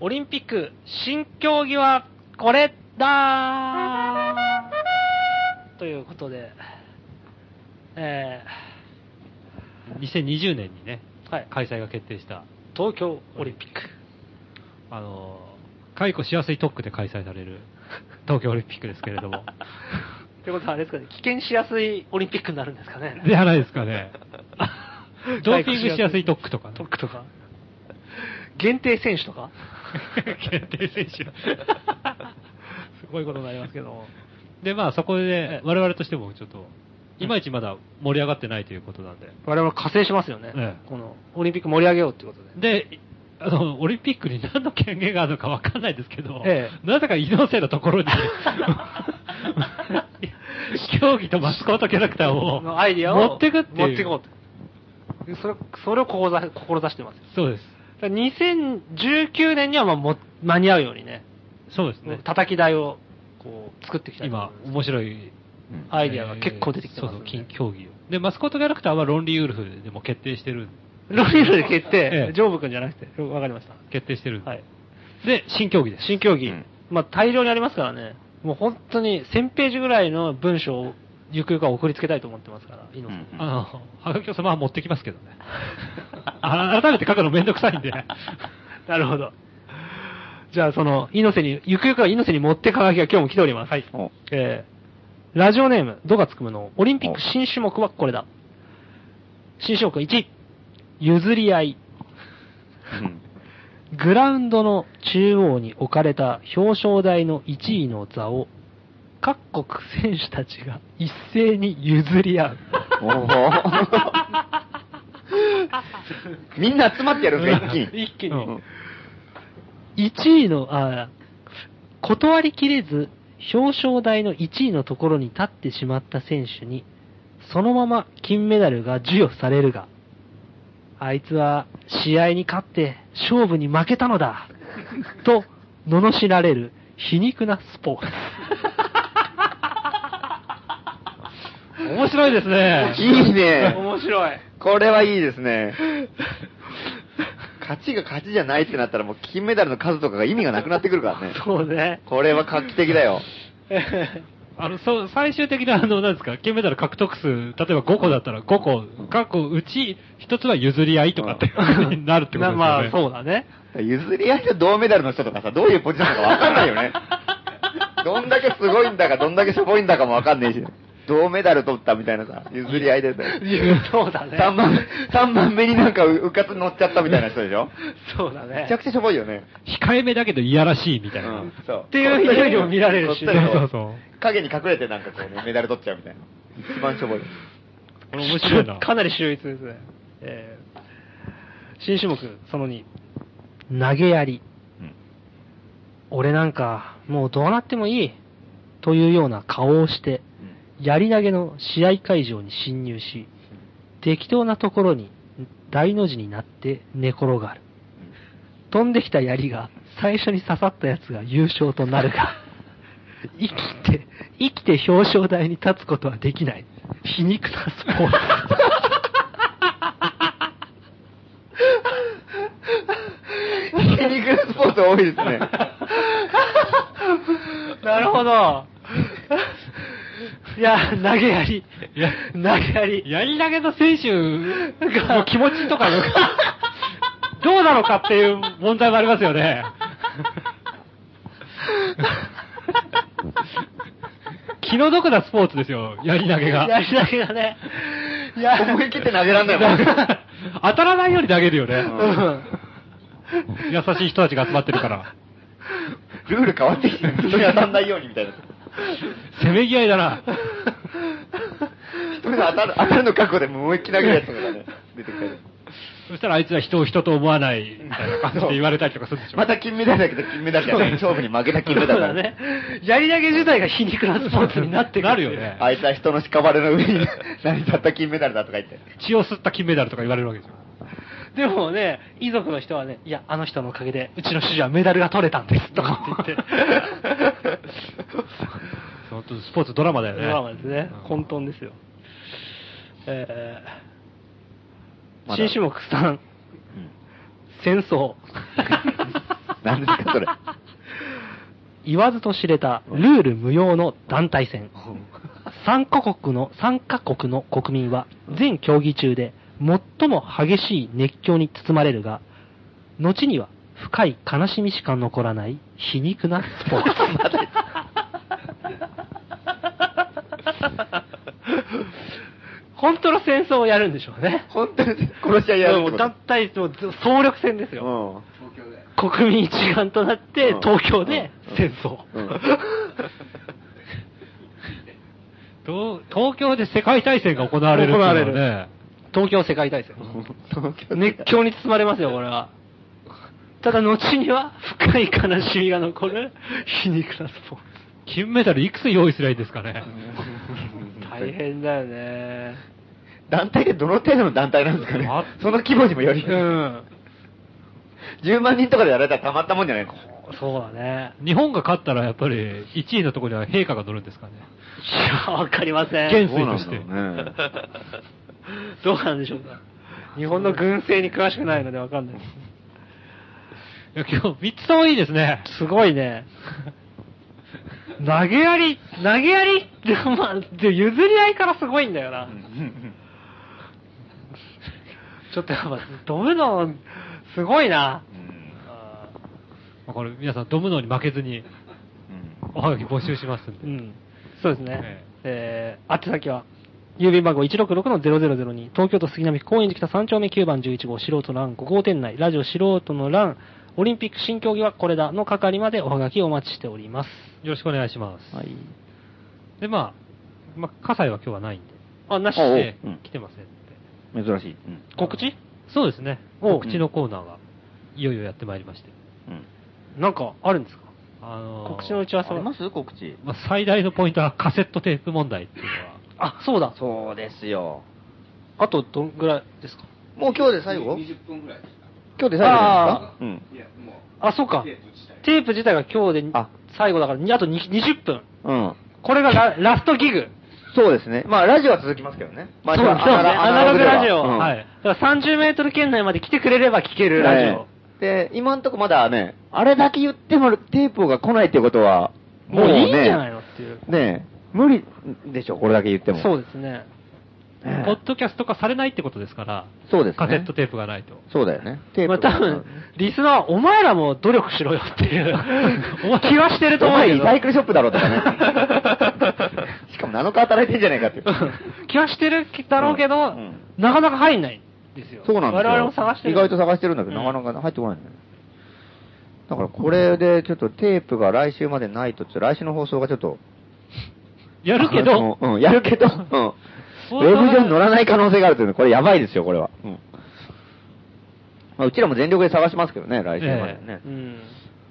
Speaker 3: オリンピック新競技はこれだ *laughs* ーということで、え
Speaker 5: 2020年にね、
Speaker 3: ーはい、
Speaker 5: 開催が決定した、
Speaker 3: 東京オリンピッ *laughs* ク。
Speaker 5: あのー、解雇しやすい特区で開催される東京オリンピックですけれど
Speaker 3: *laughs*
Speaker 5: も。
Speaker 3: ということはあれですかね、危険しやすいオリンピックになるんですかね。 *laughs*
Speaker 5: ではないですかね。ドーピングしやすい特区とかね。
Speaker 3: トックとか。限定選手とか
Speaker 5: *laughs* 限定選手。
Speaker 3: すごいことになりますけども。
Speaker 5: *laughs* で、まあそこで、我々としてもちょっと、いまいちまだ盛り上がってないということなんで。
Speaker 3: *laughs* 我々加勢しますよね。
Speaker 5: ええ
Speaker 3: この、オリンピック盛り上げようっていうことで。
Speaker 5: で、あの、オリンピックに何の権限があるのかわかんないですけど、
Speaker 3: え
Speaker 5: なぜか伊能生のとこ
Speaker 3: *laughs*
Speaker 5: ろに、競技とマスコットキャラクターを、
Speaker 3: のアイディアを
Speaker 5: 持ってくっていう
Speaker 3: 持ってこうと。それ、それを志志してますよ。
Speaker 5: そうです。
Speaker 3: だから2019年にはまあも間に合うようにね、
Speaker 5: そうですね。
Speaker 3: 叩き台をこう作っていきたいと思い
Speaker 5: 今
Speaker 3: ます。、
Speaker 5: 面白い。
Speaker 3: アイディアが結構出てきてます
Speaker 5: そ
Speaker 3: ん
Speaker 5: うそう、
Speaker 3: で、
Speaker 5: 金競技を。で、マスコットキャラクターはロンリーウルフでも決定してる、
Speaker 3: ロリルで決定、
Speaker 5: ええ
Speaker 3: ジョーブ君じゃなくて、わかりました。
Speaker 5: 決定してる。
Speaker 3: はい。
Speaker 5: で、新競技です。
Speaker 3: 新競技、
Speaker 4: うん
Speaker 3: まあ大量にありますからね、もう本当に1000ページぐらいの文章をゆくゆくは送りつけたいと思ってますから、いいの
Speaker 4: うん
Speaker 5: あの、はがきをそのまま持ってきますけどね。 *laughs* あ改めて書くのめんどくさいんで。
Speaker 3: *laughs* なるほど。じゃあ、その、猪瀬に、ゆくゆくは猪瀬に持ってかがきが今日も来ております。はい
Speaker 4: お
Speaker 3: えー、ラジオネーム、ドがつくむの、オリンピック新種目はこれだ。新種目1、譲り合い。
Speaker 4: うん
Speaker 3: グラウンドの中央に置かれた表彰台の1位の座を、各国選手たちが一斉に譲り合う。
Speaker 4: お
Speaker 3: *laughs*
Speaker 4: ーみんな集まってやるんですか、一気に。
Speaker 3: 一気
Speaker 5: に
Speaker 4: うん
Speaker 3: 1位の、あー断りきれず、表彰台の1位のところに立ってしまった選手に、そのまま金メダルが授与されるが、あいつは試合に勝って勝負に負けたのだ、 *laughs* と、罵られる皮肉なスポーツ。
Speaker 5: 面白いですね。
Speaker 4: いいね。
Speaker 3: 白い。
Speaker 4: これはいいです
Speaker 3: *laughs*
Speaker 4: ね。勝ちが勝ちじゃないってなったらもう金メダルの数とかが意味がなくなってくるからね。
Speaker 3: そうね。
Speaker 4: これは画期的だよ。
Speaker 5: あの、そう、最終的な、あの、なんですか、金メダル獲得数、例えば5個だったら5個、過去うち1つは譲り合いとかっていうことになるってことですよね。
Speaker 3: まあ、そうだね。
Speaker 4: 譲り合いの銅メダルの人とかさ、どういうポジションかわかんないよ
Speaker 3: *laughs*
Speaker 4: ね。どんだけすごいんだか、どんだけしょぼいんだかもわかんないし、銅メダル取ったみたいなさ、譲り合いでさ、
Speaker 3: そうだね。
Speaker 4: 3番、三番目になんかううかつ乗っちゃったみたいな人でしょ
Speaker 3: そうだ
Speaker 4: め
Speaker 3: ね
Speaker 4: ち。ゃくちゃしょぼいよね。
Speaker 5: 控えめだけどいやらしいみ
Speaker 4: う
Speaker 5: たいな。
Speaker 4: ん、そう。
Speaker 3: っていう人よりも見られるし
Speaker 4: こっそりこ
Speaker 5: そううそう
Speaker 4: 影に隠れてなんかこうね、メダル取っちゃうみたいな。一番しょぼい。
Speaker 5: これ面白いな。
Speaker 3: *laughs* かなり秀逸ですね。えー新種目、その2。
Speaker 7: 投げやり。
Speaker 4: うん
Speaker 7: 俺なんか、もうどうなってもいい。というような顔をして、やり投げの試合会場に侵入し、適当なところに大の字になって寝転がる。飛んできた槍が最初に刺さったやつが優勝となるが、生きて、生きて表彰台に立つことはできない。皮肉なスポーツ。
Speaker 4: 皮肉なスポーツ多いですね。
Speaker 3: なるほ
Speaker 5: *laughs*
Speaker 3: ど。いや、投げやり。投げやり。
Speaker 5: やり投げの選手の気持ちと
Speaker 3: *laughs*
Speaker 5: かよく
Speaker 3: どうなのかっていう問題もありますよ *laughs* ね。
Speaker 5: 気の毒なスポーツですよ、やり投げが。
Speaker 3: やり投げがね。いや、
Speaker 4: 思い切って投げらんないもん。
Speaker 5: *laughs* 当たらないように投げるよね。
Speaker 3: うん。
Speaker 5: 優しい人たちが集まってるから。
Speaker 4: ルール変わってきて、人に当たんないようにみたいな。
Speaker 5: せめぎ合いだな。
Speaker 4: 人に当たる、当たるの覚悟で思いっきり投げるやつとかがね、出てくる。
Speaker 5: そしたらあいつは人を人と思わないみたいな感じで言われたりとかするでしょ。
Speaker 4: また金メダルだけど金メダルじゃない。勝負に負けた金メダルだね。
Speaker 3: やり投げ自体が皮肉なスポーツになってく
Speaker 5: なるよね。
Speaker 4: あいつは人の屍の上に成り立った金メダルだとか言って。
Speaker 5: 血を吸った金メダルとか言われるわけですよ。
Speaker 3: でもね、遺族の人はね、いや、あの人のおかげで、うちの主人はメダルが取れたんです、と *laughs* かって言って。
Speaker 5: 本当スポーツドラマだよね。
Speaker 3: ドラマですね
Speaker 5: う
Speaker 3: 混
Speaker 5: ん。
Speaker 3: 沌ですよ。えー
Speaker 4: まだ
Speaker 3: 新種目3、戦争。
Speaker 4: *laughs* 何ですかそれ。
Speaker 7: 言わずと知れたルール無用の団体戦。参加国の、参加国の国民は全競技中で最も激しい熱狂に包まれるが、後には深い悲しみしか残らない皮肉なスポー
Speaker 4: *laughs*
Speaker 7: ツ。
Speaker 3: 本当の戦争をやるんでしょうね。
Speaker 4: 本当に殺し合いやるって
Speaker 3: もう
Speaker 4: こ
Speaker 3: 団
Speaker 4: と
Speaker 3: 体、もう総力戦ですよ。
Speaker 4: うん。
Speaker 3: 国民一丸となって、
Speaker 4: うん
Speaker 3: 東京で戦争。
Speaker 4: うんうん
Speaker 5: どう東京で世界大戦が行われるっていうのは
Speaker 3: 行われ
Speaker 5: ね。
Speaker 3: *laughs* 東京世界大戦。熱
Speaker 4: 熱
Speaker 3: 狂に包まれますよ、これは。ただ、後には深い悲しみが残る皮肉なスポー
Speaker 5: 金メダルいくつ用意すりゃいいですかね。
Speaker 3: ツ。大変だよね。
Speaker 4: 団体でどの程度の団体なんですかね
Speaker 5: あ。
Speaker 4: *laughs* その規模にもより。
Speaker 3: うん。
Speaker 4: 10万人とかでやられたらたまったもんじゃないの
Speaker 3: そうだね。
Speaker 5: 日本が勝ったらやっぱり1位のところには陛下が乗るんですかね。
Speaker 3: いや、わかりませ
Speaker 4: *laughs*
Speaker 3: ん。
Speaker 5: 元帥として
Speaker 4: そうなんだろうね
Speaker 3: どうなんでしょうか。日本の軍政に詳しくないのでわかんないで
Speaker 5: いや今日3つともいいですね。
Speaker 3: す。すごいね。投げやり、投げやりって、まあ、で譲り合いからすごいんだよな。ちょっとやっぱ、ドムの、すごいな。あ
Speaker 5: まあこれ皆さんドムノに負けずにおはがき募集しますん
Speaker 3: ーう
Speaker 5: で。
Speaker 3: ん。そうですね
Speaker 5: え。
Speaker 3: えー、宛先は、郵便番号166-0002、東京都杉並区高円寺北3丁目9番11号、素人の欄5号店内、ラジオ素人の欄、オリンピック新競技はこれだの係までおはがきお待ちしております。
Speaker 5: よろしくお願いします。
Speaker 4: はい。
Speaker 5: で、まあ、まあ、葛西は今日はないんで、
Speaker 3: あ、なし
Speaker 4: おう
Speaker 5: ええ
Speaker 4: うん
Speaker 5: 来てませんので。
Speaker 4: 珍しい。うん
Speaker 3: 告知
Speaker 5: そうですね。
Speaker 3: おう
Speaker 5: 告知のコーナーが、いよいよやってまいりまして。
Speaker 4: うん
Speaker 3: なんかあるんですか
Speaker 5: あのー
Speaker 3: 告知の打ち合わせ
Speaker 4: ありま
Speaker 3: は。
Speaker 4: す告知。
Speaker 5: まあ、最大のポイントはカセットテープ問題っていうのは、
Speaker 3: あ、そうだ。
Speaker 4: そうですよ。
Speaker 3: あとどんぐらいですか
Speaker 4: もう今日で最後 ?20 分ぐらい今日で最後です
Speaker 3: あ
Speaker 4: か
Speaker 3: ー
Speaker 4: うん。
Speaker 3: あ、そうか。テープ自体が今日で
Speaker 4: あ
Speaker 3: 最後だから、にあとに20分。
Speaker 4: うん。
Speaker 3: これがララストギグ。
Speaker 4: そうですね。まあ、ラジオは続きますけどね。まあ、
Speaker 3: そうそうね。アナログラジオ。
Speaker 5: ん
Speaker 3: は。
Speaker 4: はい
Speaker 3: だから30メートル圏内まで来てくれれば聞けるラジオ。
Speaker 4: い。で、今んとこまだね、あれだけ言ってもテープが来ないってことは、
Speaker 3: もういいんじゃないのっていう。
Speaker 4: ねえ、無理でしょ、これだけ言っても。
Speaker 3: そうですね。
Speaker 4: ね
Speaker 5: ポッドキャスト化されないってことですから、
Speaker 4: そうですね
Speaker 5: カセットテープがないと。
Speaker 4: そうだよね。テー
Speaker 3: まあ
Speaker 4: プが
Speaker 3: 多分、リスナー、お前らも努力しろよっていう
Speaker 4: *laughs*
Speaker 3: 気はしてると
Speaker 4: お
Speaker 3: 思う
Speaker 4: 前
Speaker 3: け
Speaker 4: リサイク
Speaker 3: ど。
Speaker 4: ルショップだろうとかね。しかも7日働いてんじゃないかって。
Speaker 3: *laughs* 気はしてるだろうけど、
Speaker 4: うんうん
Speaker 3: なかなか入んないんですよ。
Speaker 4: そうなんですよ。
Speaker 3: 我々も探してる。
Speaker 4: 意外と探してるんだけど、
Speaker 3: う
Speaker 4: なかなか入ってこないんだよね。だからこれでちょっとテープが来週までないと、ちょっと来週の放送がちょっと。
Speaker 5: やるけ
Speaker 4: あ
Speaker 5: ど
Speaker 4: の、うん、やるけど、うん。
Speaker 5: そう
Speaker 4: ウェブ上に乗らない可能性があるというのは、これやばいですよ、これは。うん。まあ、うちらも全力で探しますけどね、来週までね。
Speaker 5: え
Speaker 3: うん。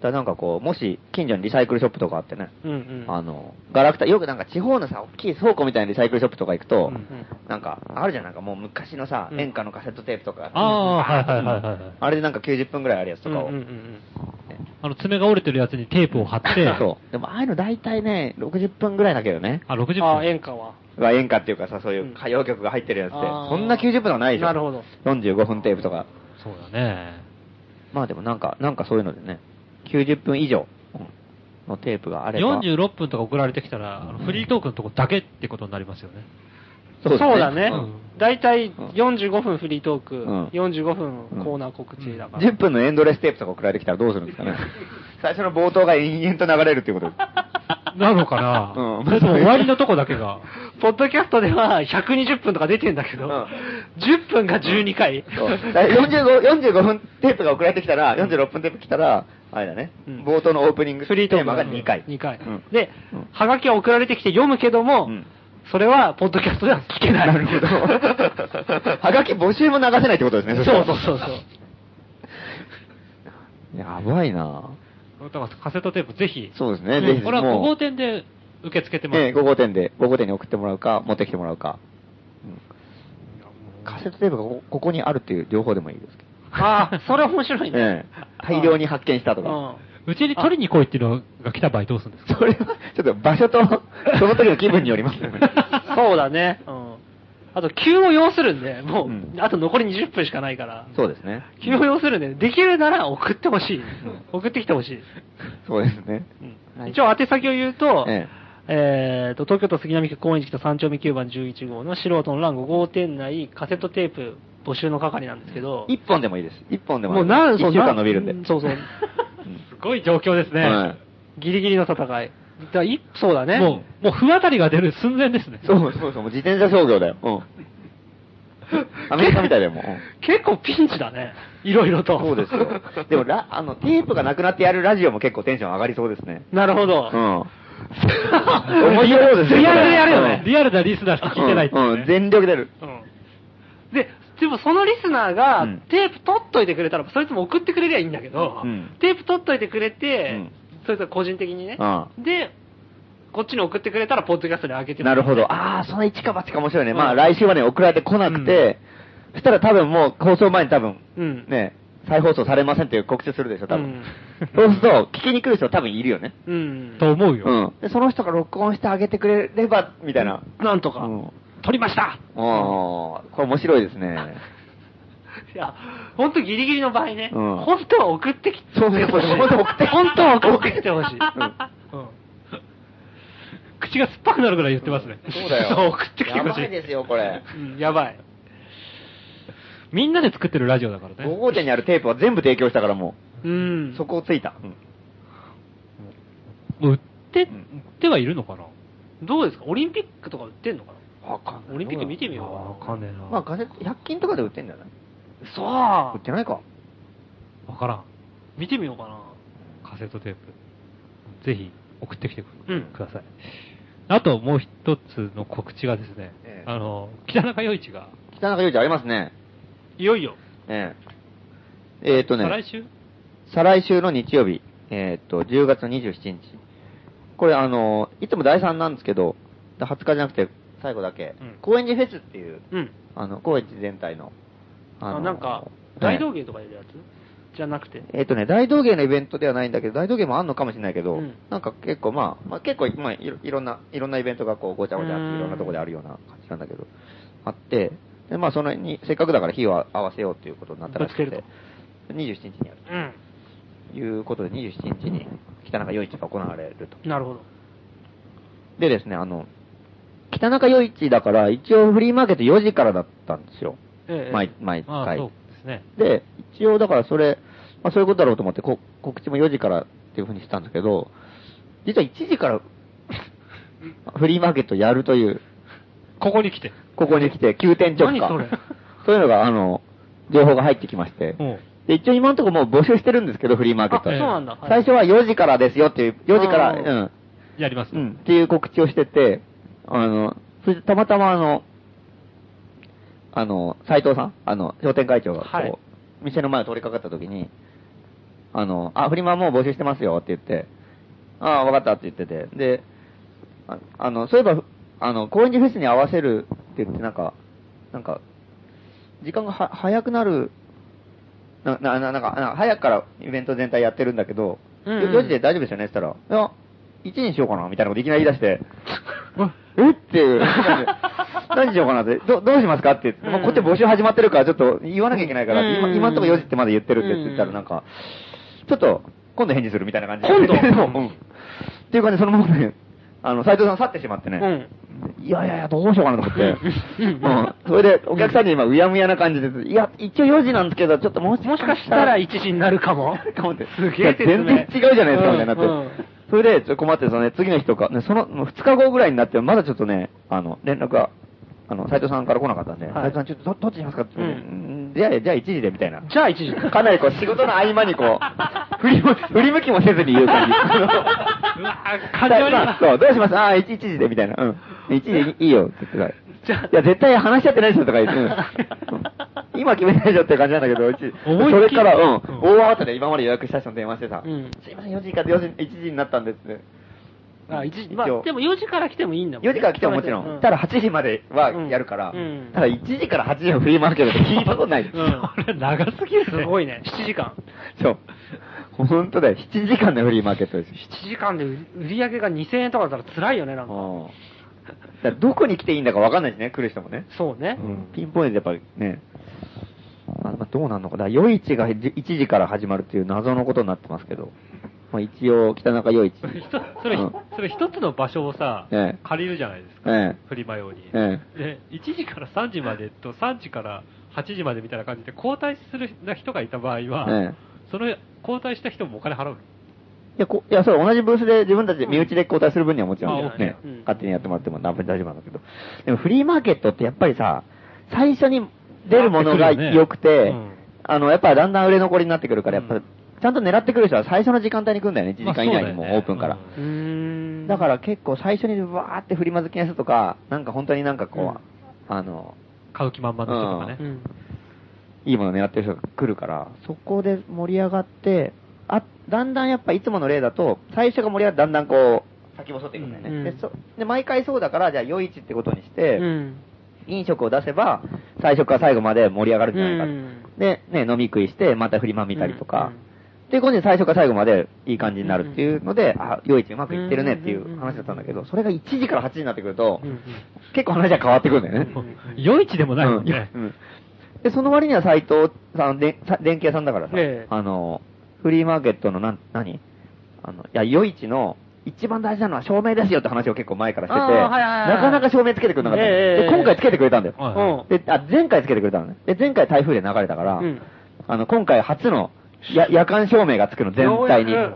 Speaker 4: だからなんかこう、もし近所にリサイクルショップとかあってね、
Speaker 3: うんうん。
Speaker 4: あの、ガラクタ、よくなんか地方のさ、大きい倉庫みたいなリサイクルショップとか行くと、
Speaker 5: うんうん
Speaker 4: なんか、あるじゃん、なんかもう昔のさ、演歌のカセットテープとか、
Speaker 5: ああ、はいはいはいはいはい。
Speaker 4: あれでなんか90分くらいあるやつとかを。
Speaker 3: うんうん
Speaker 4: *laughs*
Speaker 3: うん
Speaker 5: あの、爪が折れてるやつにテープを貼って、
Speaker 4: そう。でもああいうの大体ね、60分くらいだけどね。
Speaker 5: あ、60
Speaker 3: うん
Speaker 5: 分。
Speaker 3: あ、演歌は。
Speaker 4: が演歌っていうかさ、そういう
Speaker 3: うん
Speaker 4: 歌謡曲が入ってるやつって、
Speaker 3: あー
Speaker 4: そんな90分はないでしょ。
Speaker 3: なるほど。
Speaker 4: 45分テープとか。
Speaker 5: そうだね。
Speaker 4: まあでもなんか、なんかそういうのでね、90分以上うんのテープがあれば。
Speaker 5: 46分とか送られてきたら、あのフリートークのとこだけってことになりますよね。
Speaker 4: そうですね
Speaker 3: だね
Speaker 5: う。
Speaker 3: だいたい
Speaker 4: ん
Speaker 3: 45分フリートーク、
Speaker 4: うん
Speaker 3: 45分コーナー告知だから。
Speaker 4: 10分のエンドレステープとか送られてきたらどうするんですかね。最初の冒頭が延々と流れるっていう
Speaker 3: *laughs*
Speaker 4: ことです。
Speaker 5: なのかな
Speaker 4: うん
Speaker 5: それとも終わりのとこだけが。
Speaker 3: *laughs* ポッドキャストでは120分とか出てんだけど、
Speaker 4: うん
Speaker 3: 10分が12回。
Speaker 4: そうだから45 45分テープが送られてきたら、46分テープ来たら、あれだね、
Speaker 3: うん
Speaker 4: 冒頭のオープニング
Speaker 3: フリートー
Speaker 4: テー
Speaker 3: ク
Speaker 4: マが2回。
Speaker 3: 2回
Speaker 4: うん。
Speaker 3: で
Speaker 4: うん、
Speaker 3: はがきは送られてきて読むけども、
Speaker 4: うん
Speaker 3: それはポッドキャストでは聞けない。
Speaker 4: なる
Speaker 3: *laughs*
Speaker 4: ほど。 *laughs* はがき募集も流せないってことですね、
Speaker 3: そう
Speaker 4: したら
Speaker 3: そうそうそう。
Speaker 4: やばいな
Speaker 5: だからカセットテープぜひ。
Speaker 4: そうですね
Speaker 5: ん
Speaker 4: ぜひ
Speaker 5: これは5
Speaker 4: もう
Speaker 5: 号店で受け付けてます。
Speaker 4: ええ、5号店で、5号店に送ってもらうか、持ってきてもらうか。うんカセットテープがこここにあるっていう情報でもいいですけ
Speaker 3: ああ、それ面白い
Speaker 4: ど。え
Speaker 3: ね。
Speaker 4: え、大量に発見したと
Speaker 3: う
Speaker 4: か
Speaker 3: ん。
Speaker 5: うちに取りに来いっていうのが来た場合どうするんですか
Speaker 4: それは、ちょっと場所と、その時の気分によりますよね。
Speaker 3: *laughs* そうだね。うん。あと、急を要するんで、もう、
Speaker 4: うん
Speaker 3: あと残り20分しかないから。
Speaker 4: そうですね。
Speaker 3: 急を要するんで、できるなら送ってほしい。送ってきてほしい。
Speaker 4: そうですね。はい
Speaker 3: 一応、宛先を言うと、
Speaker 4: え
Speaker 3: え
Speaker 4: え
Speaker 3: ーと、東京都杉並区公園寺北三丁目9番11号の素人の欄5号店内カセットテープ募集の係なんですけど、
Speaker 4: 一本でもいいです。一本でも
Speaker 3: もう何、
Speaker 4: 1
Speaker 3: そう
Speaker 4: 週間伸びるんで。
Speaker 3: なそうそう。
Speaker 5: すごい状況ですね。
Speaker 4: はい
Speaker 3: ギリギリの戦い。だからいそうだね。
Speaker 5: もう、もう、不当たりが出る寸前ですね。
Speaker 4: そうそうそう、もう自転車商業だよ。 *laughs* うん。アメリカみたいだよ、もう。うん
Speaker 3: 結構ピンチだね。いろいろと。
Speaker 4: そうですよ。でもラ、あの、テープがなくなってやるラジオも結構テンション上がりそうですね。
Speaker 3: *laughs* なるほ
Speaker 4: う
Speaker 3: ど。 *laughs*
Speaker 4: ん。面白いですね。
Speaker 3: リアルでやるよね
Speaker 5: リアルなリスナーしか聞いてないっていううね
Speaker 4: ん、うん全力でやる。
Speaker 3: うんで、でもそのリスナーが
Speaker 4: うん
Speaker 3: テープ取っといてくれたら、そいつも送ってくれりゃいいんだけど、
Speaker 4: うん
Speaker 3: テープ取っといてくれて、
Speaker 4: うん
Speaker 3: そいつは個人的にね、
Speaker 4: あ
Speaker 3: で、こっちに送ってくれたら、ポッドキャストで上げて
Speaker 4: なるほ
Speaker 3: ど。
Speaker 4: ど。ああ、その一か八か面白いね。
Speaker 3: うん
Speaker 4: まあ、来週はね、送られてこなくて、そしたら多分もう放送前に多分、
Speaker 3: うん
Speaker 4: ね、再放送されませんっていう告知するでしょ、多
Speaker 3: うん
Speaker 4: 分。そうすると、聞きに来る人多分いるよね。
Speaker 3: うん。
Speaker 5: と思うよ。
Speaker 4: うん。で、その人が録音してあげてくれれば、みたいな。
Speaker 3: なんとか、
Speaker 4: うん
Speaker 3: 取りました
Speaker 4: ああ、これ面白いですね。
Speaker 3: *laughs* いや、本当ギリギリの場合ね、
Speaker 4: うん
Speaker 3: 本当は送ってきて
Speaker 4: そう
Speaker 3: ほし
Speaker 4: ね
Speaker 3: い。 *laughs*
Speaker 4: そうね本当は送って
Speaker 3: 本当は送ってきてほしい。
Speaker 4: うん
Speaker 3: うん
Speaker 5: 口が酸っぱくなるぐらい言ってますね。
Speaker 4: そうだよ。
Speaker 3: *laughs* 送ってきてほしい。
Speaker 4: やばいですよ、これ。
Speaker 3: うん、やばい。
Speaker 5: みんなで作ってるラジオだから
Speaker 4: 5
Speaker 5: ね。
Speaker 4: 号店にあるテープは全部提供したからも
Speaker 3: うん
Speaker 4: う、。そこをついた。
Speaker 5: もう売って、売
Speaker 4: ん
Speaker 5: ってはいるのかな
Speaker 3: どうですかオリンピックとか売ってんのか
Speaker 4: わかん
Speaker 3: なオリンピック見てみようかな。
Speaker 5: わかんねえな。
Speaker 4: まあ、ガセット、100均とかで売ってんじゃない
Speaker 3: そう
Speaker 4: 売ってないか。
Speaker 5: わからん。
Speaker 3: 見てみようかな。
Speaker 5: カセットテープ。ぜひ、送ってきてく
Speaker 3: うん
Speaker 5: ください。あと、もう一つの告知がですね、
Speaker 4: ええ
Speaker 5: あの、北中洋一が、
Speaker 4: 北中洋一ありますね。
Speaker 3: いよいよ。
Speaker 4: ええ。えーっとね、
Speaker 5: 再来週
Speaker 4: 再来週の日曜日、えーっと、10月の27日。これ、あの、いつも第3なんですけど、20日じゃなくて最後だけ、
Speaker 5: うん
Speaker 4: 高円寺フェスっていう、
Speaker 3: うん。
Speaker 4: あの、高円寺全体の、
Speaker 3: あ
Speaker 4: の
Speaker 3: なんか、
Speaker 4: え
Speaker 3: 大道芸とかやるやつじゃなくて。
Speaker 4: えっ、とね、大道芸のイベントではないんだけど、大道芸もあんのかもしれないけど、
Speaker 3: うん
Speaker 4: なんか結構まあ、まあ結構、まあ、いろいろんな、いろんなイベントがこう、ごちゃごちゃあって
Speaker 3: うん
Speaker 4: いろんなとこであるような感じなんだけど、あって、で、まあそのに、せっかくだから火を合わせようっていうことになったらしく
Speaker 3: ぶつ
Speaker 4: て
Speaker 3: ける、
Speaker 4: 27日にやる
Speaker 3: うん。
Speaker 4: ということで、27日に北中洋市が行われると。
Speaker 3: なるほど。
Speaker 4: でですね、あの、北中余市だから、一応フリーマーケット4時からだったんですよ。
Speaker 3: ええ
Speaker 4: 毎毎回
Speaker 3: ああそうですね。
Speaker 4: で、一応だからそれ、まあそういうことだろうと思って、こ告知も4時からっていうふうにしてたんですけど、実は1時から *laughs* フリーマーケットやるという、
Speaker 3: ここに来て。
Speaker 4: ここに来て急転直下。
Speaker 3: 何それ
Speaker 4: そういうのが、あの、情報が入ってきまして。
Speaker 5: うん
Speaker 4: で、一応今のところもう募集してるんですけど、フリーマーケットは
Speaker 3: あそうなんだはい
Speaker 4: 最初は4時からですよっていう、4時から、うん。
Speaker 5: やります。
Speaker 4: うん、っていう告知をしてて、あの、そしたまたまあの、あの、斎藤さん、あの、商店会長がこう、
Speaker 3: はい
Speaker 4: 店の前を通りかかった時に、あの、あ、フリマもう募集してますよって言って、ああ、わかったって言ってて、で、ああの、そういえば、あの、高円寺フェスに合わせるって言って、なんか、なんか、時間がは早くなる、な、な、ななんか、な早くからイベント全体やってるんだけど、
Speaker 3: うんうん
Speaker 4: 4時で大丈夫ですよねって言ったら、いや、1にしようかな、みたいなこといきなり言い出して、えっていう。何しようかなって、どどうしますかって言って、まあ、こっち募集始まってるから、ちょっと言わなきゃいけないから、
Speaker 3: うん
Speaker 4: 今、今んとこ4時ってまだ言ってるって言ったら、なんか、ちょっと、今度返事するみたいな感じ *laughs* で。
Speaker 3: 今度
Speaker 4: うんっていう感じで、そのままね、あの、斎藤さん去ってしまってね。いやいやいや、どうしようかなと思って。
Speaker 3: うん
Speaker 4: うん。それで、お客さんに今、うやむやな感じで、いや、一応4時なんですけど、ちょっともし
Speaker 3: もしかしたら1時 *laughs* になるかも。
Speaker 4: かもって。
Speaker 3: すげえですね。
Speaker 4: 全然違うじゃないですか、みたいになって。
Speaker 3: うんうん
Speaker 4: それで、ちょっと困って、そのね、次の日とか、ね、その、もう2日後ぐらいになって、まだちょっとね、あの、連絡が、あの、斎藤さんから来なかったんで、斎、
Speaker 3: はい
Speaker 4: 藤さん、ちょっとど、どっちにしますかって、
Speaker 3: うん
Speaker 4: うんじゃあ、じゃあ1時で、みたいな。
Speaker 3: じゃあ1時。
Speaker 4: かなりこう、仕事の合間に
Speaker 3: *laughs*
Speaker 4: こう、振り向、振り向きもせずに言う感じ。
Speaker 3: うわ感情に
Speaker 4: まあそう、どうしますああ、1時で、みたいな。うん。1時でいいよ、って言ってた
Speaker 3: じゃあ
Speaker 4: いや、絶対話し合ってないでしょ、とか言
Speaker 3: *laughs*
Speaker 4: って。うん今決めないでしょって感じなんだけど、うち。
Speaker 5: 思いっきり
Speaker 4: それから、うん
Speaker 5: うん。
Speaker 4: 大慌てで今まで予約した人に電話してさ、
Speaker 3: うん
Speaker 4: すいません、4時から4時、1時になったんですって。
Speaker 3: あ一時まあ
Speaker 4: 一応
Speaker 3: でも4時から来てもいいんだもんね。
Speaker 4: 4時から来てももちろ。
Speaker 3: うん
Speaker 4: ただ8時まではやるから
Speaker 3: うん、
Speaker 4: ただ1時から8時のフリーマーケットって聞いたことない。
Speaker 3: うん
Speaker 5: これ長すぎるね。
Speaker 3: すごいね。7時間。
Speaker 4: そう。本当だよ。7時間のフリーマーケットですよ。
Speaker 3: 7時間で売り上げが2000円とかだったら辛いよね、なんか。
Speaker 4: うんだからどこに来ていいんだかわかんないしね、来る人もね。
Speaker 3: そうね。
Speaker 4: ピンポイントでやっぱね、あまあどうなんのか、だから夜市が1時から始まるっていう謎のことになってますけど、まあ、一応、北中
Speaker 3: *laughs*
Speaker 4: 夜市。
Speaker 5: ひと *laughs* それ、
Speaker 4: うん
Speaker 5: それ一つの場所をさ、
Speaker 4: ええ
Speaker 5: 借りるじゃないですか。
Speaker 4: ええ
Speaker 5: フリマ用に。
Speaker 4: え
Speaker 5: で、1時から3時までと3時から8時までみたいな感じで交代する人がいた場合は、
Speaker 4: ええ
Speaker 5: その交代した人もお金払う。
Speaker 4: いや、こいや、そう、同じブースで自分たちで身内で交代する分にはもちろ
Speaker 5: うん
Speaker 4: ん、
Speaker 5: あ
Speaker 4: ね
Speaker 3: OK うん
Speaker 4: 勝手にやってもらっても大丈夫なんだけど、でもフリーマーケットってやっぱりさ、最初に出るものが
Speaker 5: なってくるよね
Speaker 4: 良くて、
Speaker 5: うん
Speaker 4: あの、やっぱりだんだん売れ残りになってくるから、やっぱ、
Speaker 5: うん
Speaker 4: ちゃんと狙ってくる人は最初の時間帯に来るんだよね、1時間以内にも、
Speaker 5: まあそうだよね
Speaker 4: オープンから。
Speaker 5: うん
Speaker 3: うーん。
Speaker 4: だから結構最初にわーって振りまずきな人とか、なんか本当になんかこう、あの、
Speaker 5: 買う気満々の人とかね。
Speaker 3: うん。
Speaker 4: いいものを狙ってる人が来るから、そこで盛り上がって、あ、だんだんやっぱいつもの例だと、最初が盛り上がってだんだんこう、先細っていくんだよね。
Speaker 3: うん
Speaker 4: でそで、毎回そうだから、じゃあ夜市ってことにし
Speaker 3: う
Speaker 4: て、
Speaker 3: ん。
Speaker 4: 飲食を出せば、最初から最後まで盛り上がるんじゃないかと。
Speaker 3: うん
Speaker 4: で、ね、飲み食いして、また振りま見たりと
Speaker 3: う
Speaker 4: か
Speaker 3: ん、
Speaker 4: っていうことで最初から最後までいい感じになるっていうので、あ、夜市うまくいってるねってい
Speaker 3: うんうんうんう
Speaker 4: うん話だったんだけど、それが1時から8時になってくると
Speaker 3: うんうん、
Speaker 4: 結構話が変わってくるんだよね。
Speaker 5: 夜市でもないもんね。
Speaker 4: うんうんで、その割には斎藤さん、でさ電気屋さんだからさ
Speaker 3: ええ、
Speaker 4: あの、フリーマーケットのなん、何あの、いや、夜市の、一番大事なのは照明ですよって話を結構前からして
Speaker 3: あ
Speaker 4: て、
Speaker 3: ーはいはいはい
Speaker 4: なかなか照明つけてくれなかったの。
Speaker 3: ええええ
Speaker 4: で、今回つけてくれたんだよ。
Speaker 5: はい
Speaker 3: うん
Speaker 4: で、あ、前回つけてくれたのね。で、前回台風で流れたから、
Speaker 3: うん
Speaker 4: あの、今回初のや夜間照明がつくの、全体に。
Speaker 3: ようやく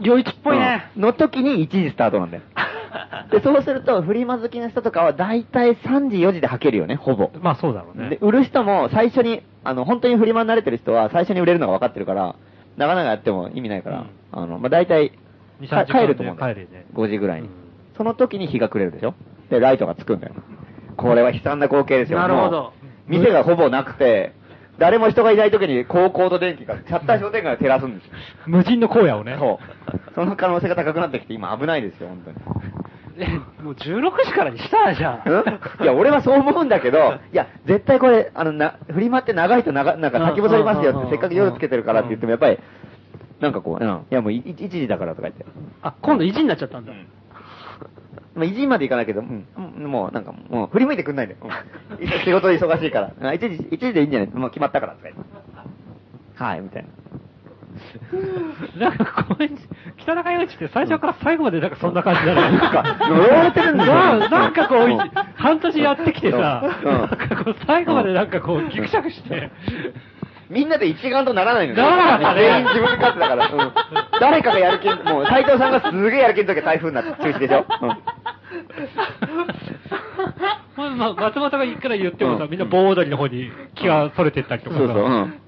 Speaker 3: 夜市っぽいね。
Speaker 4: うんの時に1時スタートなんだよ。で、そうすると、フリマ好きな人とかは、だいたい3時、4時で履けるよね、ほぼ。
Speaker 5: まあそうだろう
Speaker 4: で
Speaker 5: ね。、
Speaker 4: 売る人も最初に、あの、本当にフリマに慣れてる人は、最初に売れるのが分かってるから、なかなかやっても意味ないから、
Speaker 5: うん
Speaker 4: あの、まあ、大体、
Speaker 5: 2
Speaker 4: か
Speaker 5: 3時間
Speaker 4: 帰ると思うんだよ。
Speaker 5: 帰るよね
Speaker 4: 5時ぐらいに、
Speaker 5: うん
Speaker 4: その時に日が暮れるでしょで、ライトがつくんだよ。これは悲惨な光景ですよ。
Speaker 3: なるほど
Speaker 4: もう店がほぼなくて、誰も人がいない時に高校と電気が、シャッター商店街を照らすんですよ。
Speaker 5: 無人の荒野をね。
Speaker 4: そう。その可能性が高くなってきて、今危ないですよ、本当に。
Speaker 3: *laughs* え、もう16時からにしたらじゃ
Speaker 4: んい *laughs* や、俺はそう思うんだけど、いや、絶対これ、あの、な、振り回って長いと長、なんか先細りますよ
Speaker 3: うんうん
Speaker 4: っ
Speaker 3: うん
Speaker 4: て、せっかく夜つけてるからって言っても、やっぱり、なんかこう、うん、いや、もういい1時だからとか言って。
Speaker 3: あ、今度意地になっちゃったんだ。
Speaker 4: まあ、1時まで行かないけど、うん、うんもう、なんか、もう、振り向いてくんないで。うん、仕事忙しいから。あ1時、1時でいいんじゃないもう決まったからとか言って。はい、みたいな。
Speaker 5: なんかこれ、北中陽一って最初から最後までなんかそんな感じだね。
Speaker 4: なんか呪われてるんだよ
Speaker 5: ななんかこう、
Speaker 4: うん
Speaker 5: 半年やってきてさ、
Speaker 4: うん
Speaker 5: なんかこう最後までなんかこうギクシャクして、
Speaker 4: みんなで一丸とならないのよ
Speaker 5: ならなかったね
Speaker 4: 全員自分勝手だから。うん誰かがやる気、もう斎藤さんがすげえやる気の時は台風になって中止でしょ
Speaker 5: まず、ま、松本がいくら言ってもさ、
Speaker 4: うん
Speaker 5: みんな盆踊りの方に気がそれてったりと
Speaker 4: うん
Speaker 5: か
Speaker 4: そ
Speaker 5: さ。
Speaker 4: うそう。うん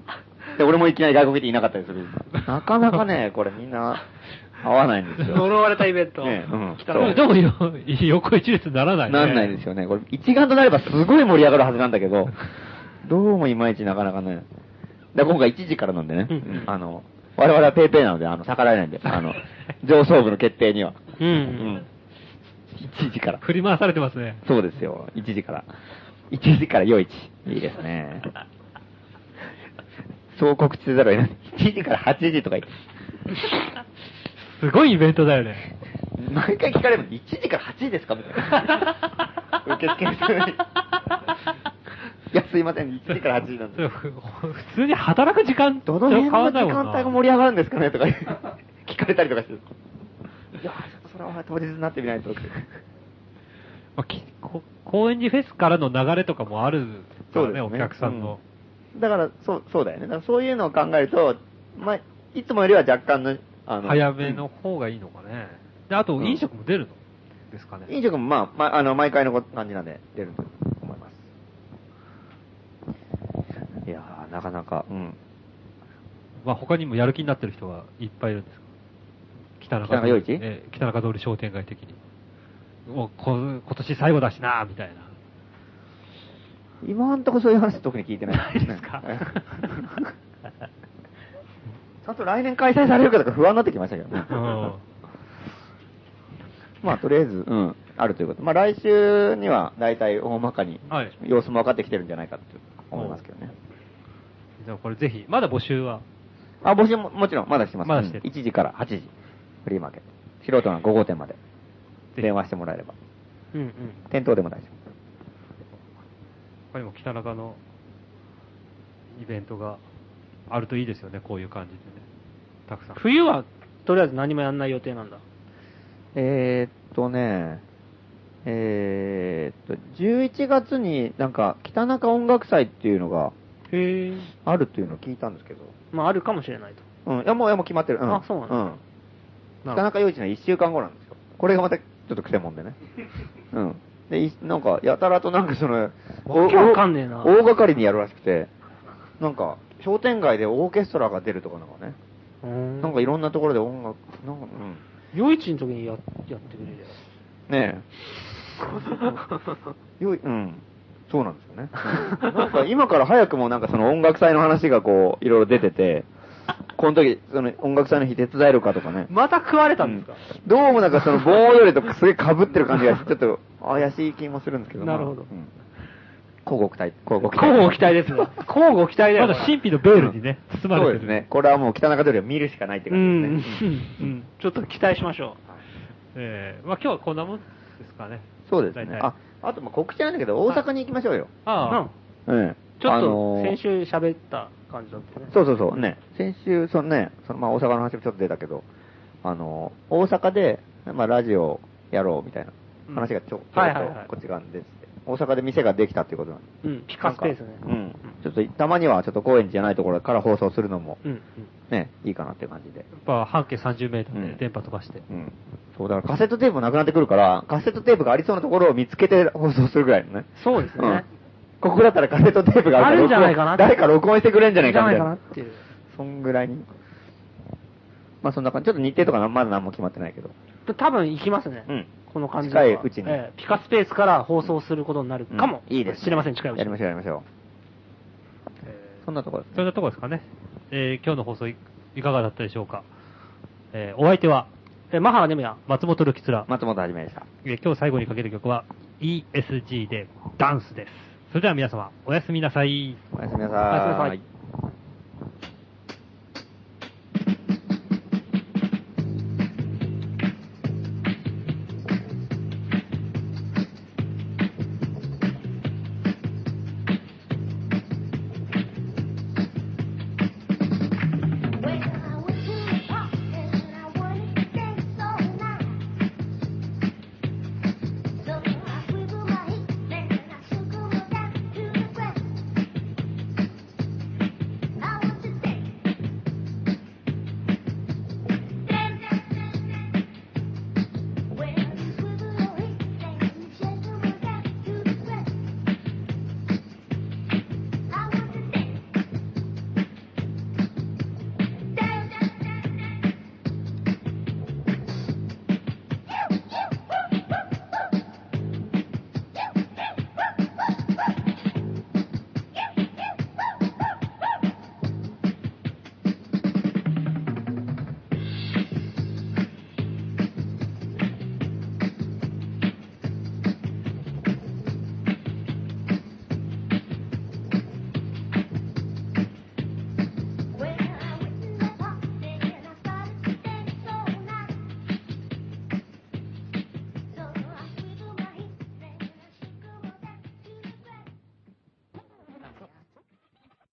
Speaker 4: で、俺 *laughs* もいきなり外国行っていなかったりする。なかなか *laughs* ね、これみんな合わないんですよ。
Speaker 3: 呪われたイベント。
Speaker 4: ねうん
Speaker 3: 北
Speaker 5: で
Speaker 3: の
Speaker 5: も
Speaker 4: そう
Speaker 5: でもよ、横一列にならないね。
Speaker 4: なんないですよね。これ一丸となればすごい盛り上がるはずなんだけ *laughs* ど、どうもいまいちなかなかね。で今回1時からなんでね、あの、我々はペイペイなので、あの、逆らえないんで、 *laughs* あの、上層部の決定には。う
Speaker 5: う。
Speaker 4: んん。1時から。
Speaker 5: 振り回されてますね。
Speaker 4: そうですよ。1時から。1時から夜市。いいです *laughs* ね。そう告知せざるを得ない。1時から8時とか言って。
Speaker 5: すごいイベントだよね。
Speaker 4: 毎回聞かれるの、1時から8時ですかみたいな。受付の人 *laughs* に。いや、すいません、1時から8時なん
Speaker 5: そ
Speaker 4: で
Speaker 5: れ。ふ *laughs* 普通に働く時間と
Speaker 4: どの辺
Speaker 5: 変わ
Speaker 4: の
Speaker 5: ん
Speaker 4: 時
Speaker 5: ないもんな
Speaker 4: 間帯が盛り上がるんですかねと *laughs* か聞かれたりとかして。いや、それは当日になってみないと。
Speaker 5: まあきこ高円寺フェスからの流れとかもあるか
Speaker 4: そう
Speaker 5: ら
Speaker 4: です
Speaker 5: ね、
Speaker 4: ね。
Speaker 5: お客さんの。
Speaker 4: うんだから、そう、そうだよね。だからそういうのを考えると、まあ、いつもよりは若干の、あの、
Speaker 5: 早めの方がいいのかね。で、あと飲食も出るのですかね。
Speaker 4: 飲食もまあ、まあ、あの、毎回のこ感じなんで出ると思います。いやー、なかなか、うん。
Speaker 5: まあ他にもやる気になってる人がいっぱいいるんですか北中
Speaker 4: 北中陽一
Speaker 5: ええ北中通り商店街的に。もうこ今年最後だしなみたいな。
Speaker 4: 今んとこそういう話特に聞いてない。
Speaker 5: ないですか
Speaker 4: *laughs* ちゃんと来年開催されるかとか不安になってきましたけどね。
Speaker 5: *laughs* うん
Speaker 4: まあ、とりあえず、うん、あるということ。まあ、来週には大体大まかに
Speaker 5: はい、
Speaker 4: 様子も分かってきてるんじゃないかと思いますけどね。
Speaker 5: じゃあこれぜひ、まだ募集は。
Speaker 4: あ、募集も、もちろん、まだしてます。
Speaker 5: まだしてる
Speaker 4: うん1時から8時、フリーマーケット。素人の5号店まで、
Speaker 5: ひ
Speaker 4: 電話してもらえれば。
Speaker 7: うんうん。
Speaker 4: 店頭でも大丈
Speaker 5: 他にも北中のイベントがあるといいですよね、こういう感じでね。たくさん。
Speaker 7: 冬は、とりあえず何もやんない予定なんだ。
Speaker 4: 夫。えー、っとね、えー、っと、11月になんか、北中音楽祭っていうのが
Speaker 7: へえ。
Speaker 4: あるというのを聞いたんですけど、
Speaker 7: まあ、あるかもしれないと。
Speaker 4: うん、いや、もう、いや、もう決まってる。うん、
Speaker 7: あそうなんだ
Speaker 4: うん。北中陽一の1週間後なんですよ。これがまたちょっと癖もんでね。
Speaker 7: *laughs*
Speaker 4: うん。で、いなんか、やたらとなんかその、
Speaker 7: わけわかんねえな
Speaker 4: お大掛かりにやるらしくて、なんか、商店街でオーケストラが出るとかなんかね、
Speaker 7: な
Speaker 4: なんかいろんなところで音楽、なんか、
Speaker 7: 夜市の時にややってくれるよ。
Speaker 4: うん。ね
Speaker 7: *laughs*
Speaker 4: え。よい、うん。そうなんですよね。うんなんか今から早くもなんかその音楽祭の話がこう、いろいろ出てて、この時、その音楽祭の日手伝えるかとかね。
Speaker 7: また食われたんですか、
Speaker 4: うんどうもなんかその棒よりとすげえ被ってる感じが
Speaker 7: *laughs*
Speaker 4: して、ちょっと怪しい気もするんですけど。
Speaker 7: なるほ
Speaker 4: ま
Speaker 7: ど
Speaker 4: あうん乞うご期待。乞うご期待。
Speaker 7: 交互期待
Speaker 5: *laughs*
Speaker 7: ですね。交互期待だよ。
Speaker 5: まだ神秘のベールにね、包まれて
Speaker 4: そう
Speaker 5: る。
Speaker 4: ですね。これはもう北中通りを見るしかないって
Speaker 7: う
Speaker 4: 感
Speaker 7: ん
Speaker 4: じですね。
Speaker 7: うん。うん。ちょっと期待しましょ
Speaker 5: ええまあ今日はこんなもんですかね。
Speaker 4: そうですね
Speaker 5: 大。体
Speaker 4: あ、あとまあ告知なんだけど、大阪に行きましょうよ。
Speaker 7: う。
Speaker 5: ああ、
Speaker 7: うん
Speaker 4: うん。
Speaker 7: ち
Speaker 4: あ
Speaker 7: ょ
Speaker 4: の
Speaker 7: っと
Speaker 4: ー
Speaker 7: 先週喋った感じだったね。
Speaker 4: そうそうそう、ね、先週、そのね、そのまあ大阪の話もちょっと出たけど、あの、大阪で、まあラジオやろうみたいな話がちょ、ちょ
Speaker 7: は
Speaker 4: っ
Speaker 7: い
Speaker 4: と
Speaker 7: はいはい
Speaker 4: こっち側に出てて、大阪で店ができたっていうことなんで。
Speaker 7: うん。ピカスペースね。
Speaker 4: なんかうん。ちょっと、たまにはちょっと高円寺じゃないところから放送するのも、
Speaker 7: うん。うん。
Speaker 4: ね、いいかなっていう感じで。
Speaker 5: やっぱ半径30メートル
Speaker 4: う
Speaker 5: で
Speaker 4: ん
Speaker 5: 電波飛ばして。
Speaker 4: うん。そう、だからカセットテープもなくなってくるから、カセットテープがありそうなところを見つけて放送するぐらいのね。
Speaker 7: そうですね
Speaker 4: んここだったらカセットテープがある
Speaker 7: あるんじゃないかな
Speaker 4: 録音誰か録音してくれんじゃないかみたい
Speaker 7: じゃな
Speaker 4: ない
Speaker 7: かなっていう。
Speaker 4: そんぐらいに。まあそんな感じ。ちょっと日程とかなまだ何も決まってないけど。
Speaker 7: 多分行きますね。
Speaker 4: うん
Speaker 7: この感じで
Speaker 4: 近いうちに
Speaker 7: ええピカスペースから放送することになるかも。
Speaker 4: うんいいです、
Speaker 7: 知れません、近いうちに
Speaker 4: やりましょう、やりましょう。そんなところです
Speaker 5: そんなところですかね。えー今日の放送いいかがだったでしょうか。えーお相手は、
Speaker 7: ええマハラネムヤ。
Speaker 5: 松本るきつら。
Speaker 4: 松本はじめでした。
Speaker 5: えー今日最後にかける曲は、ESG でダンスです。それでは皆様、おやすみなさい。
Speaker 4: おやすみな
Speaker 7: おやすみな
Speaker 4: さ
Speaker 7: さ
Speaker 4: ーい
Speaker 7: い。